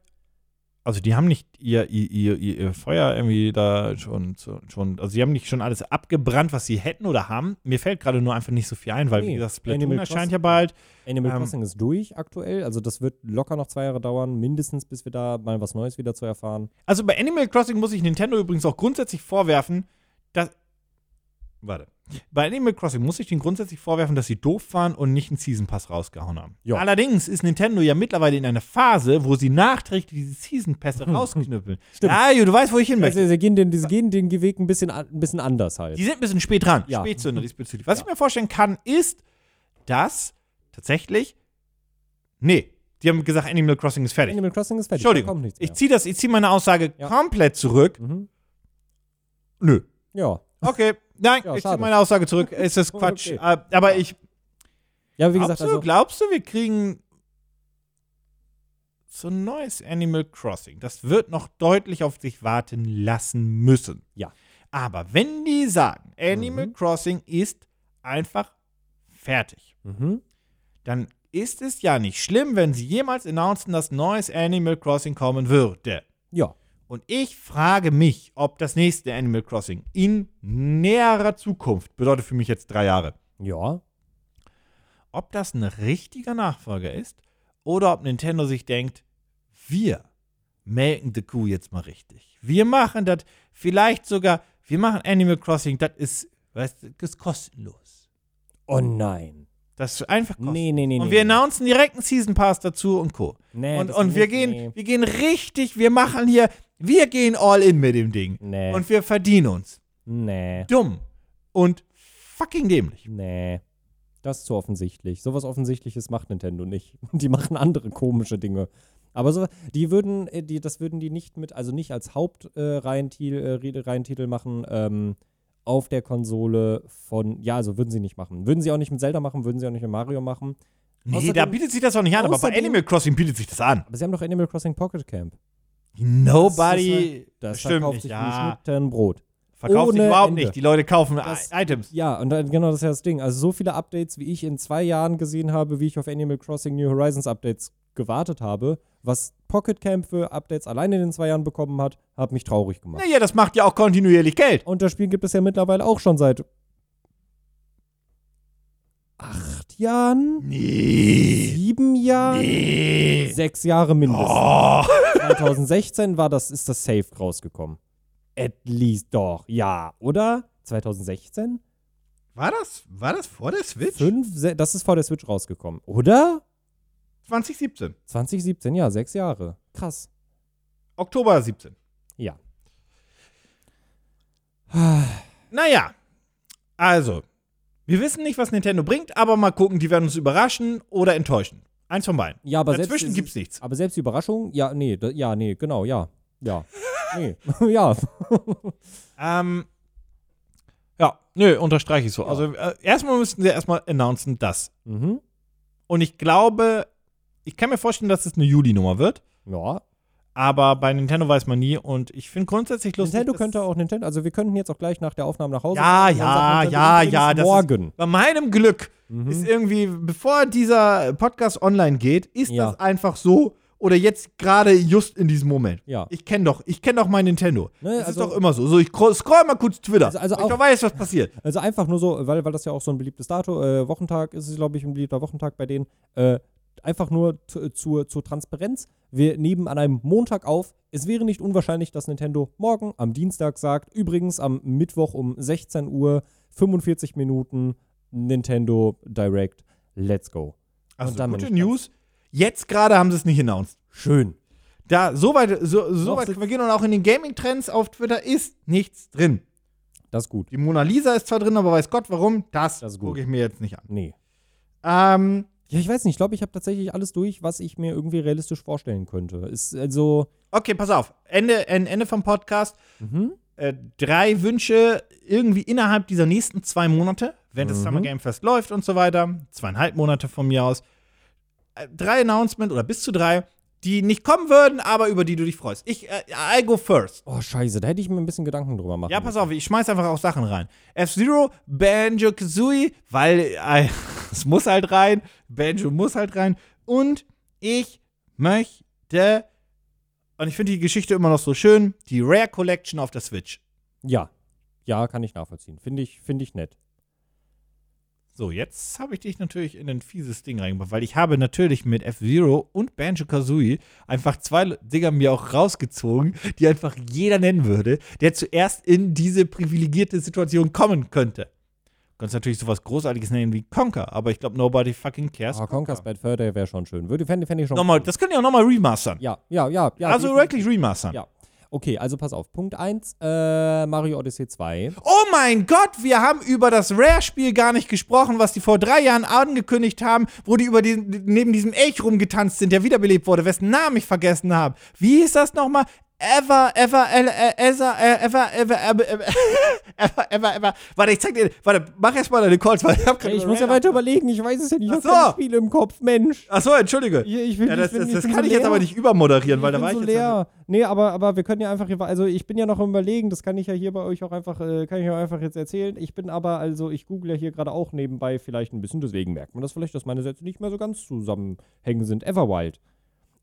A: also die haben nicht ihr, ihr, ihr, ihr ihr Feuer irgendwie da schon, so- schon, also sie haben nicht schon alles abgebrannt, was sie hätten oder haben. Mir fällt gerade nur einfach nicht so viel ein, weil
B: Nee,
A: wie gesagt,
B: Animal
A: Splatoon erscheint
B: Crossing.
A: ja bald.
B: Animal
A: Ähm,
B: Crossing ist durch aktuell. Also das wird locker noch zwei Jahre dauern, mindestens, bis wir da mal was Neues wieder zu erfahren.
A: Also bei Animal Crossing muss ich Nintendo übrigens auch grundsätzlich vorwerfen, dass. Warte. Bei Animal Crossing muss ich den grundsätzlich vorwerfen, dass sie doof waren und nicht einen Season Pass rausgehauen haben.
B: Ja.
A: Allerdings ist Nintendo ja mittlerweile in einer Phase, wo sie nachträglich diese Season Pässe rausknüppeln.
B: Stimmt.
A: Ja, Ju, du weißt, wo ich hin möchte.
B: Also sie gehen den, sie gehen den Weg ein bisschen, an- ein bisschen anders halt.
A: Die sind ein bisschen spät dran.
B: Ja.
A: Spätzünder diesbezüglich. Was ich mir vorstellen kann, ist, dass tatsächlich. Nee, die haben gesagt, Animal Crossing ist fertig.
B: Animal Crossing ist fertig. da
A: Entschuldigung.
B: Kommt nichts
A: Ich
B: mehr.
A: ziehe das, ich ziehe meine Aussage
B: Ja.
A: komplett zurück.
B: Mhm.
A: Nö.
B: Ja.
A: Okay, nein,
B: Ja,
A: ich ziehe
B: schade.
A: meine Aussage zurück. Es ist Quatsch.
B: Okay.
A: Äh, Aber ich,
B: Ja, wie
A: glaubst,
B: gesagt, also
A: du, glaubst du, wir kriegen so ein neues Animal Crossing? Das wird noch deutlich auf sich warten lassen müssen.
B: Ja.
A: Aber wenn die sagen, Animal
B: Mhm.
A: Crossing ist einfach fertig,
B: mhm.
A: dann ist es ja nicht schlimm, wenn sie jemals announcen, dass neues Animal Crossing kommen würde.
B: ja.
A: Und ich frage mich, ob das nächste Animal Crossing in näherer Zukunft, bedeutet für mich jetzt drei Jahre,
B: Ja.
A: ob das ein richtiger Nachfolger ist oder ob Nintendo sich denkt, wir melken die Kuh jetzt mal richtig. Wir machen das vielleicht sogar, wir machen Animal Crossing, das ist, weißt du, das ist kostenlos.
B: Oh nein.
A: Das ist einfach kostenlos.
B: Nee, nee, nee,
A: und
B: nee,
A: wir
B: nee.
A: announcen direkt einen Season Pass dazu und Co.
B: Nee,
A: und
B: das
A: und wir,
B: nicht,
A: gehen,
B: nee.
A: wir gehen richtig, wir machen hier, wir gehen all in mit dem Ding.
B: Nee.
A: Und wir verdienen uns.
B: Nee.
A: dumm und fucking dämlich.
B: Nee. Das ist zu offensichtlich. Sowas Offensichtliches macht Nintendo nicht. Die machen andere komische Dinge. Aber so, die würden, äh, die, das würden die nicht mit, also nicht als Hauptreihentitel äh, Reihentitel- äh, Rede- Reihentitel machen, ähm, auf der Konsole von, ja, also würden sie nicht machen. Würden sie auch nicht mit Zelda machen, würden sie auch nicht mit Mario machen.
A: Nee,
B: Außerdem-
A: da bietet sich das auch nicht an, aber bei
B: außerdem-
A: Animal Crossing bietet sich das an.
B: Aber sie haben doch Animal Crossing Pocket Camp.
A: Nobody
B: Das
A: stimmt
B: verkauft
A: nicht,
B: sich
A: ja.
B: wie Schnitten Brot.
A: Verkauft sich
B: ohne
A: überhaupt
B: Ende.
A: nicht. Die Leute kaufen
B: Das-
A: I Items.
B: Ja, und dann, genau das ist ja das Ding. Also so viele Updates, wie ich in zwei Jahren gesehen habe, wie ich auf Animal Crossing New Horizons Updates gewartet habe, was Pocket Camp für Updates alleine in den zwei Jahren bekommen hat, hat mich traurig gemacht.
A: Naja, das macht ja auch kontinuierlich Geld.
B: Und das Spiel gibt es ja mittlerweile auch schon seit acht Jahren,
A: Nee.
B: sieben Jahren,
A: Nee.
B: sechs Jahre mindestens.
A: Oh.
B: 2016 war das, ist das Safe rausgekommen. At least doch, ja, oder? 2016?
A: War das, war das vor der Switch?
B: Fünf, se- das ist vor der Switch rausgekommen, oder?
A: 2017.
B: 2017, ja, sechs Jahre. Krass.
A: Oktober 17.
B: Ja.
A: Naja, also, wir wissen nicht, was Nintendo bringt, aber mal gucken, die werden uns überraschen oder enttäuschen. Eins von beiden.
B: Ja, aber
A: Dazwischen
B: selbst,
A: gibt's nichts.
B: Aber selbst die Überraschung, ja, nee, da, ja, nee, genau, ja. Ja. Nee. ja.
A: Ähm, ja, nö, unterstreiche ich so. Also äh, erstmal müssten sie erstmal announcen, das.
B: Mhm.
A: Und ich glaube, ich kann mir vorstellen, dass es eine Juli-Nummer wird.
B: Ja.
A: Aber bei Nintendo weiß man nie. Und ich finde grundsätzlich lustig.
B: Nintendo
A: dass-
B: könnte auch Nintendo, also wir könnten jetzt auch gleich nach der Aufnahme nach Hause.
A: Ja,
B: fahren und dann
A: ja,
B: sagt Nintendo
A: ja,
B: übrigens
A: ja. Das
B: Morgen.
A: Ist, bei meinem Glück
B: Mhm.
A: ist irgendwie, bevor dieser Podcast online geht, ist
B: Ja.
A: das einfach so. Oder jetzt gerade just in diesem Moment.
B: Ja.
A: Ich kenne doch, ich kenne doch mein Nintendo.
B: Ne,
A: das
B: also-
A: ist doch immer so. So, ich scroll, scroll mal kurz Twitter.
B: Also- also
A: Weil ich
B: auch-
A: doch weiß, was passiert.
B: Also einfach nur so, weil, weil das ja auch so ein beliebtes Dato, äh, Wochentag ist es, glaube ich, ein beliebter Wochentag bei denen. Äh, einfach nur t- zur, zur Transparenz. Wir nehmen an einem Montag auf. Es wäre nicht unwahrscheinlich, dass Nintendo morgen am Dienstag sagt, übrigens am Mittwoch um 16 Uhr, 45 Minuten, Nintendo Direct, let's go.
A: Also
B: Und dann bin
A: gute
B: ich ganz-
A: News. Jetzt gerade haben sie es nicht announced.
B: Schön.
A: Da, so weit, so, so
B: Noch
A: weit
B: sind-
A: können wir gehen. Und auch in den Gaming-Trends auf Twitter ist nichts drin.
B: Das ist gut.
A: Die Mona Lisa ist zwar drin, aber weiß Gott warum. Das,
B: Das ist gut.
A: gucke ich mir jetzt nicht an.
B: Nee.
A: Ähm,
B: Ja, ich weiß nicht. Ich glaube, ich habe tatsächlich alles durch, was ich mir irgendwie realistisch vorstellen könnte. Ist also.
A: okay, pass auf. Ende, en- Ende vom Podcast.
B: Mhm.
A: Äh, drei Wünsche irgendwie innerhalb dieser nächsten zwei Monate, wenn das
B: Mhm.
A: Summer Game Fest läuft und so weiter. Zweieinhalb Monate von mir aus. Äh, drei Announcements oder bis zu drei, die nicht kommen würden, aber über die du dich freust. Ich, äh, I go first.
B: Oh, scheiße. Da hätte ich mir ein bisschen Gedanken drüber machen
A: Ja, pass auf, ich schmeiß einfach auch Sachen rein. F-Zero, Banjo Kazooie, weil äh, es muss halt rein, Banjo muss halt rein. Und ich möchte, und ich finde die Geschichte immer noch so schön, die Rare Collection auf der Switch.
B: Ja. Ja, kann ich nachvollziehen. Finde ich, finde ich nett.
A: So, jetzt habe ich dich natürlich in ein fieses Ding reingebracht, weil ich habe natürlich mit F-Zero und Banjo Kazooie einfach zwei Dinger mir auch rausgezogen, die einfach jeder nennen würde, der zuerst in diese privilegierte Situation kommen könnte. Du kannst natürlich sowas Großartiges nennen wie Conker, aber ich glaube, nobody fucking cares.
B: Ah, Conker's Bad Fur Day wäre schon schön. Würde, fände, fände ich schon.
A: Nochmal, das können die auch nochmal remastern.
B: Ja, ja, ja. ja
A: also
B: definitiv.
A: wirklich remastern.
B: Ja. Okay, also pass auf. Punkt 1, äh, Mario Odyssey 2.
A: Oh mein Gott, wir haben über das Rare-Spiel gar nicht gesprochen, was die vor drei Jahren angekündigt haben, wo die über diesen, neben diesem Elch rumgetanzt sind, der wiederbelebt wurde, wessen Namen ich vergessen habe. Wie hieß das nochmal? Ever, ever, el- äh, ever, äh, ever, ever, ever, ever, ever, ever, ever. Warte, ich zeig dir. Warte, mach erstmal deine Calls, weil ich hab
B: Ey,
A: keine
B: ich muss ja weiter überlegen. Ich weiß es ja nicht. Ich
A: Ach
B: habe
A: so.
B: keine Spiele im Kopf. Mensch.
A: Achso, entschuldige.
B: Ich, ich will,
A: Ja, das,
B: ich bin,
A: das, das
B: bin
A: kann
B: so
A: ich jetzt
B: leer.
A: aber nicht übermoderieren, weil da
B: ich
A: war
B: bin so
A: ich jetzt.
B: leer. Nee, aber, aber wir können ja einfach, hier- also ich bin ja noch am überlegen, das kann ich ja hier bei euch auch einfach, äh, kann ich ja einfach jetzt erzählen. Ich bin aber, also ich google ja hier gerade auch nebenbei vielleicht ein bisschen, deswegen merkt man das vielleicht, dass meine Sätze nicht mehr so ganz zusammenhängen sind. Everwild.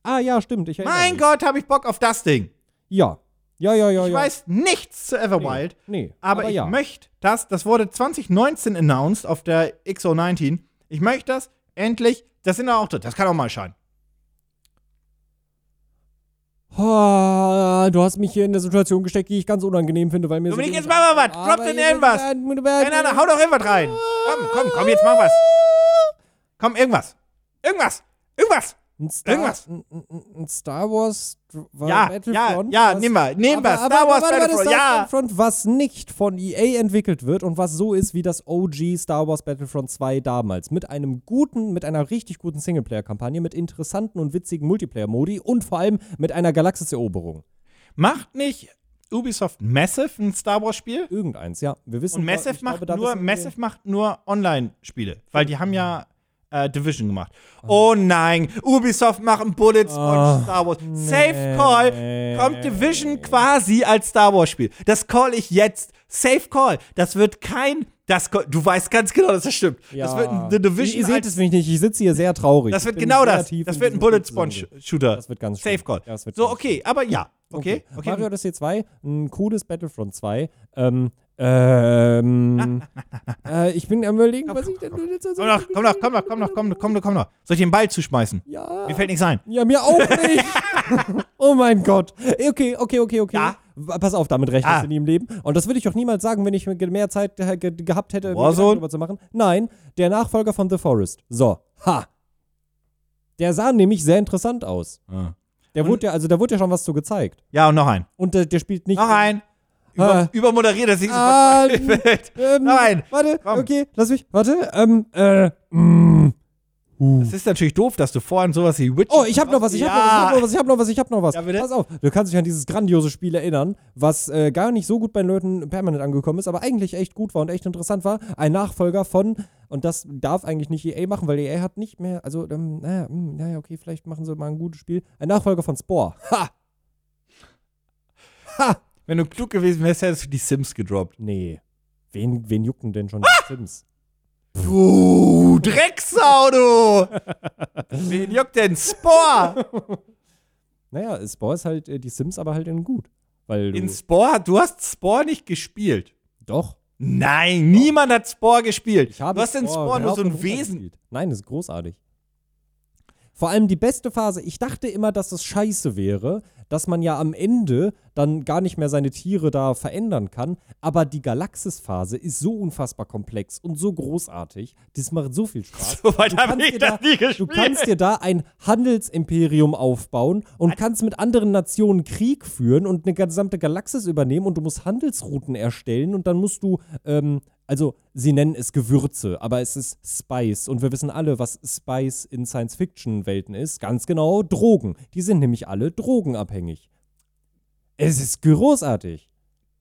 B: Ah ja, stimmt, ich erinnere
A: Mein
B: mich.
A: Gott, habe ich Bock auf das Ding.
B: Ja. Ja, ja, ja,
A: Ich
B: ja.
A: weiß nichts zu Everwild.
B: Nee, nee.
A: Aber, ich
B: ja.
A: möchte das, das wurde 2019 announced auf der XO19. Ich möchte das endlich, das sind da auch drin, das kann auch mal erscheinen.
B: Ah, du hast mich hier in der Situation gesteckt, die ich ganz unangenehm finde, weil mir
A: Dominik,
B: so
A: jetzt mach mal was. Drop denn irgendwas. Nein, nein, nein, hau doch irgendwas rein. Komm, komm, komm, jetzt mach was. Komm, irgendwas. Irgendwas. Irgendwas.
B: Ein Star,
A: Irgendwas.
B: Ein, ein- ein Star Wars war
A: Ja, ja,
B: Battlefront.
A: ja,
B: was-
A: nehmen wir, nehmen wir.
B: aber-
A: Star
B: aber-
A: Wars
B: aber- aber das
A: Battlefront,
B: Star Wars
A: ja.
B: Battlefront, was nicht von EA entwickelt wird und was so ist wie das OG Star Wars Battlefront 2 damals. Mit einem guten, mit einer richtig guten Singleplayer-Kampagne, mit interessanten und witzigen Multiplayer-Modi und vor allem mit einer Galaxis-Eroberung.
A: Macht nicht Ubisoft Massive ein Star Wars Spiel?
B: Irgendeins, ja. Wir wissen
A: Und Massive
B: ich
A: macht
B: glaube, da
A: nur
B: wissen wir-
A: Massive macht nur Online-Spiele, weil die haben ja äh, Division gemacht. Oh nein, Ubisoft machen Bullets
B: Ah,
A: und Star Wars. Safe Call kommt Division quasi als Star Wars Spiel. Das call ich jetzt. Safe Call. Das wird kein das call, du weißt ganz genau, dass das stimmt.
B: Ja.
A: Das wird ein The Division
B: Ihr seht
A: als,
B: es mich nicht, ich sitze hier sehr traurig.
A: das wird
B: Ich bin
A: genau
B: sehr
A: das.
B: tief
A: Das
B: in
A: wird ein
B: diesem
A: Bullet
B: Film
A: Sponge
B: zusammengesetzt.
A: Shooter.
B: Das wird ganz
A: Safe
B: schlimm.
A: Call.
B: Ja, das wird
A: so
B: ganz
A: okay, aber ja. Okay, okay.
B: Mario Odyssey 2, ein cooles Battlefront 2. Ähm, ähm, äh, ich bin am überlegen, was ich denn jetzt
A: Komm noch, komm noch, komm noch, komm noch, komm noch, komm noch, komm noch. Soll ich den Ball zuschmeißen?
B: Ja.
A: Mir fällt nichts ein.
B: Ja, mir auch nicht. oh mein Gott. Okay, okay, okay, okay.
A: Ja. Ah.
B: W- Pass auf, damit rechnest
A: Ja.
B: du nie im Leben. Und das würde ich auch niemals sagen, wenn ich mir mehr Zeit ge ge gehabt hätte, mir Gedanken
A: Warzone?
B: drüber zu machen. Nein, der Nachfolger von The Forest. So, ha. Der sah nämlich sehr interessant aus.
A: Ah.
B: Der wurde ja, also da wurde ja schon was zu gezeigt.
A: Ja, und noch ein.
B: Und der, der spielt nicht.
A: Noch ein.
B: Ah.
A: Über, übermoderiert, dass ich
B: Ah,
A: sofort fällt.
B: Ähm,
A: Nein.
B: Warte,
A: Komm.
B: okay, lass mich. Warte. Ähm, äh, mm, Uh.
A: Es ist natürlich doof, dass du vorhin sowas wie Witcher.
B: Oh, ich hab noch was, ich hab noch was, ich hab noch was, ich hab noch was, ich
A: Ja,
B: hab noch
A: bitte?
B: was. Pass auf, du kannst dich an dieses grandiose Spiel erinnern, was äh, gar nicht so gut bei den Leuten permanent angekommen ist, aber eigentlich echt gut war und echt interessant war. Ein Nachfolger von, und das darf eigentlich nicht EA machen, weil EA hat nicht mehr, also, ähm, naja, hm, naja, okay, vielleicht machen sie mal ein gutes Spiel. Ein Nachfolger von Spore. Ha! Ha!
A: Wenn du klug gewesen wärst, hättest du die Sims gedroppt.
B: Nee. Wen, wen jucken denn schon
A: Ah!
B: die Sims?
A: Du Drecksau, du! Wen juckt denn Spore?
B: Naja, Spore ist halt äh, die Sims, aber halt in gut. Weil du,
A: In Spore, du hast Spore nicht gespielt.
B: doch.
A: Nein, niemand hat Spore gespielt.
B: Ich habe
A: du hast in
B: Spore
A: Spore nur
B: rauf
A: so
B: und
A: ein
B: runter
A: Wesen.
B: gespielt. Nein, das ist großartig. Vor allem die beste Phase. Ich dachte immer, dass das scheiße wäre, dass man ja am Ende dann gar nicht mehr seine Tiere da verändern kann. Aber die Galaxis-Phase ist so unfassbar komplex und so großartig. Das macht so viel Spaß.
A: So weit
B: Du
A: habe
B: kannst
A: ich
B: dir
A: das
B: da-
A: nie gespielt.
B: Du kannst dir da ein Handelsimperium aufbauen und kannst mit anderen Nationen Krieg führen und eine gesamte Galaxis übernehmen und du musst Handelsrouten erstellen und dann musst du, ähm, also sie nennen es Gewürze, aber es ist Spice und wir wissen alle, was Spice in Science-Fiction-Welten ist. Ganz genau, Drogen. Die sind nämlich alle drogenabhängig. Es ist großartig.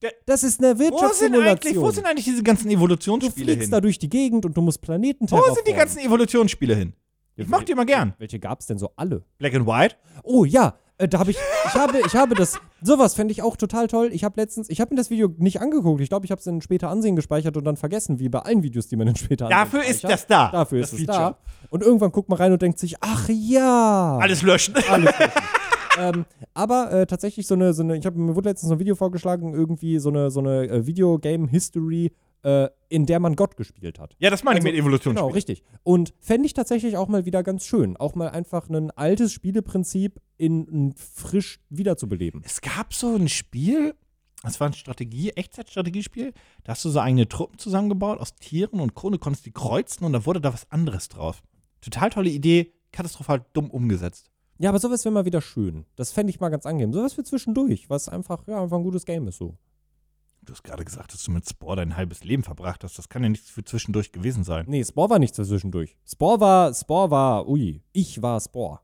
A: Der-
B: Das ist eine
A: wo, sind eigentlich, wo
B: Wirtschaftssimulation.
A: sind eigentlich diese ganzen
B: Du
A: Evolutionsspiele
B: fliegst
A: hin?
B: da durch die Gegend und du musst Planeten
A: Wo sind die
B: terraformen.
A: ganzen Evolutionsspiele hin? Ich mach die immer gern.
B: Welche gab's denn so alle?
A: Black and White?
B: Oh ja, äh, da habe ich, ich habe, ich habe das, sowas fände ich auch total toll. Ich habe letztens, ich habe mir das Video nicht angeguckt. Ich glaube, ich habe es dann später ansehen gespeichert und dann vergessen, wie bei allen Videos, die man dann später ansehen
A: Dafür ist
B: speichert.
A: das da.
B: Dafür
A: das
B: ist es da. Und irgendwann guckt man rein und denkt sich, ach ja.
A: Alles löschen.
B: Ähm, aber äh, tatsächlich so eine, so eine ich habe mir wurde letztens so ein Video vorgeschlagen, irgendwie so eine, so eine äh, Videogame-History, äh, in der man Gott gespielt hat.
A: Ja, das meine ich
B: Also,
A: mit Evolutionsspielen.
B: Genau, richtig. Und fände ich tatsächlich auch mal wieder ganz schön, auch mal einfach ein altes Spieleprinzip in, in frisch wiederzubeleben.
A: Es gab so ein Spiel, das war ein Strategie, Echtzeitstrategiespiel, da hast du so eigene Truppen zusammengebaut aus Tieren und Krone konntest die kreuzen und da wurde da was anderes drauf. Total tolle Idee, katastrophal dumm umgesetzt.
B: Ja, aber sowas wäre mal wieder schön. Das fände ich mal ganz angenehm. Sowas für zwischendurch, was einfach, ja, einfach ein gutes Game ist so.
A: Du hast gerade gesagt, dass du mit Spore dein halbes Leben verbracht hast. Das kann ja nichts für zwischendurch gewesen sein.
B: Nee, Spore war nichts für zwischendurch. Spore war, Spore war, ui, ich war Spore.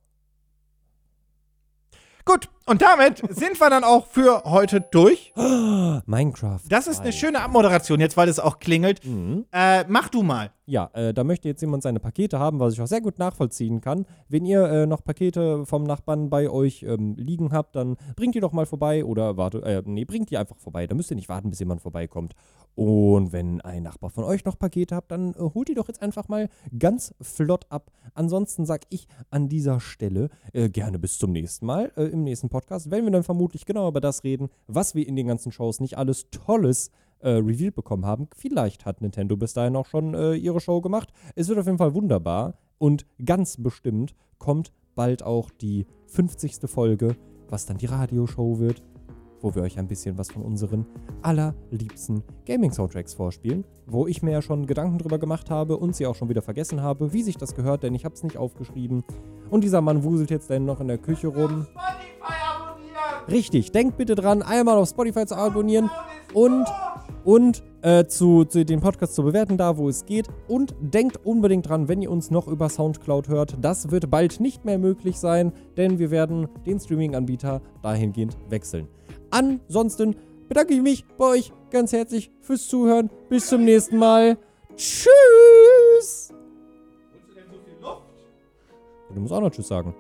A: Gut, und damit sind wir dann auch für heute durch.
B: Minecraft.
A: Das ist eine
B: 2.
A: schöne Abmoderation jetzt, weil es auch klingelt.
B: Mhm.
A: Äh, mach du mal.
B: Ja, äh, da möchte jetzt jemand seine Pakete haben, was ich auch sehr gut nachvollziehen kann. Wenn ihr äh, noch Pakete vom Nachbarn bei euch ähm, liegen habt, dann bringt die doch mal vorbei oder warte, äh, nee, bringt die einfach vorbei. Da müsst ihr nicht warten, bis jemand vorbeikommt. Und wenn ein Nachbar von euch noch Pakete habt, dann äh, holt die doch jetzt einfach mal ganz flott ab. Ansonsten sag ich an dieser Stelle äh, gerne bis zum nächsten Mal äh, im nächsten Podcast, wenn wir dann vermutlich genau über das reden, was wir in den ganzen Shows nicht alles Tolles äh, revealed bekommen haben. Vielleicht hat Nintendo bis dahin auch schon äh, ihre Show gemacht. Es wird auf jeden Fall wunderbar und ganz bestimmt kommt bald auch die 50. Folge, was dann die Radioshow wird, wo wir euch ein bisschen was von unseren allerliebsten Gaming-Soundtracks vorspielen, wo ich mir ja schon Gedanken drüber gemacht habe und sie auch schon wieder vergessen habe, wie sich das gehört, denn ich habe es nicht aufgeschrieben. Und dieser Mann wuselt jetzt dann noch in der Küche rum. Richtig, denkt bitte dran, einmal auf Spotify zu abonnieren und, und äh, zu, zu den Podcast zu bewerten, da wo es geht. Und denkt unbedingt dran, wenn ihr uns noch über Soundcloud hört, das wird bald nicht mehr möglich sein, denn wir werden den Streaming-Anbieter dahingehend wechseln. Ansonsten bedanke ich mich bei euch ganz herzlich fürs Zuhören. Bis zum nächsten Mal. Tschüss! Du musst auch noch Tschüss sagen.